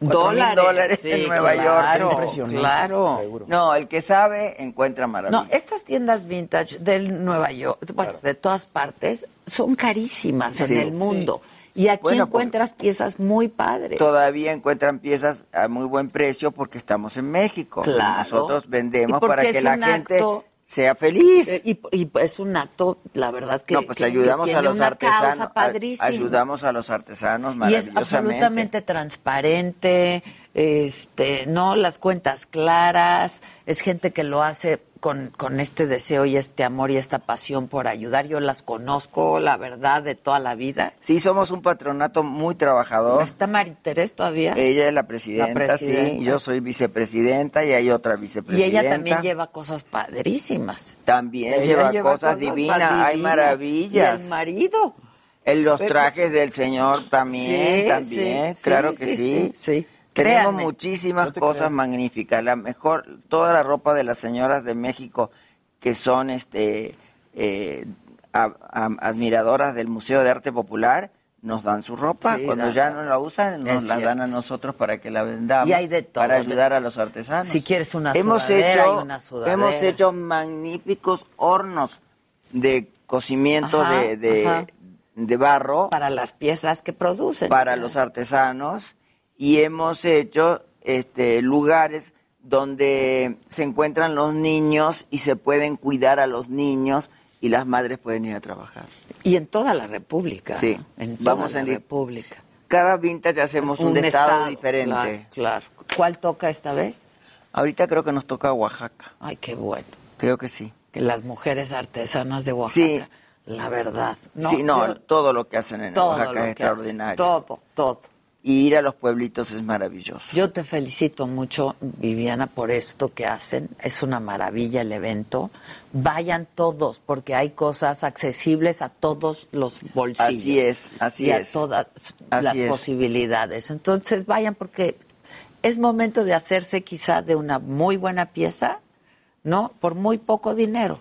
Speaker 23: dólares,
Speaker 3: Dólares,
Speaker 23: dólares
Speaker 3: sí,
Speaker 23: en Nueva
Speaker 3: claro,
Speaker 23: York.
Speaker 3: Impresionante. claro. Seguro.
Speaker 23: No, el que sabe encuentra maravillas.
Speaker 3: No, estas tiendas vintage del Nueva York, bueno, de todas partes, son carísimas
Speaker 23: Sí,
Speaker 3: en el
Speaker 23: sí.
Speaker 3: mundo. Y aquí
Speaker 23: Bueno, pues,
Speaker 3: encuentras piezas muy padres.
Speaker 23: Todavía encuentran piezas a muy buen precio porque estamos en México.
Speaker 3: Claro.
Speaker 23: Nosotros vendemos
Speaker 3: Y porque
Speaker 23: para que
Speaker 3: es
Speaker 23: la
Speaker 3: un
Speaker 23: gente
Speaker 3: acto-
Speaker 23: sea feliz.
Speaker 3: Eh, Y, y es un acto, la verdad, que,
Speaker 23: no, pues
Speaker 3: que- que
Speaker 23: ayudamos a
Speaker 3: tiene
Speaker 23: los
Speaker 3: una
Speaker 23: artesanos.
Speaker 3: causa
Speaker 23: a-
Speaker 3: padrísima.
Speaker 23: Ayudamos a los artesanos
Speaker 3: Y es
Speaker 23: maravillosamente.
Speaker 3: absolutamente transparente, este, no las cuentas claras, es gente que lo hace con, con este deseo y este amor y esta pasión por ayudar. Yo las conozco, la verdad, de toda la vida.
Speaker 23: Sí, somos un patronato muy trabajador.
Speaker 3: ¿Está Mariterés todavía?
Speaker 23: Ella es la presidenta, sí.
Speaker 3: presidenta.
Speaker 23: Yo soy vicepresidenta y hay otra
Speaker 3: y
Speaker 23: vicepresidenta.
Speaker 3: ella también lleva cosas padrísimas.
Speaker 23: También
Speaker 3: Ella
Speaker 23: lleva,
Speaker 3: lleva
Speaker 23: cosas
Speaker 3: cosas
Speaker 23: divinas.
Speaker 3: divinas.
Speaker 23: Hay maravillas.
Speaker 3: Y el marido.
Speaker 23: En los
Speaker 3: Pero-
Speaker 23: trajes del señor también,
Speaker 3: Sí,
Speaker 23: también.
Speaker 3: sí,
Speaker 23: claro
Speaker 3: sí,
Speaker 23: que
Speaker 3: sí,
Speaker 23: sí.
Speaker 3: sí, sí.
Speaker 23: Tenemos
Speaker 3: Créanme.
Speaker 23: muchísimas
Speaker 3: No te
Speaker 23: cosas
Speaker 3: creo.
Speaker 23: magníficas. La mejor, toda la ropa de las señoras de México que son este eh, a- a- admiradoras del Museo de Arte Popular nos dan su ropa.
Speaker 3: Sí,
Speaker 23: Cuando
Speaker 3: dan-
Speaker 23: ya no la usan, nos
Speaker 3: Es
Speaker 23: la dan a
Speaker 3: cierto.
Speaker 23: nosotros para que la vendamos.
Speaker 3: Y hay de todo,
Speaker 23: Para
Speaker 3: de-
Speaker 23: ayudar a los artesanos.
Speaker 3: Si quieres una
Speaker 23: hemos
Speaker 3: sudadera,
Speaker 23: hecho,
Speaker 3: hay una sudadera.
Speaker 23: Hemos hecho magníficos hornos de cocimiento
Speaker 3: Ajá,
Speaker 23: de, de-
Speaker 3: ajá.
Speaker 23: de barro.
Speaker 3: Para las piezas que producen.
Speaker 23: Para los artesanos. Y hemos hecho este, lugares donde se encuentran los niños y se pueden cuidar a los niños y las madres pueden ir a trabajar.
Speaker 3: Y en toda la República.
Speaker 23: Sí.
Speaker 3: En toda
Speaker 23: Vamos
Speaker 3: la
Speaker 23: en di-
Speaker 3: República.
Speaker 23: Cada vintage hacemos un,
Speaker 3: Un
Speaker 23: estado,
Speaker 3: estado,
Speaker 23: diferente.
Speaker 3: Claro, ¿Cuál toca esta vez?
Speaker 23: Ahorita creo que nos toca Oaxaca.
Speaker 3: Ay, qué bueno.
Speaker 23: Creo que sí.
Speaker 3: Que las mujeres artesanas de Oaxaca.
Speaker 23: Sí.
Speaker 3: La verdad. No,
Speaker 23: sí, no,
Speaker 3: yo-
Speaker 23: todo lo que hacen en
Speaker 3: todo
Speaker 23: Oaxaca
Speaker 3: lo
Speaker 23: es
Speaker 3: que
Speaker 23: extraordinario.
Speaker 3: haces, todo, todo.
Speaker 23: Y ir a los pueblitos es maravilloso.
Speaker 3: Yo te felicito mucho, Viviana, por esto que hacen. Es una maravilla el evento. Vayan todos, porque hay cosas accesibles a todos los bolsillos.
Speaker 23: Así es, así
Speaker 3: y
Speaker 23: es.
Speaker 3: a todas
Speaker 23: Así
Speaker 3: las
Speaker 23: es.
Speaker 3: posibilidades. Entonces vayan, porque es momento de hacerse quizá de una muy buena pieza, ¿no? Por muy poco dinero,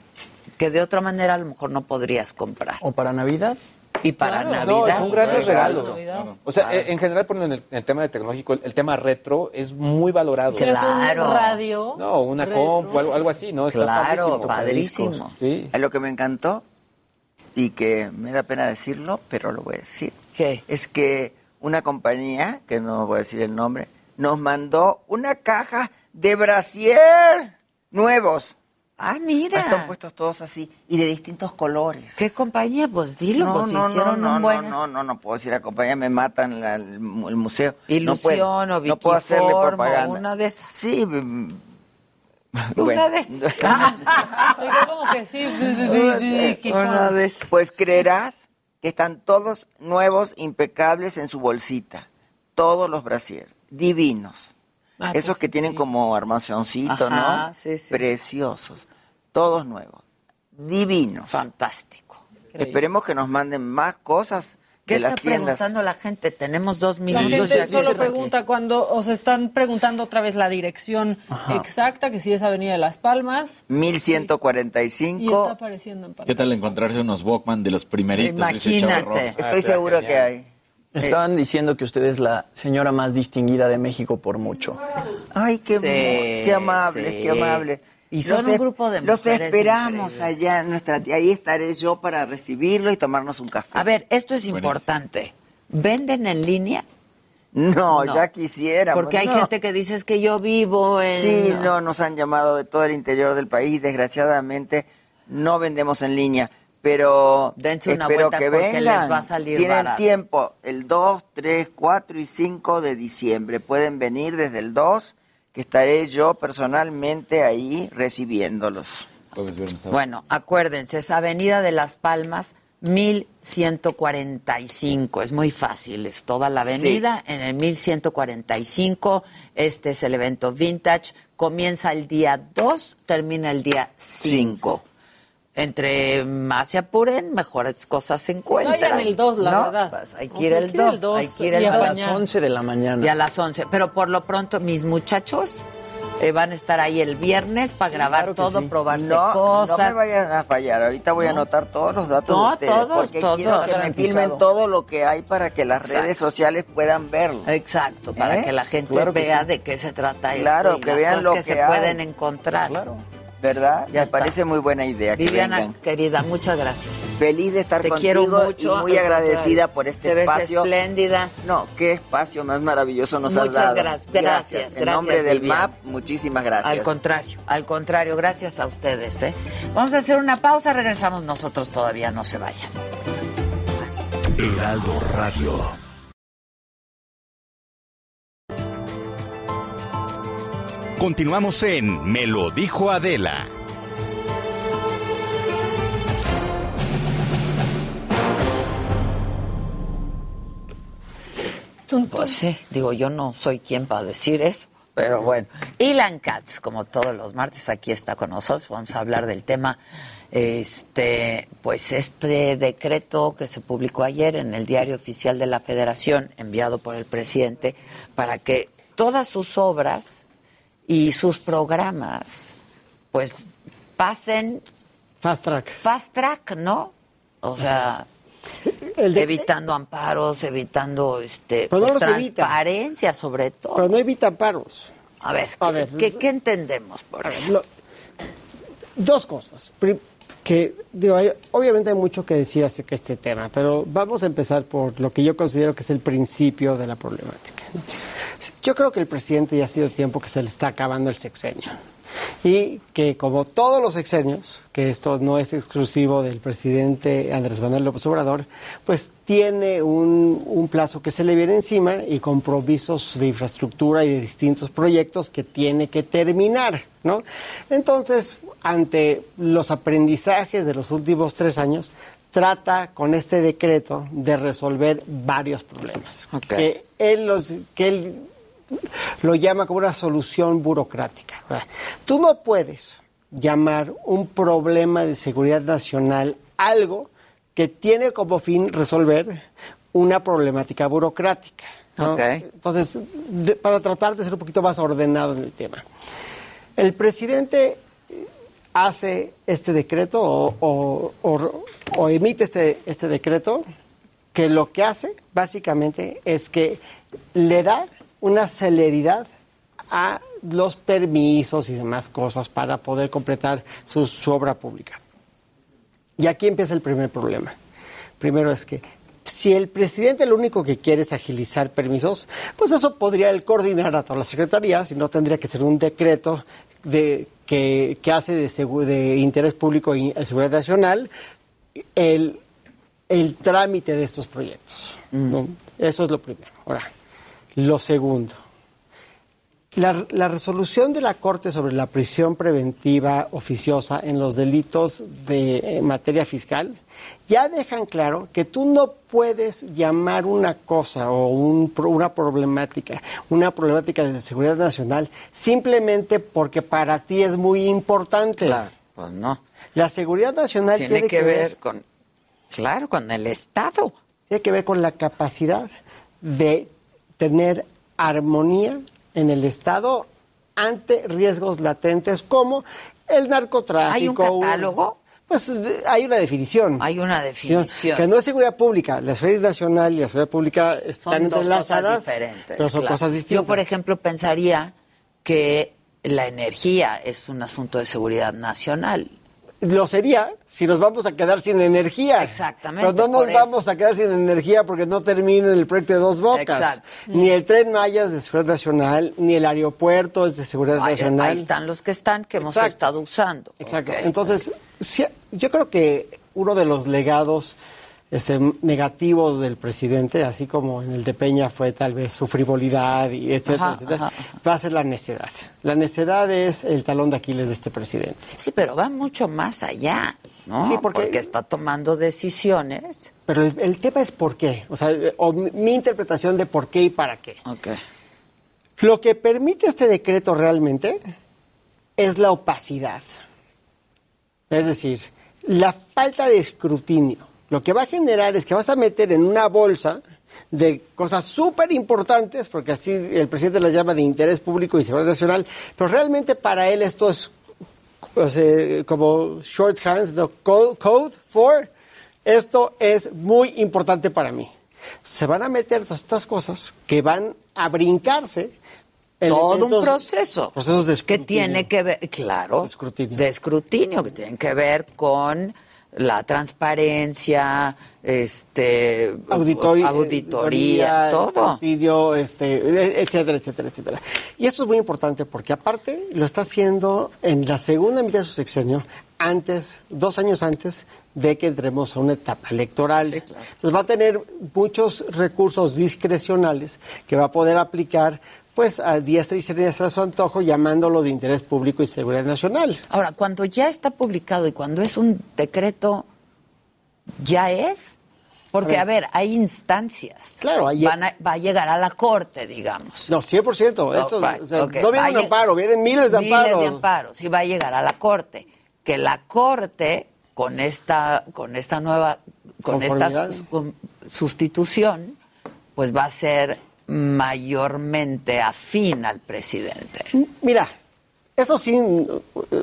Speaker 3: que de otra manera a lo mejor no podrías comprar.
Speaker 15: ¿O para Navidad?
Speaker 3: Y para
Speaker 11: No,
Speaker 3: Navidad.
Speaker 11: es un gran regalo.
Speaker 3: Claro.
Speaker 11: O sea, eh, en general, por ejemplo, en el, en el tema de tecnológico, el, el tema retro es muy valorado.
Speaker 13: Creo que un radio.
Speaker 11: No, una
Speaker 13: retro.
Speaker 11: compu, algo, algo así, ¿no? Está
Speaker 23: Claro,
Speaker 11: padrísimo.
Speaker 23: padrísimo.
Speaker 11: Sí.
Speaker 23: Lo que me encantó y que me da pena decirlo, pero lo voy a decir.
Speaker 3: ¿Qué?
Speaker 23: Es que una compañía, que no voy a decir el nombre, nos mandó una caja de brasier nuevos.
Speaker 3: Ah, mira.
Speaker 23: Están puestos todos así y de distintos colores.
Speaker 3: ¿Qué compañía? Pues dilo,
Speaker 23: no,
Speaker 3: pues
Speaker 23: no,
Speaker 3: hicieron
Speaker 23: no,
Speaker 3: un
Speaker 23: no,
Speaker 3: buen...
Speaker 23: no, no, no, no puedo decir la compañía, me matan la- el, mu- el museo. no puedo,
Speaker 3: Ilusión o
Speaker 23: no puedo hacerle
Speaker 3: Viquiform o
Speaker 23: propaganda.
Speaker 3: una de esas.
Speaker 23: Sí, mm,
Speaker 3: Una
Speaker 23: bueno.
Speaker 3: de esas. Ah,
Speaker 13: Oiga, como que sí.
Speaker 3: Una de esas.
Speaker 23: Pues creerás que están todos nuevos, impecables en su bolsita. Todos los brasier, divinos.
Speaker 3: Ah,
Speaker 23: Esos
Speaker 3: pues,
Speaker 23: que tienen como armazoncito,
Speaker 3: Ajá,
Speaker 23: ¿no?
Speaker 3: sí, sí.
Speaker 23: Preciosos. Todos nuevos. Divinos.
Speaker 3: Fantástico.
Speaker 23: Esperemos que nos manden más cosas
Speaker 3: ¿Qué
Speaker 23: de
Speaker 3: está
Speaker 23: las tiendas.
Speaker 3: preguntando la gente? Tenemos dos
Speaker 13: La
Speaker 3: minutos.
Speaker 13: gente
Speaker 3: ya
Speaker 13: solo
Speaker 3: quisiera-
Speaker 13: pregunta cuando os están preguntando otra vez la dirección exacta, que si es Avenida de las Palmas. Y está
Speaker 23: 1145.
Speaker 13: apareciendo en
Speaker 14: ¿Qué tal encontrarse unos Walkman de los primeritos? Dice Chava Rojas. Ah,
Speaker 23: Estoy seguro que hay. Eh.
Speaker 15: Estaban diciendo que usted es la señora más distinguida de México por mucho.
Speaker 23: Ay, qué,
Speaker 3: Sí,
Speaker 23: mu- qué amable,
Speaker 3: sí.
Speaker 23: qué amable.
Speaker 3: Y son un
Speaker 23: es-
Speaker 3: grupo de
Speaker 23: Los
Speaker 3: mujeres
Speaker 23: esperamos
Speaker 3: increíbles.
Speaker 23: allá, en nuestra, ahí estaré yo para recibirlo y tomarnos un café.
Speaker 3: A ver, esto es importante. ¿Venden en línea?
Speaker 23: No,
Speaker 3: No.
Speaker 23: ya quisiera.
Speaker 3: Porque hay gente que dice es que yo vivo en...
Speaker 23: Sí, no, nos han llamado de todo el interior del país. Desgraciadamente, no vendemos en línea. Pero
Speaker 3: Dense una
Speaker 23: espero
Speaker 3: vuelta
Speaker 23: que
Speaker 3: porque
Speaker 23: vengan.
Speaker 3: les va a salir
Speaker 23: Tienen
Speaker 3: barato.
Speaker 23: tiempo el 2, 3, 4 y 5 de diciembre. Pueden venir desde el 2, que estaré yo personalmente ahí recibiéndolos.
Speaker 3: Bueno, acuérdense, es Avenida de las Palmas 1145, es muy fácil, es toda la avenida en el 1145. Este es el evento vintage, comienza el día 2, termina el día 5. Entre más se apuren, mejores cosas se encuentran.
Speaker 13: Vayan el 2, la
Speaker 3: ¿no?
Speaker 13: verdad.
Speaker 3: Pues hay que ir el 2, hay que ir el
Speaker 13: y a
Speaker 3: 2.
Speaker 13: bañar.
Speaker 15: 11 de la mañana.
Speaker 3: Y a las 11. Pero por lo pronto, mis muchachos eh, van a estar ahí el viernes para grabar todo, probarse
Speaker 23: no, No me
Speaker 3: cosas.
Speaker 23: vayan a fallar. Ahorita voy a anotar todos los datos
Speaker 3: No,
Speaker 23: de ustedes.
Speaker 3: todos,
Speaker 23: porque
Speaker 3: todos.
Speaker 23: quiero que me
Speaker 3: Garantizado.
Speaker 23: filmen todo lo que hay para que las redes
Speaker 3: Exacto.
Speaker 23: sociales puedan verlo.
Speaker 3: Exacto, para
Speaker 23: ¿Eh?
Speaker 3: que la gente
Speaker 23: Claro que
Speaker 3: vea
Speaker 23: sí.
Speaker 3: de qué se trata
Speaker 23: Claro,
Speaker 3: esto y
Speaker 23: que
Speaker 3: las
Speaker 23: vean
Speaker 3: cosas
Speaker 23: lo
Speaker 3: que, se
Speaker 23: que hay.
Speaker 3: pueden encontrar.
Speaker 23: ¿Verdad?
Speaker 3: Ya
Speaker 23: me
Speaker 3: está.
Speaker 23: parece muy buena idea. que
Speaker 3: Viviana,
Speaker 23: vengan.
Speaker 3: querida, muchas gracias.
Speaker 23: Feliz de estar
Speaker 3: Te
Speaker 23: contigo
Speaker 3: quiero mucho.
Speaker 23: y muy
Speaker 3: al
Speaker 23: agradecida
Speaker 3: contrario.
Speaker 23: por este
Speaker 3: Te ves
Speaker 23: espacio.
Speaker 3: espléndida.
Speaker 23: No, qué espacio más maravilloso nos has
Speaker 3: Muchas
Speaker 23: dado.
Speaker 3: gracias, gracias,
Speaker 23: En nombre
Speaker 3: gracias,
Speaker 23: del
Speaker 3: Viviana.
Speaker 23: MAP, muchísimas gracias.
Speaker 3: Al contrario, al contrario, gracias a ustedes. ¿eh? Vamos a hacer una pausa, regresamos nosotros todavía, no se vayan.
Speaker 1: Heraldo Radio.
Speaker 2: Continuamos en Me lo dijo Adela.
Speaker 3: Pues sí, digo, yo no soy quien para decir eso, pero bueno. Ilan Katz, como todos los martes, aquí está con nosotros. Vamos a hablar del tema, este, pues este decreto que se publicó ayer en el Diario Oficial de la Federación, enviado por el presidente, para que todas sus obras y sus programas, pues pasen. Fast track. Fast track, ¿no? O sea. evitando amparos, evitando este
Speaker 4: Pero no
Speaker 3: pues,
Speaker 4: los evita.
Speaker 3: transparencia sobre todo.
Speaker 4: Pero no evita amparos.
Speaker 3: A ver,
Speaker 4: A
Speaker 3: ¿qué,
Speaker 4: ver.
Speaker 3: qué- qué entendemos por eso?
Speaker 4: Lo- dos cosas. Pri- Que, digo, hay- obviamente hay mucho que decir acerca de este tema, pero vamos a empezar por lo que yo considero que es el principio de la problemática. ¿no? Yo creo que el presidente ya ha sido tiempo que se le está acabando el sexenio. Y que como todos los sexenios, que esto no es exclusivo del presidente Andrés Manuel López Obrador, pues tiene un, un plazo que se le viene encima y compromisos de infraestructura y de distintos proyectos que tiene que terminar, ¿no? Entonces, ante los aprendizajes de los últimos tres años, trata con este decreto de resolver varios problemas. Que él los, que él lo llama como una solución burocrática. ¿verdad? Tú no puedes llamar un problema de seguridad nacional algo que tiene como fin resolver una problemática burocrática. ¿no?
Speaker 3: Ok.
Speaker 4: Entonces, de- para tratar de ser un poquito más ordenado en el tema. El presidente hace este decreto o, o- o- o emite este, este decreto que lo que hace básicamente es que le da una celeridad a los permisos y demás cosas para poder completar su, su obra pública. Y aquí empieza el primer problema. Primero es que si el presidente lo único que quiere es agilizar permisos, pues eso podría él coordinar a todas las secretarías y no tendría que ser un decreto de, que, que hace de, segu- de interés público y eh, seguridad nacional el, el trámite de estos proyectos.
Speaker 7: Mm.
Speaker 4: ¿no? Eso es lo primero. Ahora, lo segundo. La, la resolución de la Corte sobre la prisión preventiva oficiosa en los delitos de eh, materia fiscal ya dejan claro que tú no puedes llamar una cosa o un pro- una problemática, una problemática de seguridad nacional, simplemente porque para ti es muy importante. Claro,
Speaker 3: pues no.
Speaker 4: La seguridad nacional
Speaker 3: Tiene
Speaker 4: tiene,
Speaker 3: que ver con- claro, con el Estado.
Speaker 4: Tiene que ver con la capacidad de tener armonía en el Estado ante riesgos latentes como el narcotráfico.
Speaker 3: ¿Hay un catálogo?
Speaker 4: Pues de- hay una definición.
Speaker 3: Hay una definición.
Speaker 4: Que no es seguridad pública. La seguridad nacional y la seguridad pública
Speaker 3: Son
Speaker 4: están
Speaker 3: dos
Speaker 4: entrelazadas.
Speaker 3: cosas diferentes.
Speaker 4: Pero son
Speaker 3: claro.
Speaker 4: cosas distintas.
Speaker 3: Yo, por ejemplo, pensaría que la energía es un asunto de seguridad nacional.
Speaker 4: Lo sería si nos vamos a quedar sin energía. Exactamente. Pero no
Speaker 3: por
Speaker 4: nos
Speaker 3: eso.
Speaker 4: vamos a quedar sin energía porque no termina el proyecto de dos bocas.
Speaker 3: Exacto.
Speaker 4: Ni el tren Maya es de seguridad nacional, ni el aeropuerto es de seguridad
Speaker 3: Ahí,
Speaker 4: nacional.
Speaker 3: ahí están los que están, que hemos
Speaker 4: Exacto.
Speaker 3: estado usando.
Speaker 4: Exacto.
Speaker 3: Ok.
Speaker 4: Entonces, sí, yo creo que uno de los legados este, negativos del presidente, así como en el de Peña fue tal vez su frivolidad y etcétera,
Speaker 3: Ajá,
Speaker 4: etcétera,
Speaker 3: ajá,
Speaker 4: va a ser la necedad. La necedad es el talón de Aquiles de este presidente.
Speaker 3: Sí, pero va mucho más allá. ¿no?
Speaker 4: Sí, porque-
Speaker 3: está tomando decisiones.
Speaker 4: Pero el, el tema es por qué, o sea, eh, o mi, mi interpretación de por qué y para qué. Lo que permite este decreto realmente es la opacidad. Es decir, la falta de escrutinio. Lo que va a generar es que vas a meter en una bolsa de cosas súper importantes, porque así el presidente las llama de interés público y seguridad nacional, pero realmente para él esto es o sea, como shorthand, no, code, code for, esto es muy importante para mí. Se van a meter todas estas cosas que van a brincarse.
Speaker 3: Todo un
Speaker 4: elementos-
Speaker 3: proceso.
Speaker 4: Procesos de
Speaker 3: que
Speaker 4: escrutinio.
Speaker 3: tiene que ver, claro, de escrutinio. que tienen que ver con la transparencia, este
Speaker 4: Auditori-
Speaker 3: auditoría,
Speaker 4: eh, auditoría,
Speaker 3: todo.
Speaker 4: escrutinio, este, etcétera, etcétera, etcétera. Y esto es muy importante porque aparte lo está haciendo en la segunda mitad de su sexenio, antes, dos años antes de que entremos a una etapa electoral. Entonces va a tener muchos recursos discrecionales que va a poder aplicar pues a diestra y siniestra a su antojo, llamándolo de interés público y seguridad nacional.
Speaker 3: Ahora, cuando ya está publicado y cuando es un decreto, ¿ya es? Porque, a
Speaker 4: A
Speaker 3: ver, hay instancias.
Speaker 4: Claro, hay-
Speaker 3: Van a- va a llegar a la corte, digamos.
Speaker 4: No, 100%. Esto,
Speaker 3: Oh, right,
Speaker 4: o sea,
Speaker 3: ok.
Speaker 4: No viene
Speaker 3: Va a
Speaker 4: un
Speaker 3: lleg-
Speaker 4: amparo, vienen miles de amparos.
Speaker 3: Miles de amparos. Y va a llegar a la corte. Que la corte, con esta, con esta nueva, con esta
Speaker 4: Conformidad.
Speaker 3: sus- con- sustitución, pues va a ser mayormente afín al presidente.
Speaker 4: Mira, eso sí, no-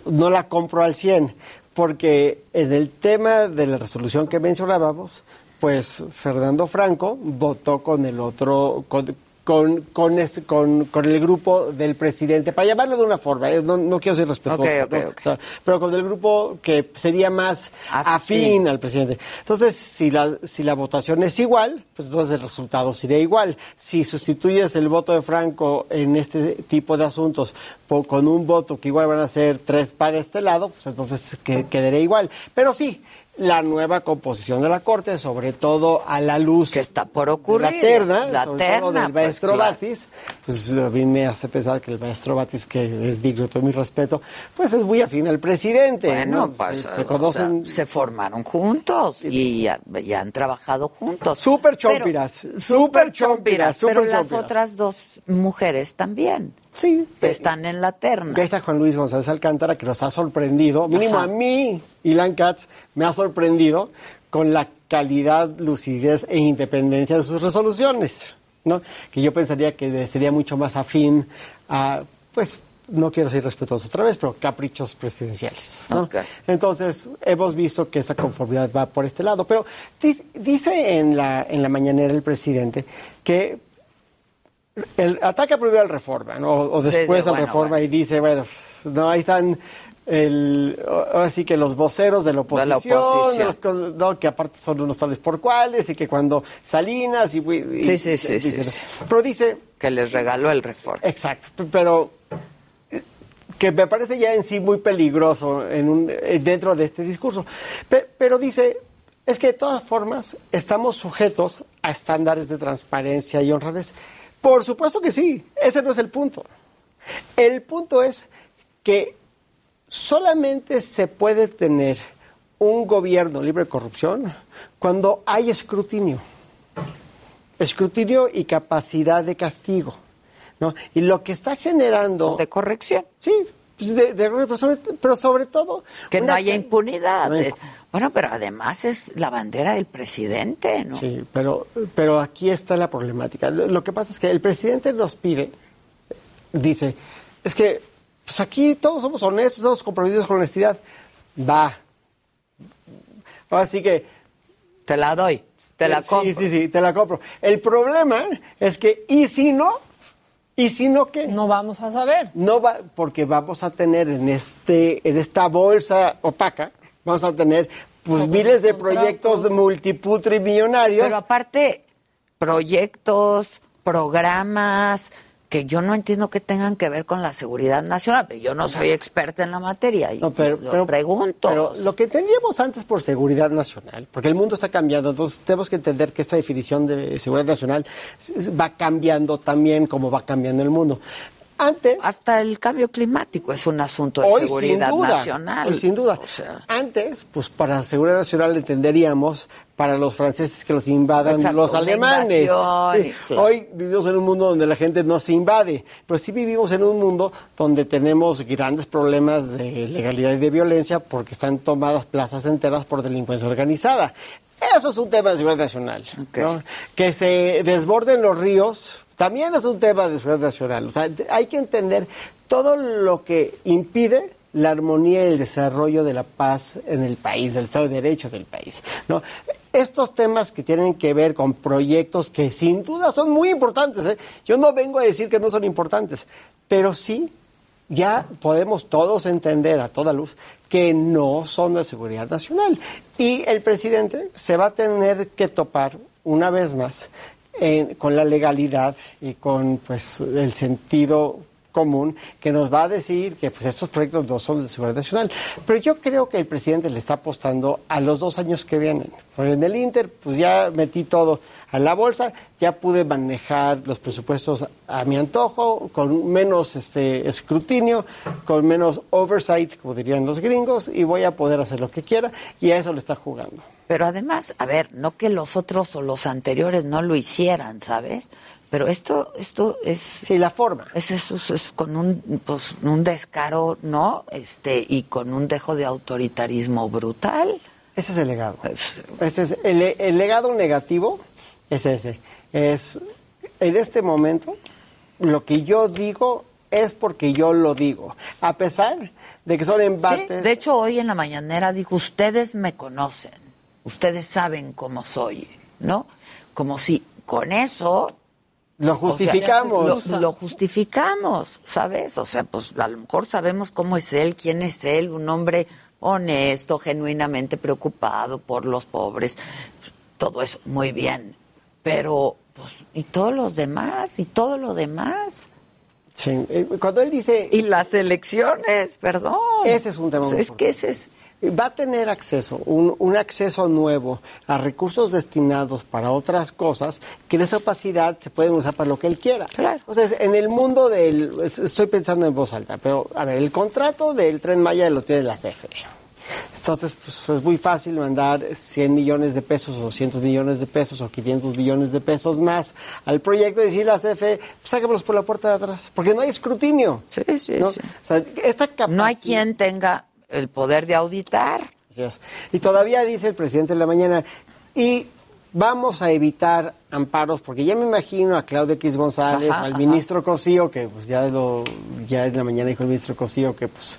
Speaker 4: no la compro al 100, porque en el tema de la resolución que mencionábamos, pues Fernando Franco votó con el otro, con, con, con, ese- con- con el grupo del presidente, para llamarlo de una forma, eh, no, no quiero ser respetuoso,
Speaker 3: Ok, ok,
Speaker 4: ¿no?
Speaker 3: ok.
Speaker 4: O sea, pero con el grupo que sería más
Speaker 3: Afín.
Speaker 4: afín, al presidente. Entonces, si la, si la votación es igual, pues entonces el resultado sería igual. Si sustituyes el voto de Franco en este tipo de asuntos por- con un voto que igual van a ser tres para este lado, pues entonces que- quedaría igual. Pero sí, la nueva composición de la Corte, sobre todo a la luz que está
Speaker 3: por ocurrir,
Speaker 4: la terna,
Speaker 3: la
Speaker 4: sobre
Speaker 3: terna,
Speaker 4: todo del
Speaker 3: pues,
Speaker 4: maestro
Speaker 3: claro.
Speaker 4: Batis, pues a mí me hace pensar que el maestro Batis, que es digno de todo mi respeto, pues es muy afín al presidente.
Speaker 3: Bueno,
Speaker 4: ¿no?
Speaker 3: pues,
Speaker 4: se,
Speaker 3: o
Speaker 4: se
Speaker 3: sea,
Speaker 4: conocen
Speaker 3: se formaron juntos y ya, ya han trabajado juntos.
Speaker 4: Súper
Speaker 3: Pero-
Speaker 4: chompiras, súper chompiras, súper
Speaker 3: Pero las
Speaker 4: chompiras.
Speaker 3: otras dos mujeres también.
Speaker 4: Sí.
Speaker 3: Que están en la terna.
Speaker 4: Ya está Juan Luis González Alcántara, que nos ha sorprendido, mínimo a
Speaker 3: Ajá.
Speaker 4: mí, Ilan Katz, me ha sorprendido con la calidad, lucidez e independencia de sus resoluciones, ¿no? Que yo pensaría que de- sería mucho más afín a, pues, no quiero ser irrespetuoso otra vez, pero caprichos presidenciales. ¿no? Entonces, hemos visto que esa conformidad va por este lado. Pero dis- dice en la, en la mañanera el presidente que el, ataca primero al Reforma, ¿no? O, o
Speaker 3: Sí, sí,
Speaker 4: después al
Speaker 3: bueno,
Speaker 4: Reforma y dice, bueno, no, ahí están el, ahora sí que los voceros de la
Speaker 3: De
Speaker 4: oposición,
Speaker 3: la oposición.
Speaker 4: los cos- no, que aparte son unos tales por cuales, y que cuando Salinas y... y-
Speaker 3: Sí, sí, sí,
Speaker 4: y-
Speaker 3: sí, sí.
Speaker 4: Pero dice...
Speaker 3: Que les regaló el Reforma.
Speaker 4: Exacto, p- pero eh, que me parece ya en sí muy peligroso en un- eh, dentro de este discurso. Pe- pero dice, es que de todas formas estamos sujetos a estándares de transparencia y honradez. Por supuesto que sí, ese no es el punto. El punto es que solamente se puede tener un gobierno libre de corrupción cuando hay escrutinio. Escrutinio y capacidad de castigo. ¿no? Y lo que está generando... De
Speaker 3: corrección.
Speaker 4: Sí, pues, de- de- pero, sobre, pero sobre todo...
Speaker 3: Que no
Speaker 4: una-
Speaker 3: haya impunidad.
Speaker 4: No hay-
Speaker 3: Eh, Bueno, pero además es la bandera del presidente, ¿no?
Speaker 4: Sí, pero, pero aquí está la problemática. Lo, lo que pasa es que el presidente nos pide, dice, es que pues aquí todos somos honestos, todos comprometidos con honestidad. Va. Así que...
Speaker 3: Te la doy, te la compro.
Speaker 4: Sí, sí, sí, te la compro. El problema es que, ¿y si no? ¿Y si no qué?
Speaker 13: No vamos a saber.
Speaker 4: No va, porque vamos a tener en, este, en esta bolsa opaca, vamos a tener pues, miles de proyectos multiputrimillonarios.
Speaker 3: Pero aparte, proyectos, programas que yo no entiendo que tengan que ver con la seguridad nacional, pero yo no soy experta en la materia. y lo pregunto.
Speaker 4: Pero lo que teníamos antes por seguridad nacional, porque el mundo está cambiando, entonces tenemos que entender que esta definición de seguridad nacional s- s- va cambiando también como va cambiando el mundo. Antes.
Speaker 3: Hasta el cambio climático es un asunto de
Speaker 4: Hoy,
Speaker 3: seguridad
Speaker 4: sin duda,
Speaker 3: nacional.
Speaker 4: hoy, sin duda. Antes, pues para seguridad nacional entenderíamos para los franceses que los invadan
Speaker 3: Exacto,
Speaker 4: los
Speaker 3: una
Speaker 4: alemanes.
Speaker 3: invasión,
Speaker 4: Sí.
Speaker 3: claro.
Speaker 4: Hoy vivimos en un mundo donde la gente no se invade, pero sí vivimos en un mundo donde tenemos grandes problemas de legalidad y de violencia porque están tomadas plazas enteras por delincuencia organizada. Eso es un tema de seguridad nacional. ¿no? Que se desborden los ríos también es un tema de seguridad nacional. O sea, te- hay que entender todo lo que impide la armonía y el desarrollo de la paz en el país, del Estado de Derecho del país. ¿no? Estos temas que tienen que ver con proyectos que sin duda son muy importantes, ¿eh? yo no vengo a decir que no son importantes, pero sí ya podemos todos entender a toda luz que no son de seguridad nacional. Y el presidente se va a tener que topar una vez más en- con la legalidad y con pues, el sentido común que nos va a decir que pues, estos proyectos no son de seguridad nacional. Pero yo creo que el presidente le está apostando a los dos años que vienen. Porque en el Inter, pues ya metí todo a la bolsa, ya pude manejar los presupuestos a mi antojo, con menos este, escrutinio, con menos oversight, como dirían los gringos, y voy a poder hacer lo que quiera, y a eso le está jugando.
Speaker 3: Pero además, a ver, no que los otros o los anteriores no lo hicieran, ¿sabes? Pero esto, esto es. Sí,
Speaker 4: la forma.
Speaker 3: Es eso, es- es con un, pues, un descaro, ¿no? Este, y con un dejo de autoritarismo brutal. Pues,
Speaker 4: Ese es el legado. Ese es el, el legado negativo es ese. Es en este momento lo que yo digo es porque yo lo digo, a pesar de que son
Speaker 3: Sí,
Speaker 4: embates.
Speaker 3: de hecho, hoy en la mañanera dijo, ustedes me conocen, ustedes saben cómo soy, ¿no? Como si con eso...
Speaker 4: Lo justificamos.
Speaker 3: o sea, lo, lo justificamos, ¿sabes? O sea, pues a lo mejor sabemos cómo es él, quién es él, un hombre honesto, genuinamente preocupado por los pobres, todo eso, muy bien. Pero, pues, ¿y todos los demás? ¿Y todo lo demás?
Speaker 4: Sí, eh, Cuando él dice...
Speaker 3: Y las elecciones, perdón. Pues
Speaker 4: Ese es un tema muy
Speaker 3: Es que ese es...
Speaker 4: va a tener acceso, un, un acceso nuevo a recursos destinados para otras cosas, que en esa opacidad se pueden usar para lo que él quiera. Entonces, en el mundo del, es- estoy pensando en voz alta, pero a ver, el contrato del tren Maya lo tiene la CFE. Entonces, pues es muy fácil mandar 100 millones de pesos o 200 millones de pesos o 500 millones de pesos más al proyecto y decirle a la CFE, pues, sáquenlos por la puerta de atrás, porque no hay escrutinio.
Speaker 3: Sí, sí,
Speaker 4: ¿no?
Speaker 3: sí.
Speaker 4: O sea, esta
Speaker 3: No hay quien tenga el poder de auditar.
Speaker 4: Así es. Y todavía dice el presidente en la mañana, y vamos a evitar amparos, porque ya me imagino a Claudio X González,
Speaker 3: Ajá,
Speaker 4: al
Speaker 3: ajá.
Speaker 4: ministro Cosío, que pues ya lo, ya en la mañana dijo el ministro Cosío que pues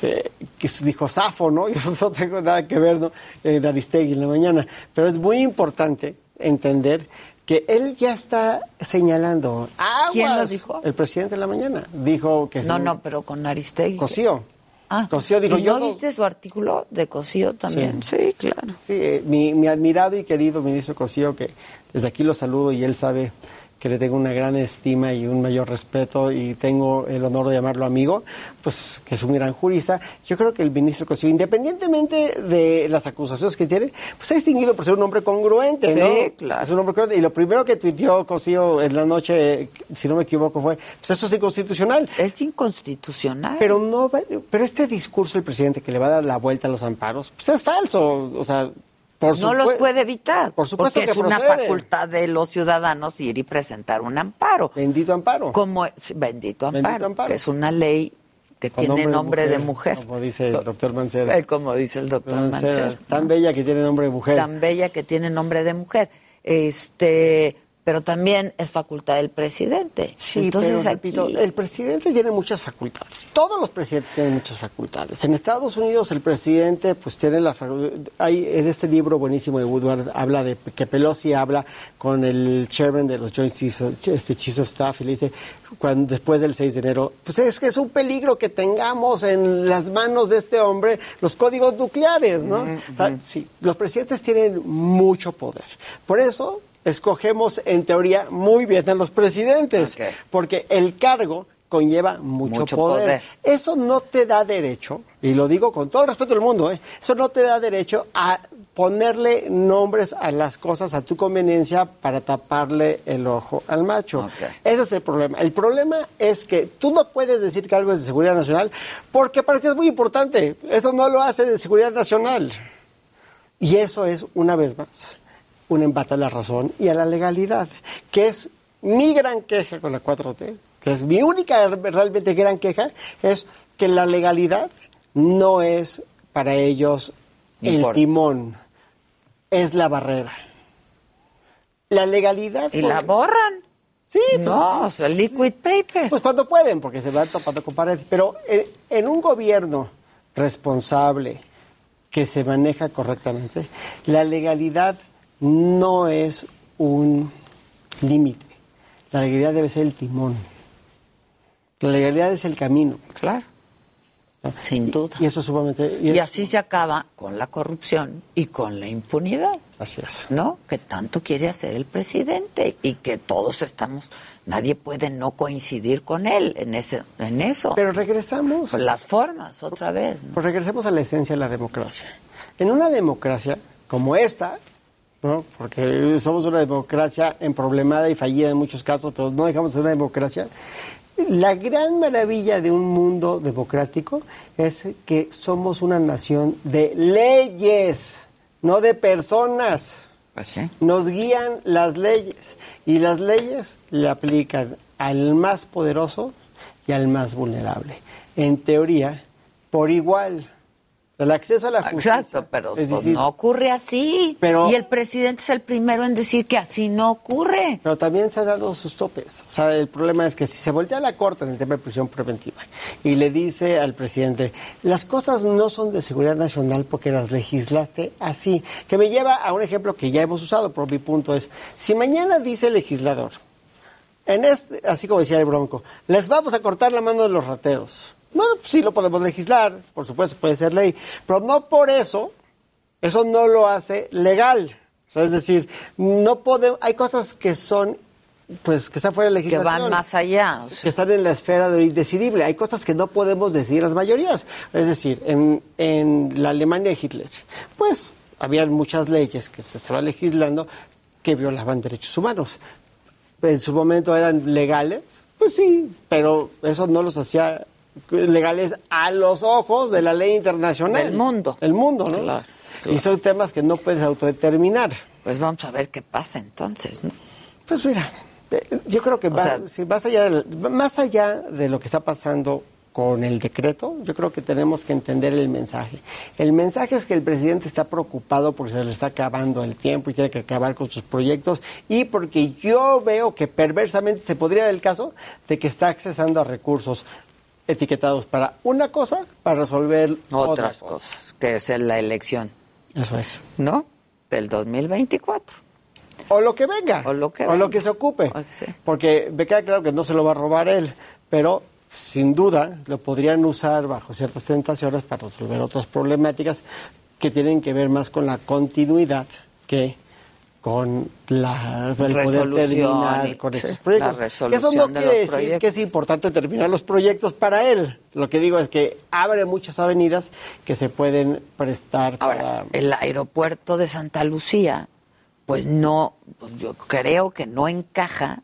Speaker 4: eh, que se dijo zafo, ¿no? Yo no tengo nada que ver ¿no? en Aristegui en la mañana. Pero es muy importante entender que él ya está señalando. Aguas.
Speaker 3: ¿Quién lo dijo?
Speaker 4: El presidente en la mañana. Dijo que
Speaker 3: No, no, pero con Aristegui.
Speaker 4: Cosío.
Speaker 3: Ah,
Speaker 4: Cosío dijo
Speaker 3: ¿y
Speaker 4: yo.
Speaker 3: no viste su artículo de Cosío también? Sí, claro.
Speaker 4: Sí, eh, mi, mi admirado y querido ministro Cosío, que desde aquí lo saludo y él sabe que le tengo una gran estima y un mayor respeto y tengo el honor de llamarlo amigo, pues que es un gran jurista. Yo creo que el ministro Cosío, independientemente de las acusaciones que tiene, pues se ha distinguido por ser un hombre congruente,
Speaker 3: Sí,
Speaker 4: ¿no? Es un hombre congruente. Y lo primero que tuiteó Cosío en la noche, eh, si no me equivoco, fue, pues eso es inconstitucional.
Speaker 3: Es inconstitucional.
Speaker 4: Pero no, va- pero este discurso del presidente que le va a dar la vuelta a los amparos, pues es falso, o sea, por
Speaker 3: no los
Speaker 4: supue-
Speaker 3: puede evitar.
Speaker 4: por supuesto
Speaker 3: porque es
Speaker 4: que
Speaker 3: una
Speaker 4: procede.
Speaker 3: facultad de los ciudadanos ir y presentar un amparo.
Speaker 4: Bendito amparo.
Speaker 3: Como es- bendito amparo.
Speaker 4: Bendito amparo.
Speaker 3: Que es una ley que
Speaker 4: Con
Speaker 3: tiene nombre de mujer.
Speaker 4: Como dice el doctor Mancera.
Speaker 3: Eh, como dice el doctor Mancera,
Speaker 4: Tan bella que tiene nombre de mujer.
Speaker 3: Tan bella que tiene nombre de mujer. Este, pero también es facultad del presidente.
Speaker 4: Sí,
Speaker 3: Entonces
Speaker 4: pero,
Speaker 3: aquí-
Speaker 4: repito, el presidente tiene muchas facultades. Todos los presidentes tienen muchas facultades. En Estados Unidos el presidente pues tiene la facu- hay en este libro buenísimo de Woodward habla de que Pelosi habla con el chairman de los Joint Chiefs of- este, Chiefs of Staff y le dice cuando después del 6 de enero, pues es que es un peligro que tengamos en las manos de este hombre los códigos nucleares, ¿no? O sea, sí, los presidentes tienen mucho poder. Por eso escogemos en teoría muy bien a los presidentes, porque el cargo conlleva mucho,
Speaker 3: Mucho
Speaker 4: poder.
Speaker 3: poder.
Speaker 4: Eso no te da derecho, y lo digo con todo el respeto del mundo, ¿eh? eso no te da derecho a ponerle nombres a las cosas a tu conveniencia para taparle el ojo al macho. Ese es el problema. El problema es que tú no puedes decir que algo es de seguridad nacional porque para ti es muy importante. Eso no lo hace de seguridad nacional. Y eso es, una vez más, un embate a la razón y a la legalidad, que es mi gran queja con la 4T, que es mi única realmente gran queja, es que la legalidad no es para ellos el
Speaker 3: Importa.
Speaker 4: timón, es la barrera. La legalidad...
Speaker 3: Y la borran.
Speaker 4: Pues, Sí,
Speaker 3: No, o sea, liquid paper.
Speaker 4: Pues cuando pueden, porque se van topando con pared. Pero en, en un gobierno responsable que se maneja correctamente, la legalidad no es un límite. La legalidad debe ser el timón. La legalidad es el camino.
Speaker 3: Claro. Sin duda.
Speaker 4: Y eso es sumamente.
Speaker 3: Y así se acaba con la corrupción y con la impunidad.
Speaker 4: Así es.
Speaker 3: ¿No? Que tanto quiere hacer el presidente y que todos estamos, nadie puede no coincidir con él en, ese, en eso. Pues
Speaker 4: Pero regresamos.
Speaker 3: Las formas, otra vez.
Speaker 4: Pues regresemos a la esencia de la democracia. En una democracia como esta, ¿no? porque somos una democracia emproblemada y fallida en muchos casos, pero no dejamos de ser una democracia, la gran maravilla de un mundo democrático es que somos una nación de leyes, no de personas.
Speaker 3: Pues
Speaker 4: Nos guían las leyes y las leyes le aplican al más poderoso y al más vulnerable. En teoría, por igual. El acceso a la justicia. Exacto, pero
Speaker 3: pues, no ocurre así.
Speaker 4: Pero-
Speaker 3: y el presidente es el primero en decir que así no ocurre.
Speaker 4: Pero también se han dado sus topes. O sea, el problema es que si se voltea la corte en el tema de prisión preventiva y le dice al presidente, las cosas no son de seguridad nacional porque las legislaste así. Que me lleva a un ejemplo que ya hemos usado, pero mi punto es, si mañana dice el legislador, en este, así como decía el bronco, les vamos a cortar la mano de los rateros. Bueno, pues sí lo podemos legislar, por supuesto, puede ser ley, pero no por eso, eso no lo hace legal. O sea, es decir, no podemos, hay cosas que son, pues, que están fuera de la
Speaker 3: Que
Speaker 4: legislación.
Speaker 3: van más allá. o sea.
Speaker 4: Que están en la esfera de lo indecidible. Hay cosas que no podemos decidir las mayorías. Es decir, en, en la Alemania de Hitler, pues habían muchas leyes que se estaban legislando que violaban derechos humanos. En su momento eran legales, pues sí, pero eso no los hacía legales a los ojos de la ley internacional.
Speaker 3: Del mundo.
Speaker 4: El mundo, ¿no?
Speaker 3: Claro,
Speaker 4: Y son temas que no puedes autodeterminar.
Speaker 3: Pues vamos a ver qué pasa entonces, ¿no?
Speaker 4: Pues mira, eh, yo creo que va- sí, más, allá del- más allá de lo que está pasando con el decreto, yo creo que tenemos que entender el mensaje. El mensaje es que el presidente está preocupado porque se le está acabando el tiempo y tiene que acabar con sus proyectos y porque yo veo que perversamente se podría dar el caso de que está accesando a recursos etiquetados para una cosa, para resolver
Speaker 3: Otras cosas, que es la elección.
Speaker 4: Eso es.
Speaker 3: ¿No? Del 2024.
Speaker 4: O lo que venga. O lo que, se ocupe. Porque me queda claro que no se lo va a robar él, pero sin duda lo podrían usar bajo ciertas tentaciones para resolver otras problemáticas que tienen que ver más con la continuidad que con la el
Speaker 3: Resolución
Speaker 4: poder
Speaker 3: y-
Speaker 4: terminar con
Speaker 3: sí,
Speaker 4: estos
Speaker 3: la
Speaker 4: proyectos.
Speaker 3: resolución
Speaker 4: Eso no
Speaker 3: de
Speaker 4: quiere
Speaker 3: los
Speaker 4: decir que es
Speaker 3: proyectos.
Speaker 4: importante terminar los proyectos para él. Lo que digo es que abre muchas avenidas que se pueden prestar para...
Speaker 3: El aeropuerto de Santa Lucía, pues no, pues yo creo que no encaja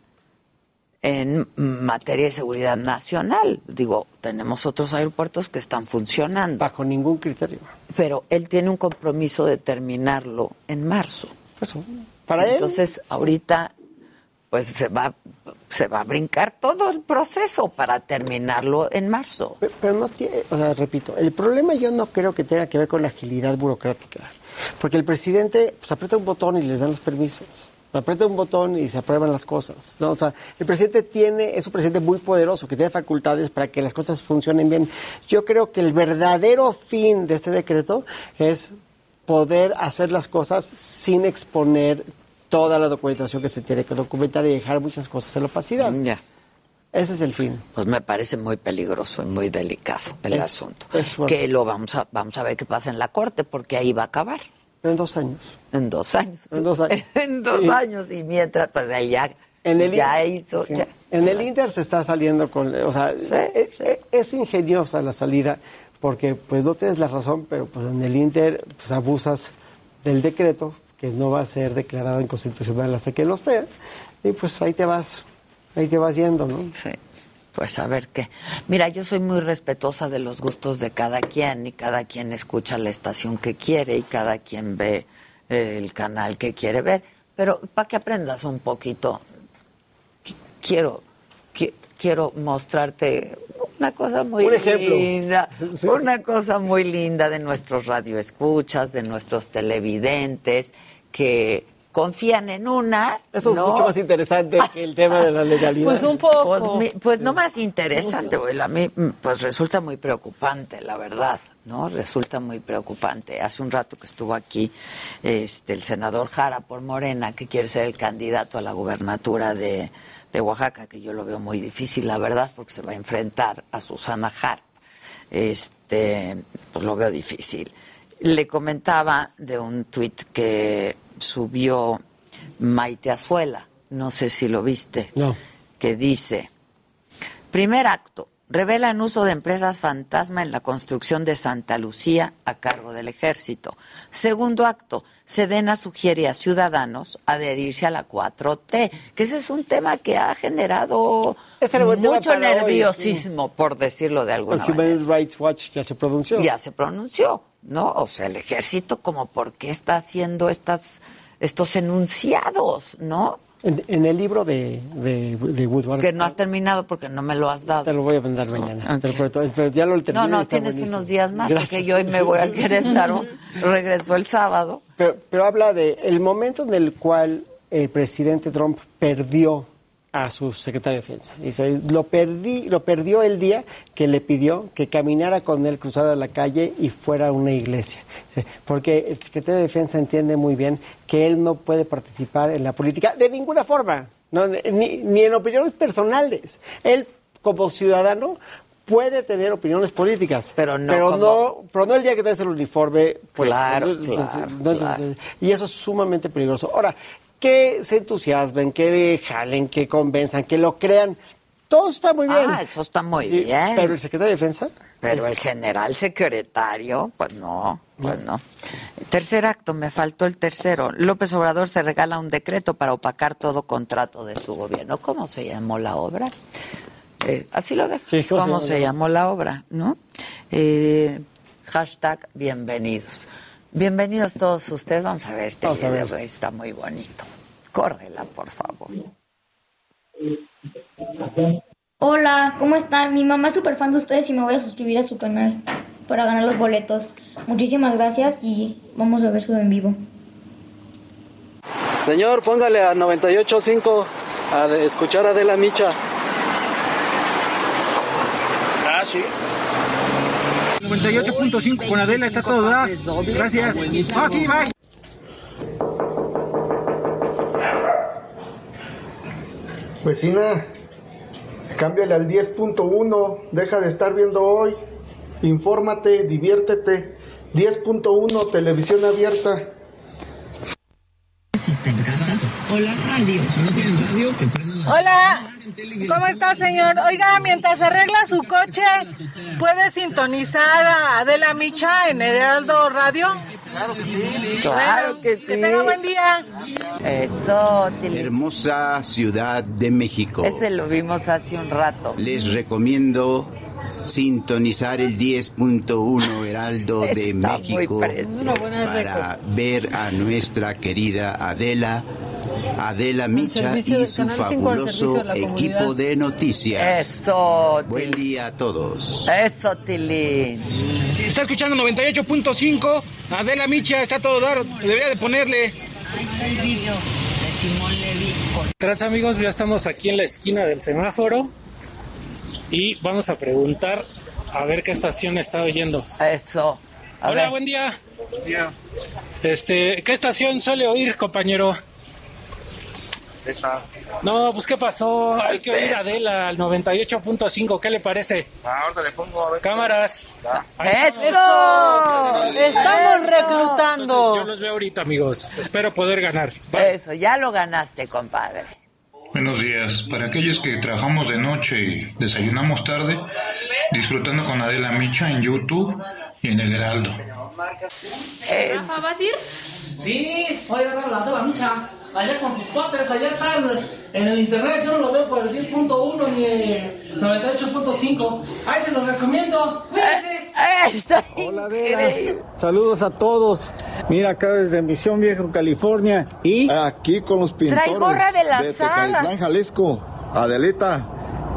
Speaker 3: en materia de seguridad nacional. Digo, tenemos otros aeropuertos que están funcionando.
Speaker 4: Bajo ningún criterio.
Speaker 3: Pero él tiene un compromiso de terminarlo en marzo.
Speaker 4: pues, para él,
Speaker 3: Entonces, ahorita, pues se va, se va a brincar todo el proceso para terminarlo en marzo.
Speaker 4: Pe- Pero no tiene, o sea, repito, el problema yo no creo que tenga que ver con la agilidad burocrática, porque el presidente pues, aprieta un botón y les dan los permisos, aprieta un botón y se aprueban las cosas. ¿no? O sea, el presidente tiene, es un presidente muy poderoso que tiene facultades para que las cosas funcionen bien. Yo creo que el verdadero fin de este decreto es poder hacer las cosas sin exponer toda la documentación que se tiene que documentar y dejar muchas cosas en la opacidad. Ese es el fin.
Speaker 3: Pues me parece muy peligroso y muy delicado el
Speaker 4: Es-
Speaker 3: asunto.
Speaker 4: es fuerte.
Speaker 3: que lo vamos a, vamos a ver qué pasa en la corte, porque ahí va a acabar.
Speaker 4: En dos años.
Speaker 3: En dos años.
Speaker 4: En dos años.
Speaker 3: en dos años. Y mientras, pues él ya,
Speaker 4: En el
Speaker 3: ya
Speaker 4: in-
Speaker 3: hizo.
Speaker 4: sí.
Speaker 3: ya-
Speaker 4: En el Inter se está saliendo con, o sea, e- e- es, ingeniosa la salida porque pues no tienes la razón, pero pues en el Inter pues abusas del decreto, que no va a ser declarado inconstitucional hasta que lo esté, y pues ahí te vas, ahí te vas yendo, ¿no?
Speaker 3: Sí. Pues a ver qué. Mira, yo soy muy respetuosa de los gustos de cada quien y cada quien escucha la estación que quiere y cada quien ve eh, el canal que quiere ver. Pero para que aprendas un poquito, qui- quiero, qui- quiero mostrarte una cosa muy
Speaker 17: Un ejemplo.
Speaker 3: linda, una cosa muy linda de nuestros radioescuchas, de nuestros televidentes que confían en una.
Speaker 4: Eso es
Speaker 3: ¿no?
Speaker 4: mucho más interesante que el tema de la legalidad.
Speaker 3: Pues, mi- pues no más interesante, güey. A mí, mm, pues resulta muy preocupante, la verdad, ¿no? Resulta muy preocupante. Hace un rato que estuvo aquí este, el senador Jara por Morena, que quiere ser el candidato a la gubernatura de, de Oaxaca, que yo lo veo muy difícil, la verdad, porque se va a enfrentar a Susana Jara este, pues lo veo difícil. Le comentaba de un tuit que subió Maite Azuela, no sé si lo viste, que dice, primer acto, revelan uso de empresas fantasma en la construcción de Santa Lucía a cargo del ejército. Segundo acto, Sedena sugiere a ciudadanos adherirse a la 4T, que ese es un tema que ha generado
Speaker 4: Este era buen tema
Speaker 3: mucho
Speaker 4: para hoy, sí.
Speaker 3: nerviosismo, por decirlo de alguna
Speaker 4: El
Speaker 3: manera.
Speaker 4: Human Rights Watch ya se pronunció.
Speaker 3: Ya se pronunció, ¿no? O sea, el ejército como por qué está haciendo estas, estos enunciados, ¿no?
Speaker 4: En, en el libro de, de, de Woodward.
Speaker 3: Que no has terminado porque no me lo has dado.
Speaker 4: Te lo voy a mandar mañana. Te lo prometo, pero ya lo terminé.
Speaker 3: no, no,
Speaker 4: está
Speaker 3: tienes
Speaker 4: buenísimo.
Speaker 3: unos días más
Speaker 4: Gracias.
Speaker 3: porque yo hoy me voy a Querétaro, regreso el sábado.
Speaker 4: Pero, pero habla de el momento en el cual el presidente Trump perdió a su secretario de defensa. Dice, lo, perdí, lo perdió el día que le pidió que caminara con él cruzada la calle y fuera a una iglesia. Dice, Porque el secretario de defensa entiende muy bien que él no puede participar en la política de ninguna forma, no, ni, ni en opiniones personales. Él, como ciudadano, puede tener opiniones políticas, pero no, pero
Speaker 3: como-
Speaker 4: no, el día que traes el uniforme puesto,
Speaker 3: Claro,
Speaker 4: ¿no? Pues, Entonces,
Speaker 3: claro,
Speaker 4: no, entonces, Y eso es sumamente peligroso. Ahora, que se entusiasmen, que jalen, que convenzan, que lo crean, todo está muy bien.
Speaker 3: Ah, eso está muy
Speaker 4: Sí,
Speaker 3: bien.
Speaker 4: Pero el secretario de Defensa...
Speaker 3: Pero
Speaker 4: es-
Speaker 3: el general secretario, pues no, pues
Speaker 4: Mm.
Speaker 3: no. Tercer acto, me faltó el tercero. López Obrador se regala un decreto para opacar todo contrato de su gobierno. ¿Cómo se llamó la obra? Eh, así lo dejo.
Speaker 17: Sí,
Speaker 3: ¿Cómo, se llamó la obra? ¿No? Eh, hashtag bienvenidos. Bienvenidos todos ustedes. Vamos a ver este
Speaker 17: Vamos a
Speaker 3: video,
Speaker 17: ver.
Speaker 3: está muy bonito. Córrela, por favor.
Speaker 1: Hola, ¿cómo están? Mi mamá es súper fan de ustedes y me voy a suscribir a su canal para ganar los boletos. Muchísimas gracias y vamos a ver su en vivo.
Speaker 5: Señor, póngale a 98.5 a de- escuchar a Adela Micha.
Speaker 7: Ah, sí. 98.5 con Adela está todo, ¿verdad? Gracias. Ah, sí, bye.
Speaker 24: Vecina, cámbiale al 10.1, deja de estar viendo hoy, infórmate, diviértete. 10.1, televisión abierta.
Speaker 17: Hola, radio. no tienes radio, que
Speaker 13: Hola, ¿cómo está, señor? Oiga, mientras arregla su coche, ¿puede sintonizar a Adela Micha en Heraldo Radio? Claro que sí.
Speaker 3: Claro que
Speaker 13: Que
Speaker 3: sí.
Speaker 13: tenga buen día.
Speaker 3: Eso, Tili.
Speaker 20: Hermosa Ciudad de México.
Speaker 3: Ese lo vimos hace un rato.
Speaker 20: Les recomiendo sintonizar el 10.1 Heraldo de
Speaker 3: Está muy
Speaker 20: México
Speaker 3: precioso. Una buena
Speaker 20: para ver a nuestra querida Adela, Adela Micha
Speaker 3: servicio
Speaker 20: y
Speaker 3: del
Speaker 20: su
Speaker 3: Canal cinco, al servicio
Speaker 20: fabuloso
Speaker 3: de la
Speaker 20: equipo
Speaker 3: comunidad.
Speaker 20: de noticias.
Speaker 3: Eso,
Speaker 20: Buen día a todos.
Speaker 3: Eso, Tilín.
Speaker 7: Si está escuchando 98.5, Adela Micha está todo dar. Debería de ponerle.
Speaker 3: Ahí está el video de Simón Levy con
Speaker 25: Trans amigos, ya estamos aquí en la esquina del semáforo y vamos a preguntar a ver qué estación está oyendo.
Speaker 3: Eso.
Speaker 25: Hola, buen día. Este, ¿qué estación suele oír, compañero?
Speaker 7: Z.
Speaker 25: No, pues qué pasó. Hay que oír a Adela al 98.5, ¿qué le parece?
Speaker 7: Ahora Ah, le pongo a ver.
Speaker 25: Cámaras.
Speaker 13: ¡Eso! Estamos reclutando.
Speaker 25: Yo los veo ahorita, amigos. Espero poder ganar.
Speaker 3: Eso, ya lo ganaste, compadre.
Speaker 26: Buenos días. Para aquellos que trabajamos de noche y desayunamos tarde, disfrutando con Adela Micha en YouTube y en El Heraldo.
Speaker 3: Eh,
Speaker 27: Rafa, ¿vas a ir?
Speaker 25: Sí, voy a ir a ver la de la micha. Allá con sus cuates, allá está en, en el internet, yo no lo veo por el 10.1 ni el 98.5. Ahí se los recomiendo. Cuídense.
Speaker 28: Hola,
Speaker 25: increíble.
Speaker 18: Saludos a todos. Mira, acá desde Misión Viejo, California. Y aquí con los
Speaker 25: Trae
Speaker 18: pintores.
Speaker 25: gorra de la saga.
Speaker 18: Tecalitlán, Jalisco. Adelita.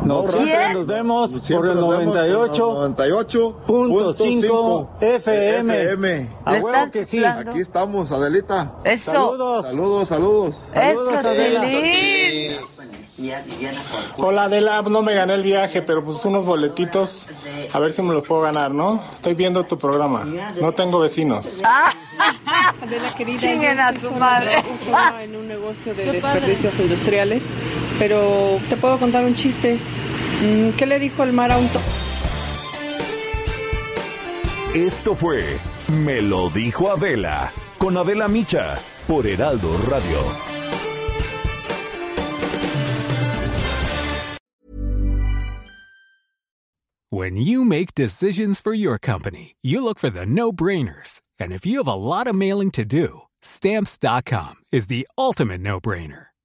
Speaker 13: Nos-
Speaker 18: siempre
Speaker 13: ¿Quién?
Speaker 18: nos vemos
Speaker 13: Siempre
Speaker 18: por el
Speaker 13: nos vemos en el
Speaker 18: 98.5
Speaker 13: 98.5
Speaker 18: FM.
Speaker 13: FM.
Speaker 18: A
Speaker 13: Le
Speaker 18: huevo
Speaker 13: están
Speaker 18: que sí.
Speaker 13: soplando. Aquí estamos, Adelita.
Speaker 18: Eso.
Speaker 13: Saludos, saludos. saludos.
Speaker 18: Eso,
Speaker 13: Adela.
Speaker 18: Tilín.
Speaker 25: Hola
Speaker 13: Adela, no me gané el viaje, pero pues unos boletitos, a ver si me los puedo ganar, ¿no? Estoy viendo tu programa, no tengo vecinos.
Speaker 29: de la querida.
Speaker 3: Chinguen
Speaker 29: yo
Speaker 3: a
Speaker 29: soy
Speaker 3: su
Speaker 29: una
Speaker 3: madre.
Speaker 29: persona En un negocio de
Speaker 3: Qué padre.
Speaker 29: desperdicios industriales, pero te puedo contar un chiste. Mm, ¿Qué le dijo el mar a un to-
Speaker 30: Esto fue Me lo dijo Adela con Adela Micha por Heraldo Radio.
Speaker 29: When you make decisions for your company, you look for the no brainers. And if you have a lot of mailing to do, stamps.com is the ultimate no brainer.